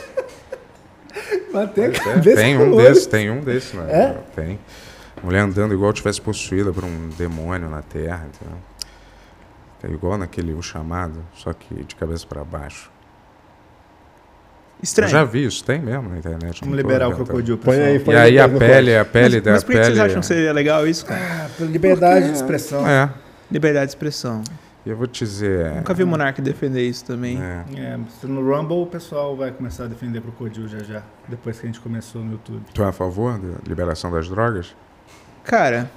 [SPEAKER 4] Bater a
[SPEAKER 3] É,
[SPEAKER 4] cabeça
[SPEAKER 3] tem
[SPEAKER 4] no
[SPEAKER 3] um
[SPEAKER 4] olho.
[SPEAKER 3] desses, tem um desses, né?
[SPEAKER 4] É?
[SPEAKER 3] Tem. Mulher andando igual tivesse possuída por um demônio na Terra, entendeu? É igual naquele O Chamado, só que de cabeça pra baixo.
[SPEAKER 2] Estranho.
[SPEAKER 3] Eu já vi isso, tem mesmo na internet.
[SPEAKER 4] Vamos
[SPEAKER 3] não tô
[SPEAKER 4] liberar o
[SPEAKER 3] inventando.
[SPEAKER 4] crocodilo, pessoal.
[SPEAKER 1] Põe aí,
[SPEAKER 3] E
[SPEAKER 1] põe
[SPEAKER 3] aí a
[SPEAKER 1] põe no
[SPEAKER 3] pele, a pele
[SPEAKER 2] mas,
[SPEAKER 3] da
[SPEAKER 2] mas por que que
[SPEAKER 3] pele.
[SPEAKER 2] vocês acham que seria legal isso, cara?
[SPEAKER 4] Ah, pela liberdade de expressão.
[SPEAKER 3] É.
[SPEAKER 2] Liberdade de expressão.
[SPEAKER 3] E eu vou te dizer.
[SPEAKER 2] Nunca vi o Monark defender isso também.
[SPEAKER 3] é,
[SPEAKER 4] É, mas no Rumble o pessoal vai começar a defender crocodilo já já, depois que a gente começou no YouTube.
[SPEAKER 3] tu é a favor da liberação das drogas?
[SPEAKER 2] Cara,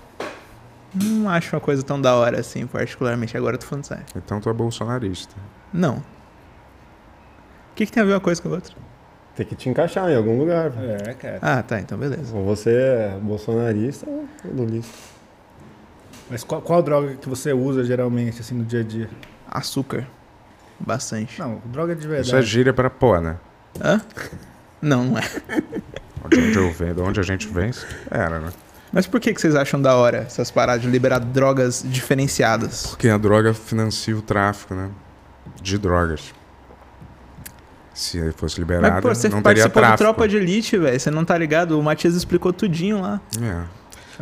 [SPEAKER 2] não acho uma coisa tão da hora assim, particularmente. Agora eu tô falando sério.
[SPEAKER 3] Então tu é bolsonarista.
[SPEAKER 2] Não. O que, que tem a ver uma coisa com a outra?
[SPEAKER 1] corte. Tem que te encaixar em algum lugar. velho.
[SPEAKER 4] É, cara.
[SPEAKER 2] Ah, tá, então beleza.
[SPEAKER 1] Ou você é bolsonarista ou lulista.
[SPEAKER 4] Mas qual, qual droga que você usa geralmente, assim, no dia a dia?
[SPEAKER 2] Açúcar. Bastante.
[SPEAKER 4] Não, droga de
[SPEAKER 3] Isso é
[SPEAKER 4] verdade.
[SPEAKER 3] gíria pra pó, né?
[SPEAKER 2] Hã? Não, não é.
[SPEAKER 3] De onde, eu venho, de onde a gente vem, era, né?
[SPEAKER 2] Mas por que, que vocês acham da hora essas paradas de liberar drogas diferenciadas?
[SPEAKER 3] Porque a droga financia o tráfico, né? De drogas. Se ele fosse liberado,
[SPEAKER 2] Mas, pô, você
[SPEAKER 3] não teria
[SPEAKER 2] participou do
[SPEAKER 3] tráfico.
[SPEAKER 2] Tropa de Elite, velho. Você não tá ligado? O Matias explicou tudinho lá.
[SPEAKER 3] É.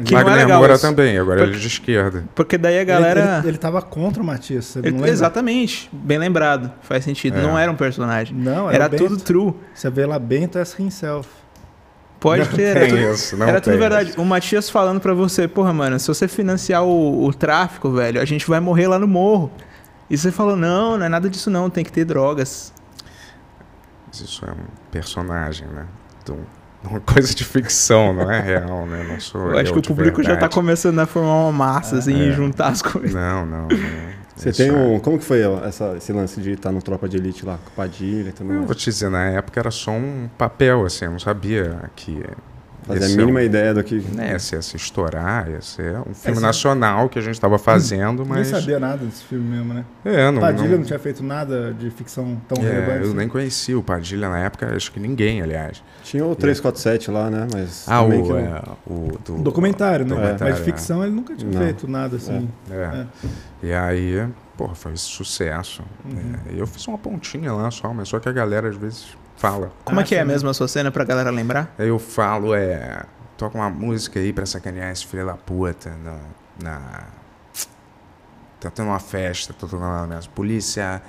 [SPEAKER 2] Que não é
[SPEAKER 3] Wagner
[SPEAKER 2] legal
[SPEAKER 3] Moura
[SPEAKER 2] isso.
[SPEAKER 3] também, agora
[SPEAKER 2] Porque-
[SPEAKER 3] ele é de esquerda.
[SPEAKER 2] Porque daí a
[SPEAKER 4] Ele- Ele,
[SPEAKER 2] galera.
[SPEAKER 4] ele, tava contra o Matias, você não
[SPEAKER 2] Ele-
[SPEAKER 4] lembra?
[SPEAKER 2] exatamente. Bem lembrado. Faz sentido.
[SPEAKER 3] É.
[SPEAKER 2] Não era um personagem.
[SPEAKER 4] Não,
[SPEAKER 2] Era,
[SPEAKER 4] era, Bento.
[SPEAKER 2] tudo true.
[SPEAKER 4] Você vê lá Bento S. Himself.
[SPEAKER 2] Pode
[SPEAKER 3] não
[SPEAKER 2] ter.
[SPEAKER 3] tem
[SPEAKER 2] era tudo,
[SPEAKER 3] isso, não
[SPEAKER 2] era
[SPEAKER 3] tem
[SPEAKER 2] tudo verdade. O Matias falando pra você, porra, mano, se você financiar o, o tráfico, velho, a gente vai morrer lá no morro. E você falou, não, não é nada disso não, tem que ter drogas.
[SPEAKER 3] Mas Isso é um personagem, né? Então, uma coisa de ficção, não é real, né? Não sou
[SPEAKER 2] Eu acho que o
[SPEAKER 3] de
[SPEAKER 2] público já tá
[SPEAKER 3] verdade.
[SPEAKER 2] começando a formar uma massa, assim,
[SPEAKER 3] É.
[SPEAKER 2] e juntar as coisas.
[SPEAKER 3] Não, não. não.
[SPEAKER 1] Você
[SPEAKER 3] Isso
[SPEAKER 1] tem
[SPEAKER 3] é-
[SPEAKER 1] um. Como que foi essa- esse lance de estar no Tropa de Elite lá, com o Padilha e tudo
[SPEAKER 3] Eu
[SPEAKER 1] mais?
[SPEAKER 3] vou te dizer, na época era só um papel, assim, eu não sabia que
[SPEAKER 1] Fazer a
[SPEAKER 3] esse é
[SPEAKER 1] mínima
[SPEAKER 3] um-
[SPEAKER 1] ideia do que.
[SPEAKER 4] Uhum.
[SPEAKER 3] né, ia se, ia se estourar, ia ser um filme
[SPEAKER 4] sim.
[SPEAKER 3] nacional que a gente tava fazendo,
[SPEAKER 4] é Hum, Nem
[SPEAKER 3] mas...
[SPEAKER 4] sabia nada desse filme mesmo, né?
[SPEAKER 3] É, não,
[SPEAKER 4] Padilha não...
[SPEAKER 3] não-
[SPEAKER 4] tinha feito nada de ficção tão
[SPEAKER 3] É,
[SPEAKER 4] relevante.
[SPEAKER 3] eu
[SPEAKER 4] assim.
[SPEAKER 3] nem conhecia o Padilha na época, acho que ninguém, aliás.
[SPEAKER 1] Tinha o 347 lá, né? Mas.
[SPEAKER 3] Ah, o,
[SPEAKER 1] também que não-
[SPEAKER 3] é, o do...
[SPEAKER 4] Um Documentário, né?
[SPEAKER 3] documentário,
[SPEAKER 4] Mas de ficção ele nunca tinha
[SPEAKER 1] Não.
[SPEAKER 4] feito nada assim.
[SPEAKER 3] É. E aí, porra, foi um sucesso.
[SPEAKER 4] Uhum.
[SPEAKER 3] É, e eu fiz uma pontinha lá só, mas só que a galera às vezes fala.
[SPEAKER 2] Como é que é
[SPEAKER 4] sim.
[SPEAKER 2] mesmo a sua cena pra galera lembrar?
[SPEAKER 3] Aí eu falo, é. Toca uma música aí pra sacanear esse filho da puta na. na- Tá tendo uma festa, tô tocando lá mesmo. Polícia.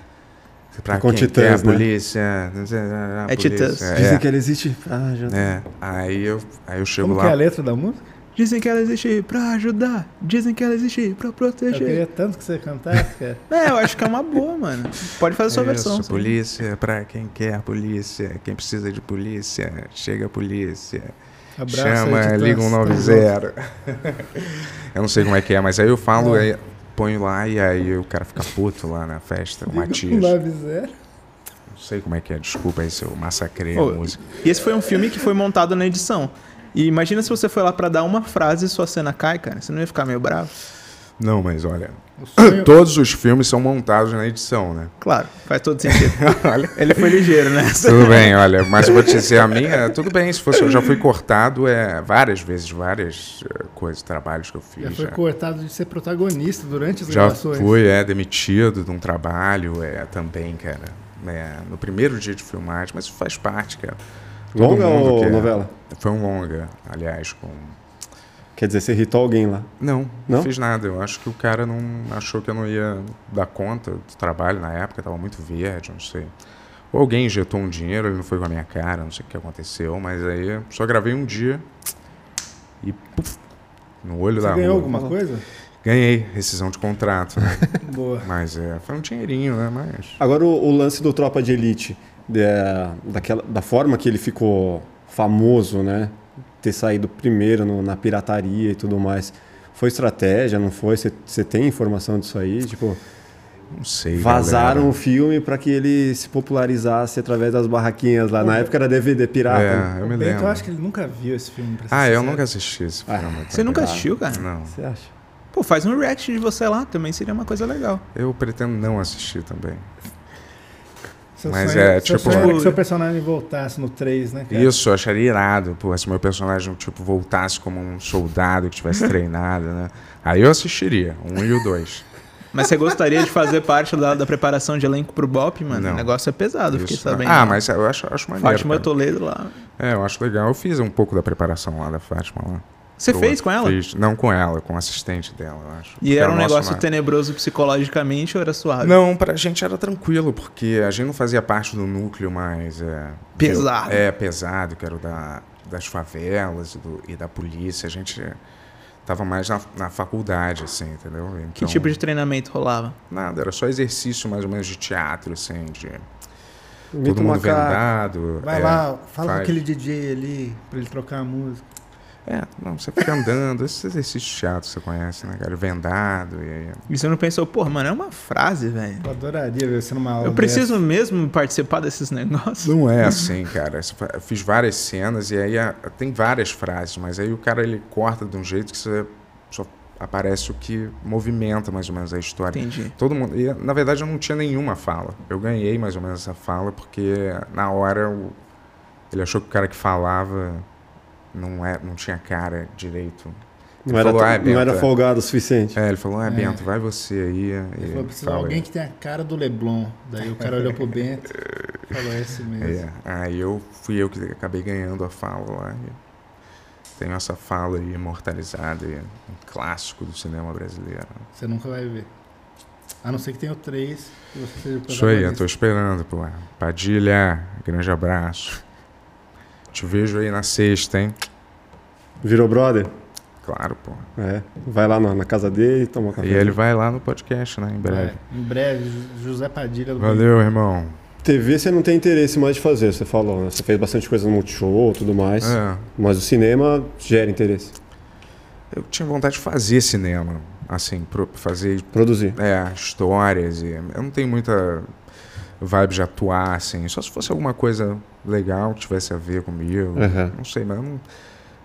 [SPEAKER 3] Pra
[SPEAKER 1] Com
[SPEAKER 3] quem
[SPEAKER 1] titãs,
[SPEAKER 3] quer,
[SPEAKER 1] né?
[SPEAKER 3] polícia. não sei, ah, ah,
[SPEAKER 2] É
[SPEAKER 3] polícia,
[SPEAKER 2] titãs.
[SPEAKER 1] Dizem
[SPEAKER 3] É,
[SPEAKER 1] que ela existe. Ah, já.
[SPEAKER 3] é. Aí eu, aí eu chego
[SPEAKER 4] Como
[SPEAKER 3] lá.
[SPEAKER 4] que é a letra da música?
[SPEAKER 2] Dizem que ela existe pra ajudar, dizem que ela existe pra
[SPEAKER 4] Eu
[SPEAKER 2] proteger.
[SPEAKER 4] queria tanto que você cantasse, cara.
[SPEAKER 2] É, eu acho que é uma boa, mano. Pode fazer a sua
[SPEAKER 3] Isso,
[SPEAKER 2] versão. sabe?
[SPEAKER 3] "É, polícia, pra quem quer polícia, quem precisa de polícia, chega a polícia,
[SPEAKER 4] Abraço
[SPEAKER 3] chama,
[SPEAKER 4] aí, Titãs,
[SPEAKER 3] liga um
[SPEAKER 4] tamo
[SPEAKER 3] 90. eu não sei como é que é, mas aí eu falo, aí ponho lá e aí o cara fica puto lá na festa, o
[SPEAKER 4] junto. Liga um
[SPEAKER 3] Matias.
[SPEAKER 4] 90.
[SPEAKER 3] Não sei como é que é, desculpa aí se eu massacrei
[SPEAKER 2] Ô,
[SPEAKER 3] a música.
[SPEAKER 2] E esse foi um filme que foi montado na edição. E imagina se você foi lá pra dar uma frase e sua cena cai, cara. Você não ia ficar meio bravo?
[SPEAKER 3] Não, mas olha,
[SPEAKER 4] O sonho-
[SPEAKER 3] todos os filmes são montados na edição, né?
[SPEAKER 2] Claro, faz todo sentido. Ele foi ligeiro, né?
[SPEAKER 3] Tudo bem, olha, mas eu vou te dizer, a minha, tudo bem, se fosse, eu já fui cortado é, várias vezes, várias eh, coisas, trabalhos que eu fiz.
[SPEAKER 4] Já foi
[SPEAKER 3] né?
[SPEAKER 4] cortado de ser protagonista durante as
[SPEAKER 3] Já
[SPEAKER 4] gravações.
[SPEAKER 3] fui, é, demitido de um trabalho, é, também, cara. É, no primeiro dia de filmagem, mas isso faz parte, cara. Todo
[SPEAKER 1] Longa
[SPEAKER 3] mundo é.
[SPEAKER 1] ou
[SPEAKER 3] quer.
[SPEAKER 1] novela?
[SPEAKER 3] Foi um longa, aliás, com...
[SPEAKER 1] Quer dizer, você irritou alguém lá.
[SPEAKER 3] Não, não
[SPEAKER 1] Não?
[SPEAKER 3] fiz nada. Eu acho que o cara não achou que eu não ia dar conta do trabalho na época, tava muito verde, não sei. Ou alguém injetou um dinheiro, ele não foi com a minha cara, não sei o que aconteceu, mas aí só gravei um dia e puf, no olho
[SPEAKER 4] Você
[SPEAKER 3] da
[SPEAKER 4] ganhou
[SPEAKER 3] rua.
[SPEAKER 4] alguma coisa?
[SPEAKER 3] Ganhei rescisão de contrato, né?
[SPEAKER 4] Boa.
[SPEAKER 3] Mas é, foi um dinheirinho, né? Mas.
[SPEAKER 1] Agora o, o lance do Tropa de Elite, da- daquela, da forma que ele ficou famoso, né? Ter saído primeiro no- na pirataria e tudo mais. Foi estratégia, não foi? Você tem informação disso aí? Tipo,
[SPEAKER 3] Não sei.
[SPEAKER 1] vazaram o
[SPEAKER 3] galera.
[SPEAKER 1] filme para que ele se popularizasse através das barraquinhas lá. Na época era DVD
[SPEAKER 2] Tá,
[SPEAKER 1] pirata. né?
[SPEAKER 3] É, eu me
[SPEAKER 4] O Bento,
[SPEAKER 3] lembro.
[SPEAKER 4] eu acho que ele nunca viu esse filme. Pra ser
[SPEAKER 3] Ah, eu
[SPEAKER 4] sincero.
[SPEAKER 3] nunca assisti esse
[SPEAKER 1] Ah,
[SPEAKER 3] filme.
[SPEAKER 2] Você nunca assistiu, cara?
[SPEAKER 3] Não.
[SPEAKER 1] Você acha?
[SPEAKER 2] Pô, faz um react de você lá, também seria uma coisa legal.
[SPEAKER 3] Eu pretendo não assistir também.
[SPEAKER 4] Seu
[SPEAKER 3] Mas
[SPEAKER 4] sonho-
[SPEAKER 3] é,
[SPEAKER 4] seu
[SPEAKER 3] tipo-
[SPEAKER 4] sonho era que seu personagem voltasse no 3, né?
[SPEAKER 2] É.
[SPEAKER 4] cara?
[SPEAKER 3] Isso, eu acharia irado, pô, se meu personagem, tipo, voltasse como um soldado que tivesse treinado, né? Aí eu assistiria, um e o dois.
[SPEAKER 2] Mas você gostaria de fazer parte da, da preparação de elenco pro Bop, mano?
[SPEAKER 3] Não.
[SPEAKER 2] O negócio é pesado, fiquei
[SPEAKER 3] Isso,
[SPEAKER 2] sabendo.
[SPEAKER 3] né? Ah, mas eu acho, acho maneiro.
[SPEAKER 2] Fátima
[SPEAKER 3] cara.
[SPEAKER 2] Toledo lá.
[SPEAKER 3] É, eu acho legal. Eu fiz um pouco da preparação lá da Fátima. Lá.
[SPEAKER 2] Você
[SPEAKER 3] Boa.
[SPEAKER 2] fez com ela?
[SPEAKER 3] Fiz. Não com ela, com o assistente dela, eu acho.
[SPEAKER 2] E era um
[SPEAKER 3] o nosso
[SPEAKER 2] negócio
[SPEAKER 3] lá.
[SPEAKER 2] tenebroso psicologicamente ou era suave?
[SPEAKER 3] Não, pra gente era tranquilo, porque a gente não fazia parte do núcleo mais... É,
[SPEAKER 2] Pesado.
[SPEAKER 3] é, pesado, que era o da, das favelas e, do- e da polícia. A gente tava mais na, na faculdade, assim, entendeu? Então,
[SPEAKER 2] Que tipo de treinamento rolava?
[SPEAKER 3] Nada, era só exercício mais ou menos de teatro, assim, de
[SPEAKER 1] Imita
[SPEAKER 3] todo
[SPEAKER 1] um
[SPEAKER 3] mundo
[SPEAKER 1] macaco.
[SPEAKER 3] vendado.
[SPEAKER 4] Vai
[SPEAKER 3] é.
[SPEAKER 4] lá, fala
[SPEAKER 3] faz.
[SPEAKER 4] com aquele DJ ali pra ele trocar a música.
[SPEAKER 3] É, não, você fica andando, esses exercícios de teatro você conhece, né, cara? Vendado e aí...
[SPEAKER 2] E você não pensou, pô, mano, é uma frase, velho.
[SPEAKER 4] Eu adoraria ver você numa aula.
[SPEAKER 2] Eu preciso mesmo participar desses negócios?
[SPEAKER 3] Não é assim, cara. Você fa- Eu fiz várias cenas e aí a- tem várias frases, mas aí o cara ele corta de um jeito que você só aparece o que movimenta mais ou menos a história.
[SPEAKER 2] Entendi.
[SPEAKER 3] Todo mundo. E, na verdade, eu não tinha nenhuma fala. Eu ganhei mais ou menos essa fala porque na hora o- ele achou que o cara que falava não, é, não tinha cara direito.
[SPEAKER 1] Não era,
[SPEAKER 3] Falou, ah, é
[SPEAKER 1] não era
[SPEAKER 3] Bento, é.
[SPEAKER 1] folgado o suficiente.
[SPEAKER 3] É, ele falou: Ah, Bento, vai você aí.
[SPEAKER 4] Ele
[SPEAKER 3] e
[SPEAKER 4] falou, precisa de
[SPEAKER 3] fala aí."
[SPEAKER 4] alguém que tenha a cara do Leblon. Daí o cara olhou pro Bento e falou, é esse mesmo.
[SPEAKER 3] É, aí eu fui eu que acabei ganhando a fala lá. E tenho essa fala aí imortalizada, e um clássico do cinema brasileiro.
[SPEAKER 4] Você nunca vai ver. A não ser que tenha o 3 e você seja o
[SPEAKER 3] Isso aí, eu
[SPEAKER 4] protagonista.
[SPEAKER 3] tô esperando, pô. Padilha, grande abraço. Te vejo aí na sexta, hein?
[SPEAKER 1] Virou brother?
[SPEAKER 3] Claro, pô.
[SPEAKER 1] É. Vai lá na, na casa dele, toma café.
[SPEAKER 3] E ele vai lá no podcast, né? Em breve.
[SPEAKER 4] É, em breve, Ju- José Padilha do
[SPEAKER 3] Valeu, irmão.
[SPEAKER 1] TV você não tem interesse mais de fazer, você falou, né? Você fez bastante coisa no Multishow e tudo mais.
[SPEAKER 3] É,
[SPEAKER 1] Mas o cinema gera interesse.
[SPEAKER 3] eu tinha vontade de fazer cinema, assim, pro- fazer
[SPEAKER 1] Produzir.
[SPEAKER 3] É, histórias. E eu não tenho muita vibe de atuar, assim. Só se fosse alguma coisa legal que tivesse a ver comigo.
[SPEAKER 1] Aham.
[SPEAKER 3] Não sei, mas eu não...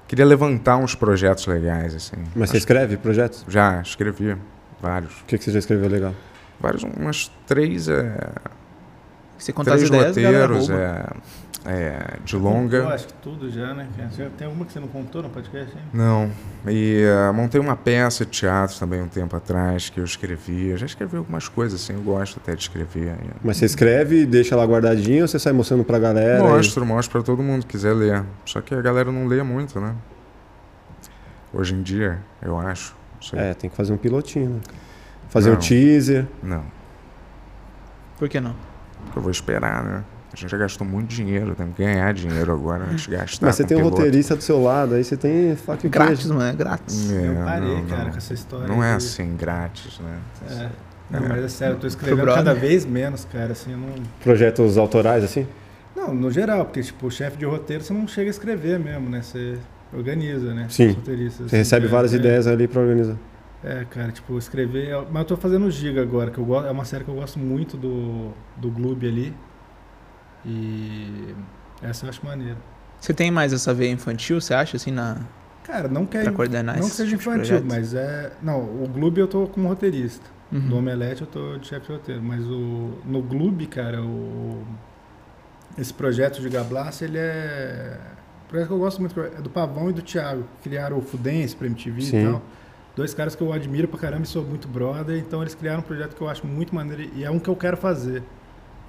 [SPEAKER 3] queria levantar uns projetos legais, assim.
[SPEAKER 1] Mas você escreve projetos?
[SPEAKER 3] Já escrevi vários.
[SPEAKER 1] O que, que você já escreveu legal?
[SPEAKER 3] Vários, umas três, é,
[SPEAKER 2] Você contar as
[SPEAKER 3] três
[SPEAKER 2] ideias, a galera
[SPEAKER 3] roteiros
[SPEAKER 2] rouba.
[SPEAKER 3] é, é, de
[SPEAKER 4] Eu
[SPEAKER 3] longa.
[SPEAKER 4] acho que tudo já, né, cara? Já tem alguma que você não contou no podcast ainda?
[SPEAKER 3] Não. E é, montei uma peça de teatro também um tempo atrás que eu escrevi. Eu já escrevi algumas coisas, assim. Eu gosto até de escrever.
[SPEAKER 1] Mas você escreve, deixa lá guardadinho ou você sai mostrando pra galera?
[SPEAKER 3] Mostro, mostro pra todo mundo que quiser ler. Só que a galera não lê muito, né? Hoje em dia, eu acho. Não
[SPEAKER 1] E...
[SPEAKER 3] sei.
[SPEAKER 1] É, tem que fazer um pilotinho, né? Fazer um
[SPEAKER 3] Não. Ah,
[SPEAKER 1] teaser.
[SPEAKER 3] Não. é.
[SPEAKER 2] Por que não?
[SPEAKER 3] Porque Eu vou esperar, né? A gente já gastou muito dinheiro, tem que ganhar dinheiro agora, antes de gastar.
[SPEAKER 1] Mas você
[SPEAKER 3] com
[SPEAKER 1] tem um
[SPEAKER 3] piloto.
[SPEAKER 1] roteirista do seu lado, aí você tem faca e
[SPEAKER 2] Grátis,
[SPEAKER 1] queijo.
[SPEAKER 2] mano, é grátis.
[SPEAKER 3] É,
[SPEAKER 4] eu parei,
[SPEAKER 3] não,
[SPEAKER 4] cara,
[SPEAKER 3] não.
[SPEAKER 4] com essa história.
[SPEAKER 3] Não é
[SPEAKER 4] de-
[SPEAKER 3] assim, grátis, né?
[SPEAKER 4] É. Não, mas é sério, eu tô
[SPEAKER 2] Pro
[SPEAKER 4] escrevendo
[SPEAKER 2] brother.
[SPEAKER 4] cada vez menos, cara, assim, eu não...
[SPEAKER 1] Projetos autorais, assim?
[SPEAKER 4] Não, no geral, porque, tipo, o chefe de roteiro você não chega a escrever mesmo, né? Você organiza, né?
[SPEAKER 1] Sim.
[SPEAKER 4] Os roteiristas,
[SPEAKER 1] Você
[SPEAKER 4] assim,
[SPEAKER 1] recebe
[SPEAKER 4] é,
[SPEAKER 1] várias
[SPEAKER 4] é.
[SPEAKER 1] ideias ali pra organizar.
[SPEAKER 4] É, cara, tipo, escrever... eu- Mas eu tô fazendo o Giga agora, que eu gosto, é uma série que eu gosto muito do, do Gloob ali. E... Essa eu acho maneira.
[SPEAKER 2] Você tem mais essa veia infantil, você acha, assim, na...
[SPEAKER 4] Cara, não
[SPEAKER 3] É,
[SPEAKER 4] quer...
[SPEAKER 2] pra coordenar
[SPEAKER 4] Não que
[SPEAKER 2] esse
[SPEAKER 4] seja
[SPEAKER 2] tipo de
[SPEAKER 4] infantil,
[SPEAKER 2] projeto?
[SPEAKER 4] mas é... Não, o Gloob eu tô como roteirista.
[SPEAKER 2] Uhum.
[SPEAKER 4] Do Omelete eu tô de chefe de roteiro, mas o, no Gloob, cara, o, esse projeto de Gablaça, ele é... um projeto que eu gosto muito, é do Pavão e do Thiago, que criaram o Fudense pra MTV
[SPEAKER 1] Sim.
[SPEAKER 4] e tal. Dois caras que eu admiro pra caramba e sou muito brother, então eles criaram um projeto que eu acho muito maneiro e é um que eu quero fazer.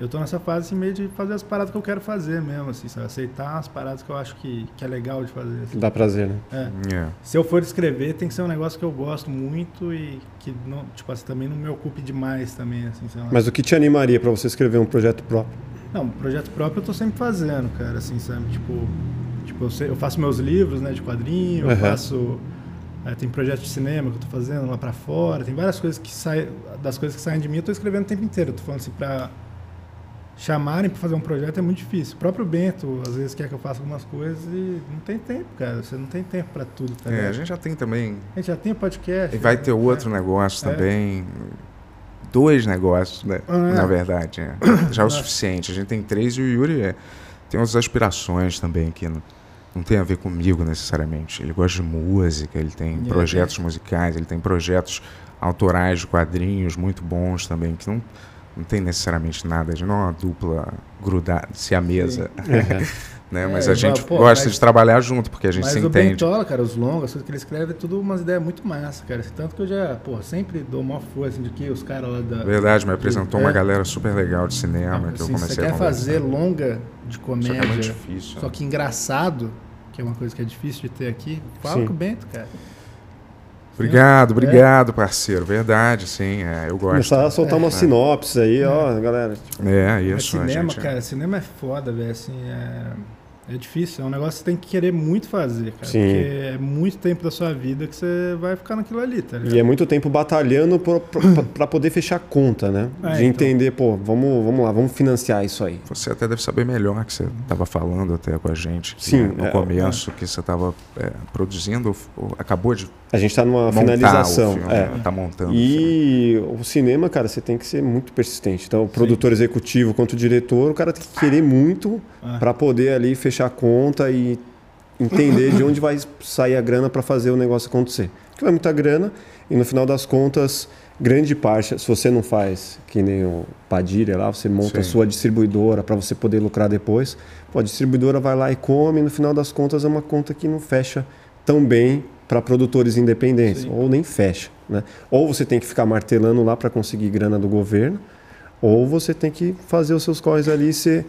[SPEAKER 4] Eu tô nessa fase assim, meio de fazer as paradas que eu quero fazer mesmo, assim, sabe? Aceitar as paradas que eu acho que, que é legal de fazer. assim.
[SPEAKER 1] Dá prazer, né?
[SPEAKER 4] É.
[SPEAKER 3] É.
[SPEAKER 4] Se eu for escrever, tem que ser um negócio que eu gosto muito e que não, tipo assim, também não me ocupe demais também, assim, sei lá.
[SPEAKER 1] Mas o que te animaria pra você escrever um projeto próprio?
[SPEAKER 4] Não, projeto próprio eu tô sempre fazendo, cara, assim, sabe? Tipo, tipo eu, sei- eu faço meus livros, né, de quadrinho, eu
[SPEAKER 1] Aham.
[SPEAKER 4] faço É, tem projeto de cinema que eu tô fazendo lá pra fora, tem várias coisas que saem, das coisas que saem de mim eu tô escrevendo o tempo inteiro. Eu tô falando assim, pra chamarem pra fazer um projeto é muito difícil. O próprio Bento, às vezes, quer que eu faça algumas coisas e não tem tempo, cara. Você não tem tempo pra tudo, tá
[SPEAKER 3] É,
[SPEAKER 4] ligado?
[SPEAKER 3] a gente já tem também.
[SPEAKER 4] A gente já tem o podcast.
[SPEAKER 3] E vai
[SPEAKER 4] né?
[SPEAKER 3] ter outro negócio
[SPEAKER 4] É.
[SPEAKER 3] também. Dois negócios, né?
[SPEAKER 4] Ah, é.
[SPEAKER 3] na verdade. é. Já é o suficiente. A gente tem três e o Yuri é, tem outras aspirações também que não, não tem a ver comigo necessariamente. Ele gosta de música, ele tem
[SPEAKER 4] É.
[SPEAKER 3] projetos musicais, ele tem projetos autorais de quadrinhos muito bons também, que não, não tem necessariamente nada de não é uma dupla grudada, se a mesa. né? Mas
[SPEAKER 4] É,
[SPEAKER 3] a gente
[SPEAKER 4] pô,
[SPEAKER 3] gosta
[SPEAKER 4] mas-
[SPEAKER 3] de trabalhar junto, porque a gente
[SPEAKER 4] Mas
[SPEAKER 3] se
[SPEAKER 4] o
[SPEAKER 3] entende.
[SPEAKER 4] Bentola, cara, os longas, as coisas que ele escreve, é tudo umas ideias muito massa, cara. Assim, Tanto que eu já, pô, sempre dou maior força assim, de que os caras lá da.
[SPEAKER 3] Verdade, me apresentou uma
[SPEAKER 4] É.
[SPEAKER 3] galera super legal de cinema que eu
[SPEAKER 4] assim, se você
[SPEAKER 3] comecei a
[SPEAKER 4] quer
[SPEAKER 3] conversar.
[SPEAKER 4] fazer longa de
[SPEAKER 3] Só que é muito
[SPEAKER 4] comédia,
[SPEAKER 3] difícil.
[SPEAKER 4] só que engraçado, que é uma coisa que é difícil de ter aqui, fala
[SPEAKER 1] Sim.
[SPEAKER 4] com o Bento, cara.
[SPEAKER 3] Obrigado,
[SPEAKER 4] um-
[SPEAKER 3] obrigado, parceiro. Verdade, sim. é, eu gosto.
[SPEAKER 1] Começar a soltar uma sinopse aí, ó, galera. Tipo,
[SPEAKER 3] É,
[SPEAKER 4] Mas
[SPEAKER 3] isso. a
[SPEAKER 4] cinema,
[SPEAKER 3] gente-
[SPEAKER 4] cara, cinema é foda, velho. Assim, é, é difícil, é um negócio que você tem que querer muito fazer, cara.
[SPEAKER 1] Sim.
[SPEAKER 4] Porque é muito tempo da sua vida que você vai ficar naquilo ali, tá ligado?
[SPEAKER 1] E é muito tempo batalhando para poder fechar a conta, né?
[SPEAKER 4] É,
[SPEAKER 1] de
[SPEAKER 4] então.
[SPEAKER 1] entender, pô, vamos, vamos lá, vamos financiar isso aí.
[SPEAKER 3] Você até deve saber melhor que você estava falando até com a gente. que
[SPEAKER 1] Sim,
[SPEAKER 3] No
[SPEAKER 1] é,
[SPEAKER 3] começo, que você estava produzindo, ou- ou acabou de
[SPEAKER 1] A gente tá numa
[SPEAKER 3] montar
[SPEAKER 1] finalização.
[SPEAKER 3] o filme.
[SPEAKER 1] é.
[SPEAKER 3] Tá montando. o filme.
[SPEAKER 1] E o cinema, cara, você tem que ser muito persistente. Então, o produtor executivo quanto o diretor, o cara tem que querer muito
[SPEAKER 4] Ah.
[SPEAKER 1] pra poder ali fechar a conta e entender de onde vai sair a grana pra fazer o negócio acontecer. Porque vai muita grana e no final das contas, grande parte, se você não faz que nem o Padilha lá, você monta a
[SPEAKER 3] Sim.
[SPEAKER 1] sua distribuidora pra você poder lucrar depois. Pô, a distribuidora vai lá e come, e no final das contas é uma conta que não fecha tão bem para produtores independentes,
[SPEAKER 4] Sim.
[SPEAKER 1] ou nem fecha. Né? Ou você tem que ficar martelando lá para conseguir grana do governo, ou você tem que fazer os seus corres ali e ser,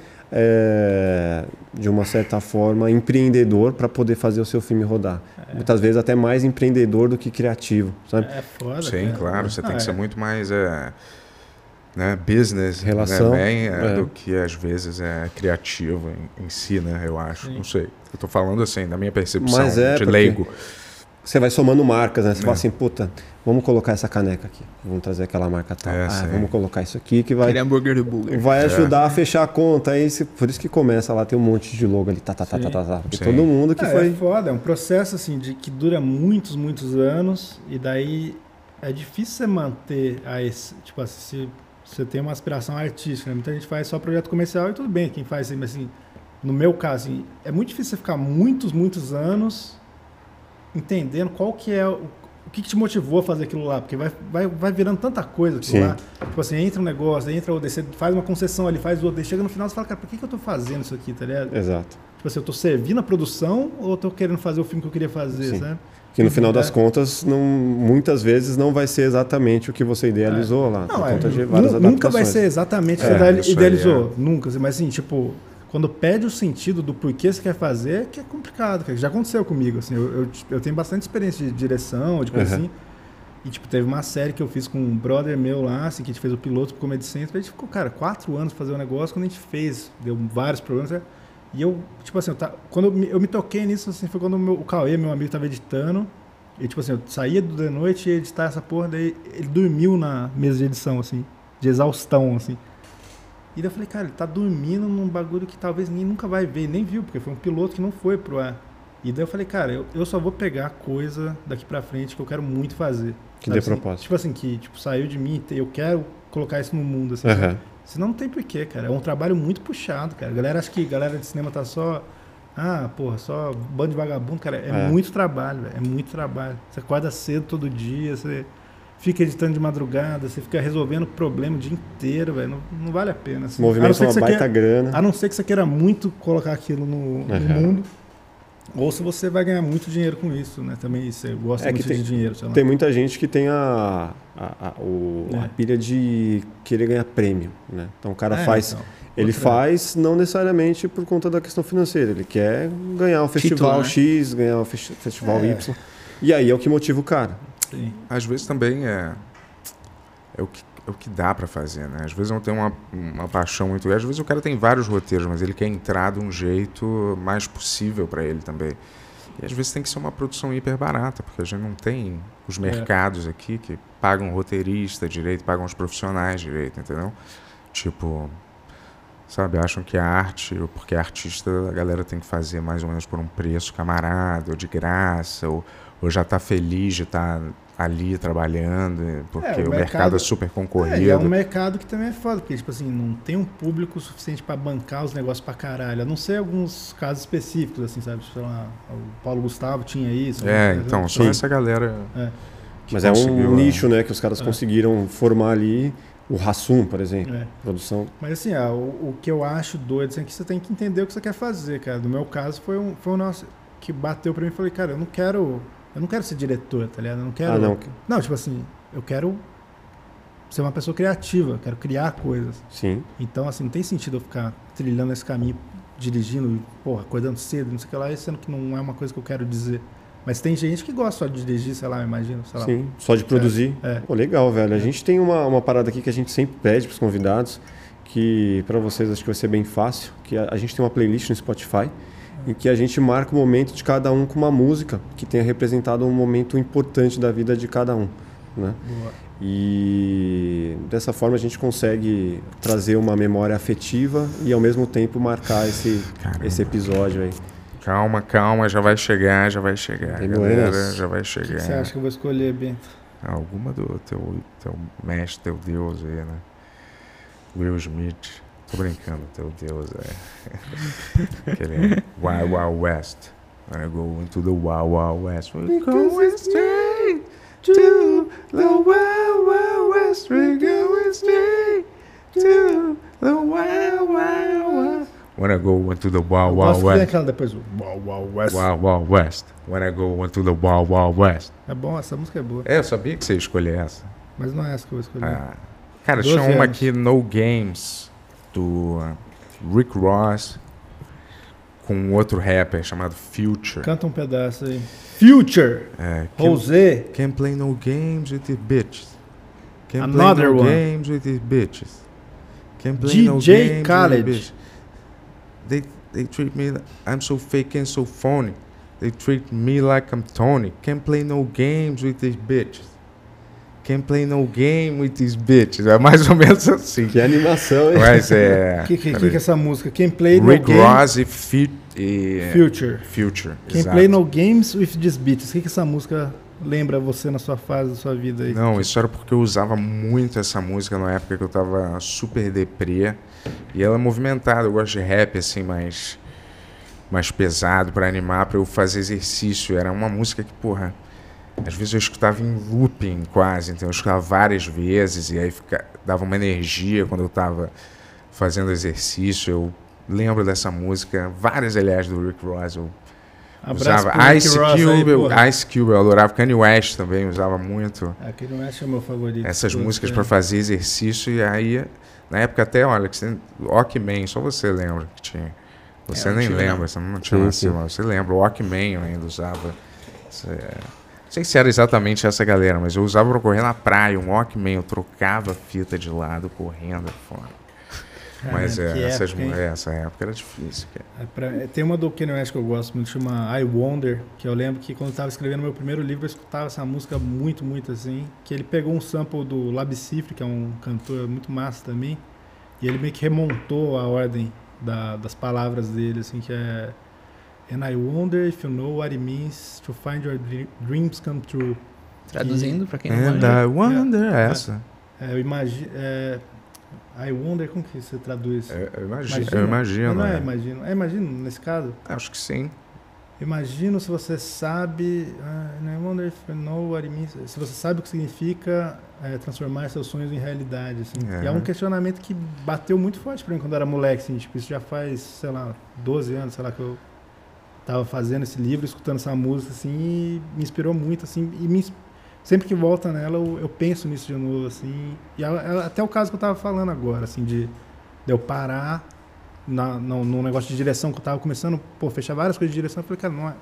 [SPEAKER 1] é, de uma certa forma, empreendedor para poder fazer o seu filme rodar. Muitas vezes até mais empreendedor do que criativo, sabe?
[SPEAKER 4] É foda,
[SPEAKER 3] Sim,
[SPEAKER 4] cara.
[SPEAKER 3] claro. Você
[SPEAKER 4] Ah,
[SPEAKER 3] tem que ser
[SPEAKER 4] é.
[SPEAKER 3] muito mais é, né, business
[SPEAKER 1] Relação,
[SPEAKER 3] também é,
[SPEAKER 1] é.
[SPEAKER 3] do que às vezes é criativo em, em si, né? Eu acho.
[SPEAKER 4] Sim.
[SPEAKER 3] Não sei. Eu tô falando assim, da minha percepção
[SPEAKER 1] Mas é,
[SPEAKER 3] de
[SPEAKER 1] porque-
[SPEAKER 3] leigo.
[SPEAKER 1] Você vai somando marcas, né? Você fala assim, puta, vamos colocar essa caneca aqui, vamos trazer aquela marca tal,
[SPEAKER 3] É,
[SPEAKER 1] Ah,
[SPEAKER 3] sim.
[SPEAKER 1] vamos colocar isso aqui que vai
[SPEAKER 2] Aquele hambúrguer do Burger.
[SPEAKER 1] Vai
[SPEAKER 3] É.
[SPEAKER 1] ajudar a fechar a conta. Aí, se- por isso que começa lá, tem um monte de logo ali. Tá, tá, tá, tá, tá, tá. Porque
[SPEAKER 3] Sim.
[SPEAKER 1] todo mundo que
[SPEAKER 4] Ah, É
[SPEAKER 1] foi.
[SPEAKER 4] foda, é um processo assim de que dura muitos, muitos anos e daí é difícil você manter a esse, tipo assim, se você tem uma aspiração artística, né? Muita gente faz só projeto comercial e tudo bem, quem faz assim, mas assim, no meu caso, assim, é muito difícil você ficar muitos, muitos anos entendendo qual que é o, o que, que te motivou a fazer aquilo lá, porque vai, vai, vai virando tanta coisa aquilo
[SPEAKER 1] Sim.
[SPEAKER 4] lá. Tipo assim, entra um negócio, entra outro, daí você faz uma concessão ali, faz outro, daí chega no final você fala, cara, por que, que eu tô fazendo isso aqui, tá ligado?
[SPEAKER 1] Exato.
[SPEAKER 4] Tipo assim, eu tô servindo a produção ou eu tô querendo fazer o filme que eu queria fazer,
[SPEAKER 1] Sim.
[SPEAKER 4] sabe?
[SPEAKER 1] Que
[SPEAKER 3] Uhum.
[SPEAKER 1] no final
[SPEAKER 4] É.
[SPEAKER 1] das contas, não, muitas vezes não vai ser exatamente o que você idealizou lá.
[SPEAKER 4] Não,
[SPEAKER 1] por
[SPEAKER 4] é,
[SPEAKER 1] conta de
[SPEAKER 4] nu-
[SPEAKER 1] várias
[SPEAKER 4] nunca vai
[SPEAKER 1] adaptações.
[SPEAKER 4] ser exatamente o que
[SPEAKER 3] É, isso
[SPEAKER 4] você
[SPEAKER 3] aí
[SPEAKER 4] idealizou. Nunca, assim, mas assim, tipo, quando perde o sentido do porquê você quer fazer, que é complicado, cara. Já aconteceu comigo, assim, eu, eu, eu tenho bastante experiência de direção, de coisa
[SPEAKER 1] Uhum.
[SPEAKER 4] assim. E, tipo, teve uma série que eu fiz com um brother meu lá, assim, que a gente fez o piloto pro Comedy Central. A gente ficou, cara, quatro anos fazer o negócio. Quando a gente fez, deu vários problemas. né? E eu, tipo assim, eu tá, quando eu me, eu me toquei nisso, assim, foi quando o, meu, o Cauê, meu amigo, tava editando. E, tipo assim, eu saía do da noite e ia editar essa porra. Daí ele dormiu na mesa de edição, assim, de exaustão, assim. E daí eu falei, cara, ele tá dormindo num bagulho que talvez nem nunca vai ver, nem viu, porque foi um piloto que não foi pro ar. E daí eu falei, cara, eu, eu só vou pegar coisa daqui pra frente que eu quero muito fazer.
[SPEAKER 1] Que dê
[SPEAKER 4] assim?
[SPEAKER 1] propósito.
[SPEAKER 4] Tipo assim, que tipo, saiu de mim, te- eu quero colocar isso no mundo, assim.
[SPEAKER 1] Aham.
[SPEAKER 4] Senão não tem porquê, cara. É um trabalho muito puxado, cara. A galera acha que a galera de cinema tá só. Ah, porra, só bando de vagabundo, cara. É,
[SPEAKER 1] É.
[SPEAKER 4] muito trabalho, velho. É muito trabalho. Você acorda cedo todo dia, você fica editando de madrugada, você fica resolvendo problema o dia inteiro, velho. Não, não vale a pena. Assim. A não
[SPEAKER 1] Movimenta
[SPEAKER 4] ser que
[SPEAKER 1] é uma
[SPEAKER 4] você
[SPEAKER 1] baita
[SPEAKER 4] queira- Ah,
[SPEAKER 1] grana.
[SPEAKER 4] a não ser que você queira muito colocar aquilo no, no
[SPEAKER 1] Aham.
[SPEAKER 4] mundo. Ou se você vai ganhar muito dinheiro com isso, né? Também você gosta
[SPEAKER 1] É que
[SPEAKER 4] muito
[SPEAKER 1] tem-
[SPEAKER 4] de dinheiro, sei lá.
[SPEAKER 1] Tem muita gente que tem a, a, a- o-
[SPEAKER 4] É.
[SPEAKER 1] a pilha de querer ganhar prêmio. Né? Então o cara
[SPEAKER 4] É,
[SPEAKER 1] faz.
[SPEAKER 4] então.
[SPEAKER 1] Ele
[SPEAKER 4] Outra-
[SPEAKER 1] faz não necessariamente por conta da questão financeira. Ele quer ganhar um festival
[SPEAKER 2] né?
[SPEAKER 1] X, ganhar um festi- festival
[SPEAKER 4] É.
[SPEAKER 1] Y. E aí é o que motiva o cara.
[SPEAKER 4] Sim.
[SPEAKER 3] Às vezes também é, é, o, que, é o que dá pra fazer, né? Às vezes eu tenho uma, uma paixão muito grande. Às vezes o cara tem vários roteiros, mas ele quer entrar de um jeito mais possível pra ele também. E às vezes tem que ser uma produção hiper barata, porque a gente não tem os mercados aqui que pagam roteirista direito, pagam os profissionais direito, entendeu? Tipo, sabe, acham que a arte, ou porque é artista, a galera tem que fazer mais ou menos por um preço camarada, ou de graça, ou, ou já tá feliz de estar ali trabalhando, e- porque
[SPEAKER 4] É, o
[SPEAKER 3] o, mercado,
[SPEAKER 4] mercado-
[SPEAKER 3] é super
[SPEAKER 4] É, e
[SPEAKER 3] concorrido.
[SPEAKER 4] é um mercado que também é foda, porque, tipo assim, não tem um público suficiente pra bancar os negócios pra caralho. A não ser alguns casos específicos, assim, sabe? Sei lá, o Paulo Gustavo tinha isso.
[SPEAKER 3] É,
[SPEAKER 4] né?
[SPEAKER 3] então, só
[SPEAKER 1] Sim.
[SPEAKER 3] essa galera.
[SPEAKER 4] É.
[SPEAKER 3] que
[SPEAKER 1] Mas é
[SPEAKER 3] conseguiu,
[SPEAKER 1] um
[SPEAKER 3] né?
[SPEAKER 1] nicho, né, que os caras
[SPEAKER 4] É.
[SPEAKER 1] conseguiram formar ali o Rassum, por exemplo.
[SPEAKER 4] É.
[SPEAKER 1] Produção.
[SPEAKER 4] Mas assim, ah, o, o que eu acho doido assim, é que você tem que entender o que você quer fazer, cara. No meu caso, foi um, foi um nosso que bateu pra mim e falei, cara, eu não quero. Eu não quero ser diretor, tá ligado? Eu não quero.
[SPEAKER 1] Ah, não.
[SPEAKER 4] Não, tipo assim, eu quero ser uma pessoa criativa, eu quero criar coisas.
[SPEAKER 1] Sim.
[SPEAKER 4] Então, assim, não tem sentido eu ficar trilhando esse caminho, dirigindo, porra, acordando cedo, não sei o que lá, e sendo que não é uma coisa que eu quero dizer. Mas tem gente que gosta só de dirigir, sei lá, eu imagino, sei Tá lá.
[SPEAKER 1] Sim, só de produzir.
[SPEAKER 4] É.
[SPEAKER 1] Pô, legal, velho. A gente tem uma, uma parada aqui que a gente sempre pede para os convidados, que para vocês acho que vai ser bem fácil, que a, a gente tem uma playlist no Spotify
[SPEAKER 4] É.
[SPEAKER 1] em que a gente marca o momento de cada um com uma música que tenha representado um momento importante da vida de cada um, né?
[SPEAKER 4] Boa.
[SPEAKER 1] E dessa forma a gente consegue trazer uma memória afetiva e ao mesmo tempo marcar esse,
[SPEAKER 3] Caramba.
[SPEAKER 1] esse episódio aí.
[SPEAKER 3] Calma, calma, já vai chegar, já vai chegar.
[SPEAKER 1] Tem
[SPEAKER 3] Galera,
[SPEAKER 1] Milenas?
[SPEAKER 3] já vai
[SPEAKER 4] O que,
[SPEAKER 3] chegar.
[SPEAKER 4] que você acha que eu vou escolher, Bento?
[SPEAKER 3] Alguma do teu, teu mestre, teu deus aí, né? Will Smith. Tô brincando, teu deus é. Aquele Wild Wild West. I go into the Wild Wild West. We going straight to the Wild Wild West. We going straight to the Wild Wild West. When I go into the Wild
[SPEAKER 4] Posso
[SPEAKER 3] Wild
[SPEAKER 4] escolher
[SPEAKER 3] West.
[SPEAKER 4] aquela depois? o Wow, wow, West.
[SPEAKER 3] Wild Wild West. When I go into the Wild Wild West.
[SPEAKER 4] É bom, essa música é boa,
[SPEAKER 3] É, eu sabia que você ia escolher essa.
[SPEAKER 4] mas não é essa que eu vou escolher.
[SPEAKER 3] Ah, cara,
[SPEAKER 4] 12
[SPEAKER 3] tinha uma
[SPEAKER 4] anos.
[SPEAKER 3] aqui, No Games, do ah, Rick Ross, com um outro rapper chamado Future.
[SPEAKER 4] Canta um pedaço aí. Future,
[SPEAKER 3] É, can't,
[SPEAKER 4] Rosé.
[SPEAKER 3] can't play no games with the bitches. Can't
[SPEAKER 4] Another
[SPEAKER 3] play no
[SPEAKER 4] one.
[SPEAKER 3] games with the bitches. Can't play no
[SPEAKER 4] DJ
[SPEAKER 3] games with the
[SPEAKER 4] Khaled.
[SPEAKER 3] bitches. They, they treat me, li- I'm so fake and so phony. They treat me like I'm Tony. Can't play no games with these bitches. Can't play no game with these bitches. É mais ou menos assim.
[SPEAKER 1] Que animação, hein?
[SPEAKER 3] Mas é.
[SPEAKER 4] O que, que, que,
[SPEAKER 3] peraí.
[SPEAKER 4] que é essa música? Can't play no
[SPEAKER 3] Rick
[SPEAKER 4] games.
[SPEAKER 3] Ross e, Fi- e
[SPEAKER 4] Future.
[SPEAKER 3] Future.
[SPEAKER 4] Can't
[SPEAKER 3] exato.
[SPEAKER 4] play no games with these beats. O que, que essa música lembra você na sua fase da sua vida aí?
[SPEAKER 3] Não, isso era porque eu usava muito essa música na época que eu tava super deprê. E ela é movimentada, eu gosto de rap assim, mais, mais pesado pra animar, pra eu fazer exercício. Era uma música que, porra, às vezes eu escutava em looping quase, então eu escutava várias vezes e aí fica, dava uma energia quando eu tava fazendo exercício. Eu lembro dessa música, várias aliás do Rick Ross, eu
[SPEAKER 4] Abraço pro
[SPEAKER 3] usava
[SPEAKER 4] Rick
[SPEAKER 3] Ice
[SPEAKER 4] Ross aí,
[SPEAKER 3] Cube, eu-
[SPEAKER 4] porra.
[SPEAKER 3] Ice Cube, eu adorava Kanye West também, usava muito
[SPEAKER 4] Ah, Aquele não é o meu favorito.
[SPEAKER 3] essas
[SPEAKER 4] Putz,
[SPEAKER 3] músicas
[SPEAKER 4] é.
[SPEAKER 3] pra fazer exercício e aí na época até, olha, que você, Walkman, só você lembra que tinha. Você
[SPEAKER 2] É, eu
[SPEAKER 3] nem
[SPEAKER 4] né?
[SPEAKER 2] tive,
[SPEAKER 3] lembra, você não tinha
[SPEAKER 1] Sim,
[SPEAKER 3] nascido,
[SPEAKER 1] sim.
[SPEAKER 3] mas você lembra, o Walkman eu ainda usava. Isso é- Não sei se era exatamente essa galera, mas eu usava pra correr na praia, um Walkman, eu trocava a fita de lado, correndo fora. Mas
[SPEAKER 4] Caramba,
[SPEAKER 3] é,
[SPEAKER 4] que
[SPEAKER 3] essas,
[SPEAKER 4] época,
[SPEAKER 3] mu-
[SPEAKER 4] hein?
[SPEAKER 3] essa época era difícil, cara.
[SPEAKER 4] É, pra- é, Tem uma do Kanye West que eu gosto muito, chama I Wonder, que eu lembro que quando eu tava escrevendo meu primeiro livro, eu escutava essa música muito, muito assim, que ele pegou um sample do Lab Cifre, que é um cantor muito massa também, e ele meio que remontou a ordem da- das palavras dele, assim, que é And I wonder if you know what it means to find your dre- dreams come true.
[SPEAKER 2] Traduzindo pra quem não
[SPEAKER 3] And
[SPEAKER 2] manja.
[SPEAKER 3] I wonder
[SPEAKER 4] É.
[SPEAKER 3] essa.
[SPEAKER 4] É, eu imagino... I wonder, como que você traduz?
[SPEAKER 3] Eu, É, eu imagino,
[SPEAKER 4] Imagina.
[SPEAKER 3] eu imagino.
[SPEAKER 4] não é,
[SPEAKER 3] né?
[SPEAKER 4] imagino. É, imagino, nesse caso.
[SPEAKER 3] Acho que sim.
[SPEAKER 4] Imagino se você sabe. ah, and I wonder if you know what it means. Se você sabe o que significa eh, transformar seus sonhos em realidade. Assim.
[SPEAKER 3] É.
[SPEAKER 4] E é um questionamento que bateu muito forte pra mim quando eu era moleque. Assim, tipo, isso já faz, sei lá, 12 anos, sei lá, que eu tava fazendo esse livro, escutando essa música, assim, e me inspirou muito, assim, e me ins- sempre que volta nela, eu, eu penso nisso de novo, assim, e ela- ela- até o caso que eu tava falando agora, assim, de, de eu parar na, no, num negócio de direção que eu tava começando, pô, fechar várias coisas de direção, eu falei, cara, não é,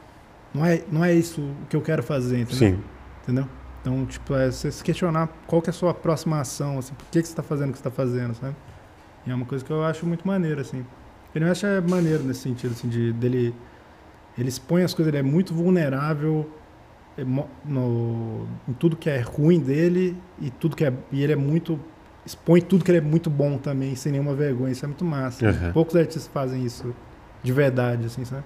[SPEAKER 4] não é, não é isso o que eu quero fazer, entendeu?
[SPEAKER 1] Sim.
[SPEAKER 4] Entendeu? Então, tipo, é você se questionar qual que é a sua próxima ação, assim, por que, que você tá fazendo o que você tá fazendo, sabe? é E é uma coisa que eu acho muito maneiro, assim. Ele acha maneiro nesse sentido, assim, de dele Ele expõe as coisas, ele é muito vulnerável emo- no, em tudo que é ruim dele e tudo que é. E ele é muito. expõe tudo que ele é muito bom também, sem nenhuma vergonha. Isso é muito massa.
[SPEAKER 1] Aham.
[SPEAKER 4] Poucos artistas fazem isso de verdade, assim, sabe?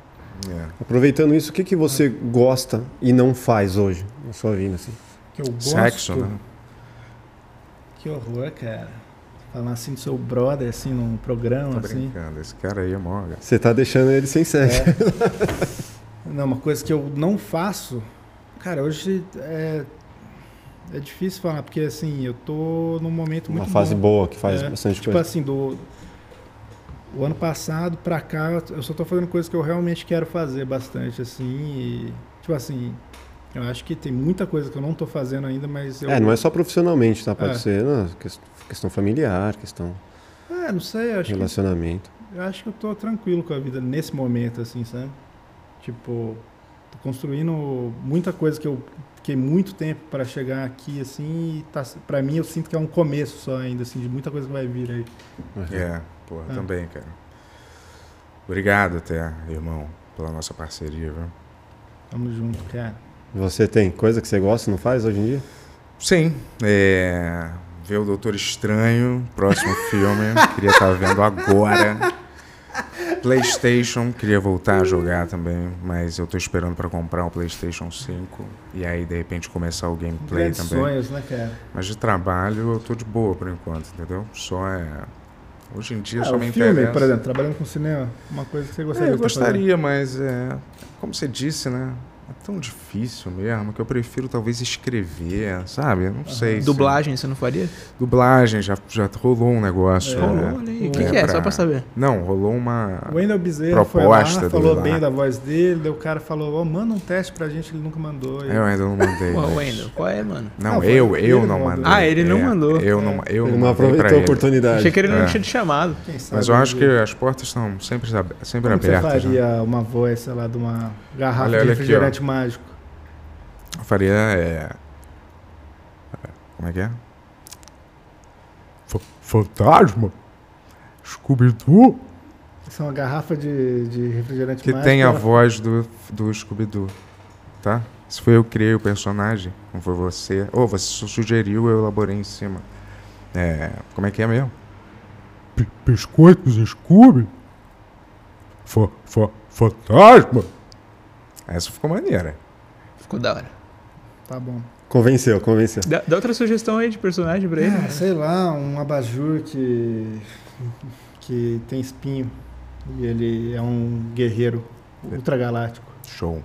[SPEAKER 3] É.
[SPEAKER 1] Aproveitando isso, o que, que você gosta e não faz hoje na sua vida? Assim?
[SPEAKER 4] Que eu gosto.
[SPEAKER 3] Sexo, né?
[SPEAKER 4] Que horror, cara. Falar assim do seu brother, assim, num
[SPEAKER 3] Tô
[SPEAKER 4] programa, assim.
[SPEAKER 3] brincando. Esse cara aí é mó.
[SPEAKER 1] Você tá deixando ele sem sexo.
[SPEAKER 4] É, Não, uma coisa que eu não faço. Cara, hoje é. É difícil falar, porque assim, eu tô num momento muito.
[SPEAKER 1] Uma fase
[SPEAKER 4] bom.
[SPEAKER 1] boa que faz
[SPEAKER 4] É,
[SPEAKER 1] bastante
[SPEAKER 4] Tipo
[SPEAKER 1] coisa.
[SPEAKER 4] assim, do. O ano passado pra cá, eu só tô fazendo coisas que eu realmente quero fazer bastante, assim. E, tipo assim, eu acho que tem muita coisa que eu não tô fazendo ainda, mas assim, eu.
[SPEAKER 1] É, não é só profissionalmente, tá? Pode
[SPEAKER 4] É.
[SPEAKER 1] ser não, ques- questão familiar, questão
[SPEAKER 4] É, não sei, eu acho que
[SPEAKER 1] relacionamento.
[SPEAKER 4] Eu acho que eu tô tranquilo com a vida nesse momento, assim, sabe? Tipo, tô construindo muita coisa que eu fiquei muito tempo para chegar aqui, assim, e tá, pra mim eu sinto que é um começo só ainda, assim, de muita coisa que vai vir aí.
[SPEAKER 3] É, porra,
[SPEAKER 4] Ah.
[SPEAKER 3] também, cara. Obrigado até, irmão, pela nossa parceria, viu?
[SPEAKER 4] Tamo junto, cara.
[SPEAKER 1] Você tem coisa que você gosta e não faz hoje em dia?
[SPEAKER 3] Sim, é... Ver o Doutor Estranho, próximo filme, queria estar vendo agora. PlayStation, queria voltar a jogar também, mas eu tô esperando pra comprar o PlayStation 5 e aí de repente começar o gameplay
[SPEAKER 4] Grandes
[SPEAKER 3] também.
[SPEAKER 4] sonhos, né, cara?
[SPEAKER 3] Mas de trabalho eu tô de boa por enquanto, entendeu? Só é. Hoje em dia
[SPEAKER 4] Ah,
[SPEAKER 3] só
[SPEAKER 4] o
[SPEAKER 3] me
[SPEAKER 4] filme,
[SPEAKER 3] interessa.
[SPEAKER 4] por exemplo, trabalhando com cinema, uma coisa que você
[SPEAKER 3] É,
[SPEAKER 4] gostaria
[SPEAKER 3] eu
[SPEAKER 4] de estar fazendo.
[SPEAKER 3] gostaria, mas é, como você disse, né? É tão difícil mesmo que eu prefiro talvez escrever, sabe? Eu Não sei. se-
[SPEAKER 2] Dublagem, você não faria?
[SPEAKER 3] Dublagem, já, já rolou um negócio.
[SPEAKER 4] É.
[SPEAKER 3] né?
[SPEAKER 2] Rolou, olha aí. O que,
[SPEAKER 3] É
[SPEAKER 2] que é?
[SPEAKER 3] pra-
[SPEAKER 2] Só pra saber.
[SPEAKER 3] Não, rolou uma.
[SPEAKER 4] O Wendel Bezerra foi lá,
[SPEAKER 3] Proposta do
[SPEAKER 4] falou
[SPEAKER 3] lá.
[SPEAKER 4] bem da voz dele, daí o cara falou, ó, manda um teste pra gente, ele nunca mandou. e-
[SPEAKER 3] Eu ainda É, não mandei.
[SPEAKER 2] Pô,
[SPEAKER 3] mas-
[SPEAKER 2] Wendel, qual é, mano?
[SPEAKER 3] Não,
[SPEAKER 4] Não, foi
[SPEAKER 3] eu,
[SPEAKER 4] ele
[SPEAKER 3] eu
[SPEAKER 4] que
[SPEAKER 3] não
[SPEAKER 4] mandou.
[SPEAKER 3] mandei.
[SPEAKER 2] Ah, ele não
[SPEAKER 3] É,
[SPEAKER 2] mandou.
[SPEAKER 3] Eu não, eu
[SPEAKER 1] Ele
[SPEAKER 3] não
[SPEAKER 1] não
[SPEAKER 3] mandei pra
[SPEAKER 1] aproveitou a
[SPEAKER 3] ele.
[SPEAKER 1] oportunidade.
[SPEAKER 2] Achei que ele não
[SPEAKER 3] É.
[SPEAKER 2] tinha te chamado.
[SPEAKER 4] Quem sabe
[SPEAKER 3] Mas eu
[SPEAKER 4] um
[SPEAKER 3] acho que
[SPEAKER 4] dia.
[SPEAKER 3] as portas estão sempre, ab- sempre
[SPEAKER 4] Como você
[SPEAKER 3] abertas. né?
[SPEAKER 4] faria uma voz, sei lá, de uma garrafa
[SPEAKER 3] Olha,
[SPEAKER 4] de
[SPEAKER 3] olha aqui,
[SPEAKER 4] refrigerante mágico?
[SPEAKER 3] Eu faria. É... Como é que é? Fa- fantasma? Scooby-Doo?
[SPEAKER 4] Isso é uma garrafa de, de refrigerante
[SPEAKER 3] Que
[SPEAKER 4] mágico. é?
[SPEAKER 3] tem a
[SPEAKER 4] ela-
[SPEAKER 3] voz do, do Scooby-Doo, tá? Isso foi eu que criei o personagem, não foi você. Ou você su- sugeriu, eu elaborei em cima. É, como é que é mesmo?
[SPEAKER 6] Biscoitos Scooby? Fa, fa, fantasma?
[SPEAKER 3] Essa ficou maneira.
[SPEAKER 2] Ficou da hora.
[SPEAKER 4] Tá bom.
[SPEAKER 1] Convenceu, convenceu.
[SPEAKER 2] Dá, dá outra sugestão aí de personagem pra ele. né?
[SPEAKER 4] Ah, sei lá, um abajur que. que tem espinho. E ele é um guerreiro ultragaláctico,
[SPEAKER 3] Show.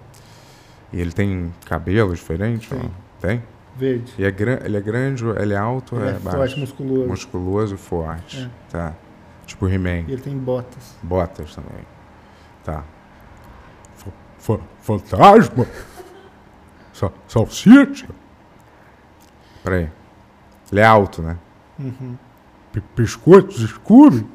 [SPEAKER 3] E ele tem cabelo diferente?
[SPEAKER 4] Tem.
[SPEAKER 3] ou- Tem?
[SPEAKER 4] verde.
[SPEAKER 3] E é gran- ele é grande, ele é alto, ou
[SPEAKER 4] Ele é,
[SPEAKER 3] é, baixo?
[SPEAKER 4] forte, musculoso. É,
[SPEAKER 3] Musculoso e forte. Tá. Tipo He-Man.
[SPEAKER 4] E ele tem botas.
[SPEAKER 3] Botas também. Tá.
[SPEAKER 6] Fa, fantasma? Sa, salsicha?
[SPEAKER 3] Peraí. Ele é alto, né?
[SPEAKER 4] Uhum.
[SPEAKER 6] Bi- Biscoitos Scooby?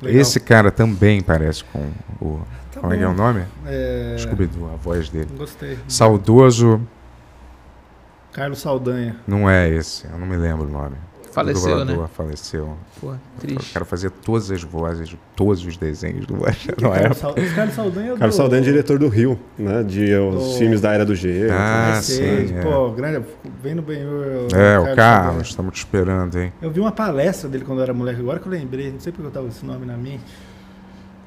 [SPEAKER 4] Legal.
[SPEAKER 3] Esse cara também parece com o.
[SPEAKER 4] Tá
[SPEAKER 3] Como é que é o
[SPEAKER 4] bom.
[SPEAKER 3] nome?
[SPEAKER 4] É,
[SPEAKER 3] Scooby-Doo, a voz dele.
[SPEAKER 4] Gostei.
[SPEAKER 3] Saudoso
[SPEAKER 4] Carlos Saldanha.
[SPEAKER 3] não é esse, eu não me lembro o nome. o
[SPEAKER 2] Faleceu, né?
[SPEAKER 3] dublador faleceu.
[SPEAKER 2] Pô,
[SPEAKER 3] O
[SPEAKER 2] triste.
[SPEAKER 3] cara fazia todas as vozes, de todos os desenhos do Guaxa na
[SPEAKER 4] Carlos,
[SPEAKER 3] época.
[SPEAKER 4] Sal... esse Carlos Saldanha é o
[SPEAKER 1] Carlos
[SPEAKER 4] do-
[SPEAKER 1] Saldanha é diretor do Rio, né? De os
[SPEAKER 4] Do-
[SPEAKER 1] filmes da Era do Gelo. né?
[SPEAKER 3] Ah,
[SPEAKER 4] Ah, sim.
[SPEAKER 3] sim, é.
[SPEAKER 4] Pô, grande. Vem no banheiro.
[SPEAKER 3] É, o
[SPEAKER 4] Saldanha.
[SPEAKER 3] Carlos, estamos te esperando, hein?
[SPEAKER 4] Eu vi uma palestra dele quando eu era moleque, agora que eu lembrei, não sei porque eu tava com esse nome na mente.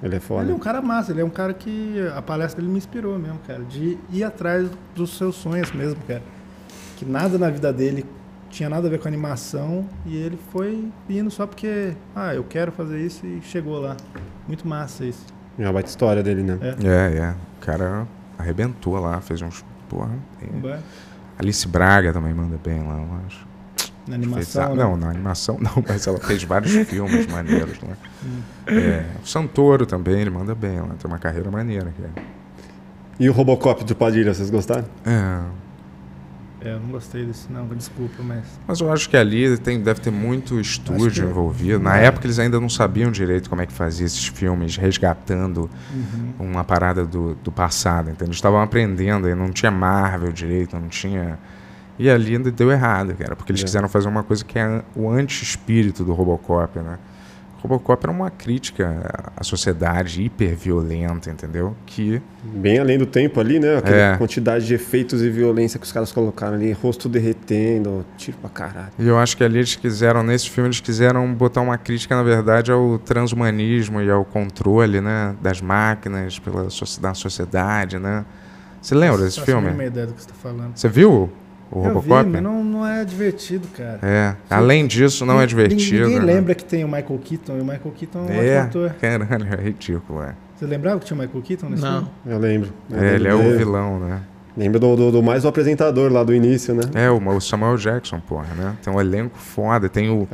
[SPEAKER 1] Ele é
[SPEAKER 4] Ele é
[SPEAKER 1] foda.
[SPEAKER 4] um cara massa, ele é um cara que a palestra dele me inspirou mesmo, cara, de ir atrás dos seus sonhos mesmo, cara. Que nada na vida dele tinha nada a ver com animação e ele foi indo só porque, ah, eu quero fazer isso e chegou lá. Muito massa isso.
[SPEAKER 1] Já bate história dele, né?
[SPEAKER 4] É.
[SPEAKER 3] É, é. O cara arrebentou lá, fez uns. Porra. é.
[SPEAKER 4] Ba-
[SPEAKER 3] Alice Braga também manda bem lá, eu acho. Fez-
[SPEAKER 4] Na animação. né?
[SPEAKER 3] Não, na animação não, mas ela fez vários filmes maneiros, né?
[SPEAKER 4] Hum.
[SPEAKER 3] É, o Santoro também, ele manda bem lá, tem uma carreira maneira, é. cara.
[SPEAKER 1] E o Robocop do Padilha, vocês gostaram?
[SPEAKER 3] É,
[SPEAKER 4] É, eu não gostei desse não, desculpa, mas.
[SPEAKER 3] Mas eu acho que ali tem, deve ter muito
[SPEAKER 4] Acho que- é.
[SPEAKER 3] estúdio envolvido. Na época eles ainda não sabiam direito como é que fazia esses filmes, resgatando
[SPEAKER 4] Uhum.
[SPEAKER 3] uma parada do, do passado. Então eles estavam aprendendo, aí não tinha Marvel direito, não tinha. E ali ainda deu errado, cara, porque eles
[SPEAKER 1] É.
[SPEAKER 3] quiseram fazer uma coisa que é o anti-espírito do Robocop, né? Robocop era uma crítica à sociedade hiperviolenta, entendeu? Que
[SPEAKER 1] Bem além do tempo ali, né? Aquela
[SPEAKER 3] É.
[SPEAKER 1] quantidade de efeitos e violência que os caras colocaram ali, rosto derretendo, tiro pra caralho.
[SPEAKER 3] E eu acho que ali eles quiseram, nesse filme, eles quiseram botar uma crítica, na verdade, ao transhumanismo e ao controle, né? Das máquinas pela soci- da sociedade, né? Você lembra desse
[SPEAKER 4] Faço a
[SPEAKER 3] filme?
[SPEAKER 4] mínima ideia do que você tá falando.
[SPEAKER 3] Você viu o
[SPEAKER 4] Eu
[SPEAKER 3] Robocop?
[SPEAKER 4] vi, mas não, não é divertido, cara.
[SPEAKER 3] É. Além disso, não é divertido.
[SPEAKER 4] Ninguém
[SPEAKER 3] né?
[SPEAKER 4] lembra que tem o Michael Keaton, e o Michael Keaton é um ótimo
[SPEAKER 3] É,
[SPEAKER 4] ator.
[SPEAKER 3] caralho, é ridículo, é.
[SPEAKER 4] Você lembrava que tinha o Michael Keaton nesse
[SPEAKER 2] Não.
[SPEAKER 4] filme?
[SPEAKER 1] Eu lembro. Eu
[SPEAKER 3] É, ele é
[SPEAKER 1] lembro
[SPEAKER 3] o
[SPEAKER 1] de-
[SPEAKER 3] vilão, né?
[SPEAKER 1] Lembro do, do, do mais o apresentador lá do início, né?
[SPEAKER 3] É, o o Samuel Jackson, porra, né? Tem um elenco foda, tem o...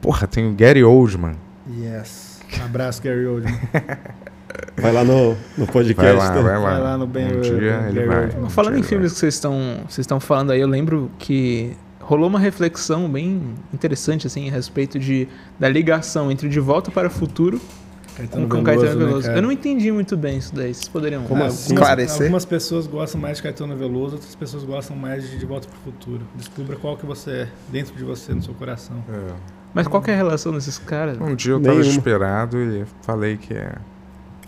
[SPEAKER 3] Porra, tem o Gary Oldman.
[SPEAKER 4] Yes. Abraço, Gary Oldman.
[SPEAKER 1] Vai lá no, no
[SPEAKER 3] É. Vai
[SPEAKER 1] podcast.
[SPEAKER 3] lá,
[SPEAKER 1] né?
[SPEAKER 3] vai lá.
[SPEAKER 4] Vai lá no Ben
[SPEAKER 3] Um dia
[SPEAKER 4] Gary
[SPEAKER 3] ele vai.
[SPEAKER 4] Oldman.
[SPEAKER 3] Um
[SPEAKER 2] Falando
[SPEAKER 3] dia
[SPEAKER 2] em
[SPEAKER 3] ele vai.
[SPEAKER 2] filmes que vocês estão, vocês estão falando aí, eu lembro que rolou uma reflexão bem interessante assim a respeito de da ligação entre De Volta para o Futuro com, com Caetano Veloso. eu não entendi muito bem isso daí. Vocês poderiam
[SPEAKER 1] Como
[SPEAKER 2] Ah,
[SPEAKER 1] assim?
[SPEAKER 5] Esclarecer.
[SPEAKER 4] né, Algumas pessoas gostam mais de Caetano Veloso, outras pessoas gostam mais de De Volta pro Futuro. Descubra qual que você é dentro de você, no seu coração.
[SPEAKER 2] Mas qual que é a relação desses caras?
[SPEAKER 3] Um dia eu tava
[SPEAKER 1] Nenhuma.
[SPEAKER 3] desesperado e falei que é,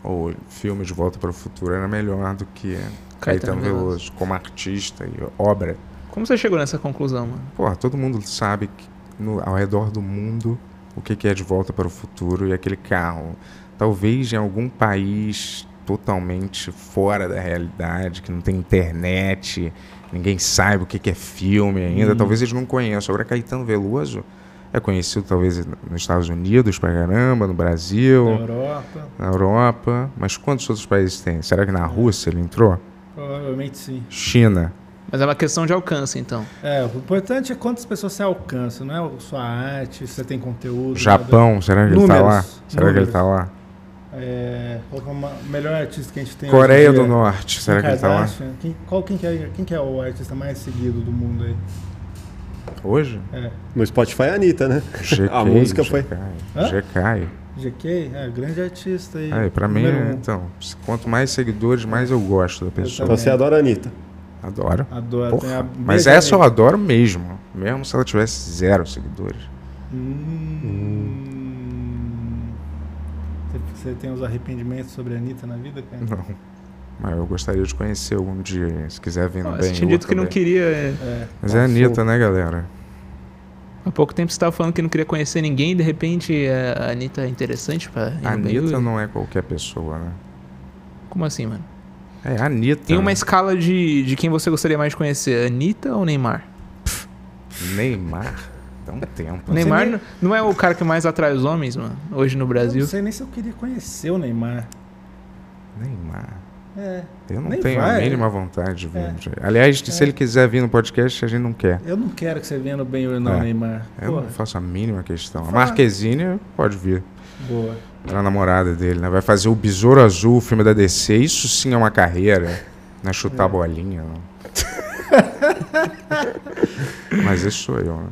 [SPEAKER 3] o filme De Volta para o Futuro era melhor do que Caetano Veloso, como artista e obra.
[SPEAKER 2] Como você chegou nessa conclusão, mano?
[SPEAKER 3] Porra, todo mundo sabe que no- ao redor do mundo o que que é De Volta para o Futuro e aquele carro. Talvez em algum país totalmente fora da realidade, que não tem internet, ninguém sabe o que que é filme
[SPEAKER 4] Uhum.
[SPEAKER 3] ainda, talvez eles não conheçam. Agora Caetano Veloso é conhecido talvez nos Estados Unidos pra caramba, no Brasil
[SPEAKER 4] Na Europa,
[SPEAKER 3] na Europa, mas quantos outros países tem? Será que na Rússia ele entrou?
[SPEAKER 4] provavelmente sim.
[SPEAKER 3] China.
[SPEAKER 2] Mas é uma questão de alcance, então.
[SPEAKER 4] É, o importante é quantas pessoas você alcança, não é o- sua arte, se você tem conteúdo.
[SPEAKER 3] Japão, será que ele tá lá?
[SPEAKER 4] Números.
[SPEAKER 3] Será que ele tá lá?
[SPEAKER 4] nada. É, qual que é o ma- melhor artista que a gente tem
[SPEAKER 3] Coreia
[SPEAKER 4] hoje é. em
[SPEAKER 3] do
[SPEAKER 4] dia?
[SPEAKER 3] Norte, será que ele tá lá?
[SPEAKER 4] Kardashian. Quem, qual, quem, que é, quem que é o artista mais seguido do mundo aí?
[SPEAKER 3] Hoje?
[SPEAKER 4] É,
[SPEAKER 1] No Spotify é a Anitta, né?
[SPEAKER 3] GK,
[SPEAKER 1] A música foi-
[SPEAKER 4] Hã?
[SPEAKER 3] GK.
[SPEAKER 4] GK? É, grande artista aí.
[SPEAKER 3] Aí, pra mim,
[SPEAKER 4] número
[SPEAKER 3] é,
[SPEAKER 4] um.
[SPEAKER 3] então, quanto mais seguidores, mais eu gosto da pessoa.
[SPEAKER 1] Então você adora a Anitta.
[SPEAKER 3] Adoro.
[SPEAKER 4] Adoro.
[SPEAKER 3] Porra,
[SPEAKER 4] tem a-
[SPEAKER 3] Mas é
[SPEAKER 4] Beijo,
[SPEAKER 3] essa eu
[SPEAKER 4] amigo.
[SPEAKER 3] adoro mesmo. Mesmo se ela tivesse zero seguidores.
[SPEAKER 4] Hum. Você- Você tem os arrependimentos sobre a Anitta na vida, cara?
[SPEAKER 3] Não. Mas eu gostaria de conhecer algum dia, se quiser vir no
[SPEAKER 2] Ah,
[SPEAKER 3] bem.
[SPEAKER 2] você tinha dito que não queria. é,
[SPEAKER 4] É.
[SPEAKER 3] Mas é a Anitta, né, galera?
[SPEAKER 2] Há pouco tempo você estava falando que não queria conhecer ninguém e de repente a a Anitta é interessante pra. ir no
[SPEAKER 3] A
[SPEAKER 2] Bem-Hur?
[SPEAKER 3] Anitta não é qualquer pessoa, né?
[SPEAKER 2] Como assim, mano?
[SPEAKER 3] É, a Anitta.
[SPEAKER 2] Em uma
[SPEAKER 3] né?
[SPEAKER 2] escala de, de quem você gostaria mais de conhecer, Anitta ou Neymar?
[SPEAKER 3] Neymar? Dá um tempo. né?
[SPEAKER 2] Neymar
[SPEAKER 4] nem-
[SPEAKER 2] n- não é o cara que mais atrai os homens, mano, hoje no
[SPEAKER 4] Eu
[SPEAKER 2] Brasil.
[SPEAKER 4] não sei nem se eu queria conhecer o Neymar.
[SPEAKER 3] né? Neymar.
[SPEAKER 4] É,
[SPEAKER 3] Eu não
[SPEAKER 4] Nem
[SPEAKER 3] tenho a
[SPEAKER 4] vai.
[SPEAKER 3] mínima vontade de vir.
[SPEAKER 4] É.
[SPEAKER 3] um dia. Aliás, se ele quiser vir no podcast, a gente não quer.
[SPEAKER 4] eu não quero que você venha no bem ou não,
[SPEAKER 3] É.
[SPEAKER 4] Neymar.
[SPEAKER 3] Eu
[SPEAKER 4] Porra,
[SPEAKER 3] não faço a mínima questão. A
[SPEAKER 4] Fala.
[SPEAKER 3] Marquezine pode vir.
[SPEAKER 4] boa.
[SPEAKER 3] Era a namorada dele, né? Vai fazer o Besouro Azul, o filme da DC. Isso sim é uma carreira. Não é chutar bolinha, não. Mas esse sou eu, né?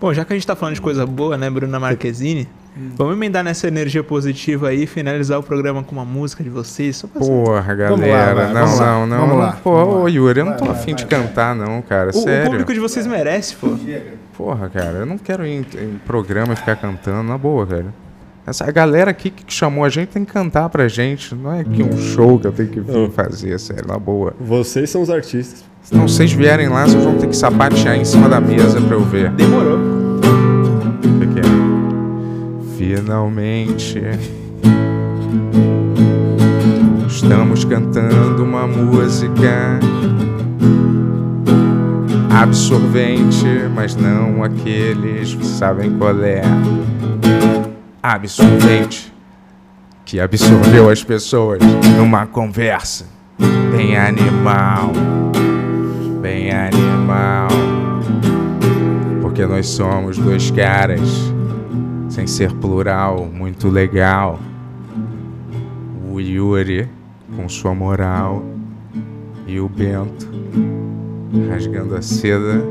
[SPEAKER 2] Bom, já que a gente tá falando de coisa boa, né, Bruna Marquezine? Vamos emendar nessa energia positiva aí e finalizar o programa com uma música de vocês. Só pra
[SPEAKER 3] Porra,
[SPEAKER 4] lá,
[SPEAKER 3] galera.
[SPEAKER 4] vai,
[SPEAKER 3] não,
[SPEAKER 4] vamos lá,
[SPEAKER 3] não, não,
[SPEAKER 4] vamos
[SPEAKER 3] não.
[SPEAKER 4] lá,
[SPEAKER 3] Pô,
[SPEAKER 4] vamos lá.
[SPEAKER 3] ô, Yuri, eu não
[SPEAKER 4] Vai,
[SPEAKER 3] tô
[SPEAKER 4] vai,
[SPEAKER 3] afim de
[SPEAKER 4] vai, vai.
[SPEAKER 3] cantar, não, cara.
[SPEAKER 2] O, o
[SPEAKER 3] Sério.
[SPEAKER 2] público de vocês merece, pô.
[SPEAKER 3] Porra, cara, eu não quero ir em, em programa e ficar cantando, na boa, cara. Essa a galera aqui que chamou a gente tem que cantar pra gente. Não é que um show que eu tenho que vir fazer, sério, na boa.
[SPEAKER 1] Vocês são os artistas.
[SPEAKER 3] Então vocês vierem lá, vocês vão ter que sapatear em cima da mesa pra eu ver.
[SPEAKER 2] Demorou.
[SPEAKER 3] O que que é? Finalmente. Estamos cantando uma música absorvente, mas não aqueles que sabem qual é. Absorvente que absorveu as pessoas numa conversa bem animal, bem animal. Porque nós somos dois caras, sem ser plural, muito legal. O Yuri com sua moral e o Bento rasgando a seda.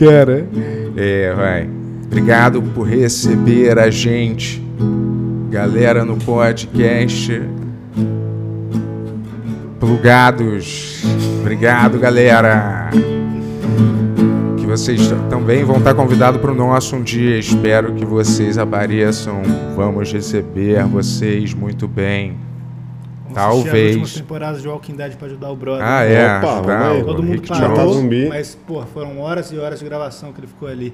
[SPEAKER 3] Cara, é, vai. Obrigado por receber a gente, galera no podcast. Plugados. Obrigado, galera que Vocês t- também vão estar convidados para o nosso um dia. Espero que vocês apareçam. Vamos receber vocês muito bem.
[SPEAKER 4] Vamos assistir As últimas
[SPEAKER 3] Talvez.
[SPEAKER 4] temporadas de Walking Dead pra ajudar o brother.
[SPEAKER 3] Ah, é.
[SPEAKER 1] Opa,
[SPEAKER 3] ajudar
[SPEAKER 1] vamos aí.
[SPEAKER 3] o
[SPEAKER 4] Todo mundo
[SPEAKER 3] Rick
[SPEAKER 1] matar
[SPEAKER 4] parou,
[SPEAKER 3] Jones.
[SPEAKER 1] zumbi.
[SPEAKER 4] mas, porra, foram horas e horas de gravação que ele ficou ali.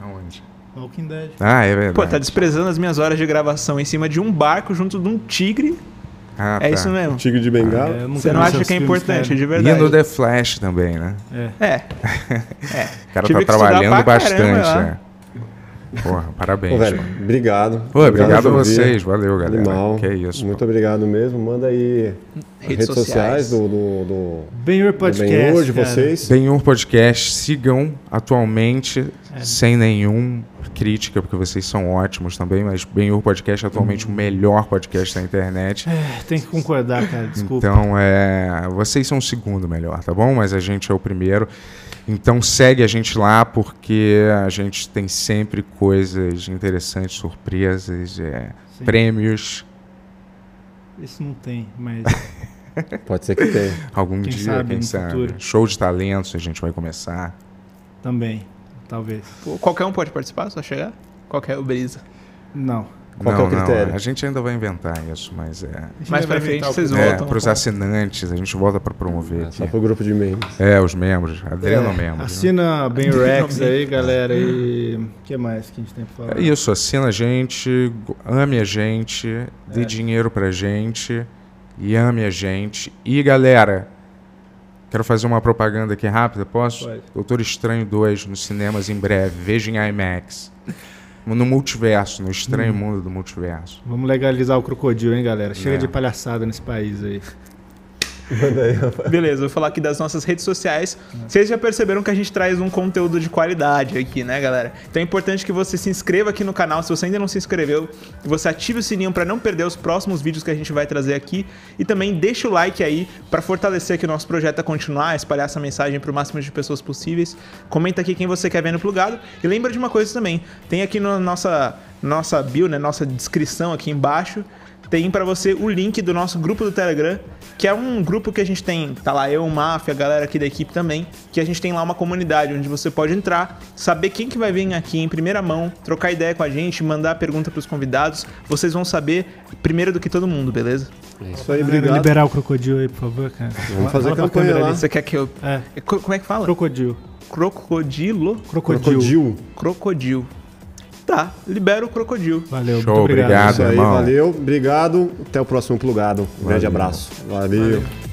[SPEAKER 3] Aonde?
[SPEAKER 4] Walking Dead.
[SPEAKER 3] Ah, é verdade.
[SPEAKER 2] Pô, tá desprezando as minhas horas de gravação em cima de um barco junto de um tigre.
[SPEAKER 3] Ah,
[SPEAKER 2] É
[SPEAKER 3] tá.
[SPEAKER 2] isso mesmo.
[SPEAKER 1] Tigre de Bengala.
[SPEAKER 4] Ah,
[SPEAKER 7] eu nunca
[SPEAKER 2] Você não
[SPEAKER 7] vi
[SPEAKER 2] acha
[SPEAKER 7] seus
[SPEAKER 2] que é
[SPEAKER 7] filmes,
[SPEAKER 2] importante,
[SPEAKER 7] cara.
[SPEAKER 2] de
[SPEAKER 3] E
[SPEAKER 2] verdade.
[SPEAKER 3] no The Flash também, né?
[SPEAKER 2] É.
[SPEAKER 3] O cara
[SPEAKER 2] Tive que
[SPEAKER 3] tá
[SPEAKER 2] estudar pra
[SPEAKER 3] trabalhando bastante,
[SPEAKER 2] caramba,
[SPEAKER 3] né? Porra, parabéns.
[SPEAKER 1] Ô, velho,
[SPEAKER 3] mano.
[SPEAKER 1] obrigado.
[SPEAKER 3] Pô, obrigado a
[SPEAKER 1] por vir.
[SPEAKER 3] vocês. Valeu, galera.
[SPEAKER 1] Animal.
[SPEAKER 3] Que isso.
[SPEAKER 1] Muito obrigado mesmo. Manda aí as redes,
[SPEAKER 2] Redes
[SPEAKER 1] sociais,
[SPEAKER 2] sociais.
[SPEAKER 1] do, do, do,
[SPEAKER 4] Bem Your
[SPEAKER 1] do
[SPEAKER 4] Podcast.
[SPEAKER 1] Bem Hoje,
[SPEAKER 4] cara.
[SPEAKER 1] vocês.
[SPEAKER 3] Tem um podcast, sigam atualmente,
[SPEAKER 4] É.
[SPEAKER 3] sem nenhum crítica, porque vocês são ótimos também, mas bem o podcast é atualmente o melhor podcast da internet.
[SPEAKER 4] É, Tem que concordar, cara, desculpa.
[SPEAKER 3] Então, é, vocês são o segundo melhor, tá bom? Mas a gente é o primeiro. Então segue a gente lá, porque a gente tem sempre coisas interessantes, surpresas, é,
[SPEAKER 4] Sim.
[SPEAKER 3] prêmios.
[SPEAKER 4] Isso não tem, mas.
[SPEAKER 1] Pode ser que tenha.
[SPEAKER 3] Algum
[SPEAKER 4] Quem
[SPEAKER 3] dia,
[SPEAKER 4] sabe
[SPEAKER 3] quem
[SPEAKER 4] no
[SPEAKER 3] sabe.
[SPEAKER 4] futuro.
[SPEAKER 3] Show de talentos, a gente vai começar.
[SPEAKER 4] Também, talvez.
[SPEAKER 2] Pô, Qualquer um pode participar, só chegar? Qualquer brisa.
[SPEAKER 4] Não.
[SPEAKER 1] Qual que é o critério?
[SPEAKER 3] a gente ainda vai inventar isso, mas é.
[SPEAKER 4] A gente
[SPEAKER 2] Mais
[SPEAKER 4] ainda
[SPEAKER 2] pra
[SPEAKER 4] vai
[SPEAKER 2] frente
[SPEAKER 4] inventar o
[SPEAKER 2] vocês
[SPEAKER 4] critério.
[SPEAKER 3] É,
[SPEAKER 2] voltam.
[SPEAKER 3] para os assinantes, a gente volta para promover
[SPEAKER 1] É, Só
[SPEAKER 3] aqui.
[SPEAKER 1] pro grupo de memes.
[SPEAKER 3] É, os membros, Adreno membros. né?
[SPEAKER 4] É, Assina bem o Rex aí, galera. E o que mais que a gente tem pra falar?
[SPEAKER 3] É isso, assina a gente, go- ame a gente, dê dinheiro pra gente e ame a gente. E galera, quero fazer uma propaganda aqui rápida, posso?
[SPEAKER 4] Pode.
[SPEAKER 3] Doutor Estranho 2 nos cinemas em breve, veja em IMAX. No multiverso, no estranho mundo do multiverso.
[SPEAKER 4] Vamos legalizar o crocodilo, hein, galera? Chega
[SPEAKER 3] É.
[SPEAKER 4] de palhaçada nesse país aí.
[SPEAKER 2] Beleza, vou falar aqui das nossas redes sociais. Vocês já perceberam que a gente traz um conteúdo de qualidade aqui, né, galera? Então é importante que você se inscreva aqui no canal, se você ainda não se inscreveu, que você ative o sininho para não perder os próximos vídeos que a gente vai trazer aqui e também deixa o like aí para fortalecer aqui o nosso projeto a continuar, espalhar essa mensagem para o máximo de pessoas possíveis. Comenta aqui quem você quer ver no plugado e lembra de uma coisa também, tem aqui na nossa nossa bio, né, nossa descrição aqui embaixo tem pra você o link do nosso grupo do Telegram, que é um grupo que a gente tem, tá lá eu, o Mafia, a galera aqui da equipe também, que a gente tem lá uma comunidade onde você pode entrar, saber quem que vai vir aqui em primeira mão, trocar ideia com a gente, mandar pergunta pros convidados, vocês vão saber primeiro do que todo mundo, beleza?
[SPEAKER 1] É isso aí,
[SPEAKER 4] Galera,
[SPEAKER 1] obrigado.
[SPEAKER 4] liberar o crocodilo aí, por favor, cara.
[SPEAKER 1] Vamos fazer
[SPEAKER 4] Fala pra
[SPEAKER 1] campanha
[SPEAKER 4] câmera
[SPEAKER 1] lá.
[SPEAKER 4] ali.
[SPEAKER 2] Você quer que eu...
[SPEAKER 4] É,
[SPEAKER 2] é, co- Como é que fala?
[SPEAKER 4] crocodilo.
[SPEAKER 2] Crocodilo?
[SPEAKER 4] Crocodilo.
[SPEAKER 1] Crocodil.
[SPEAKER 2] Crocodil. Tá, libera o crocodil.
[SPEAKER 4] Valeu,
[SPEAKER 3] Show,
[SPEAKER 4] muito obrigado.
[SPEAKER 3] obrigado.
[SPEAKER 1] Isso aí,
[SPEAKER 3] irmão.
[SPEAKER 1] valeu. Obrigado. Até o próximo plugado. Um grande abraço. valeu.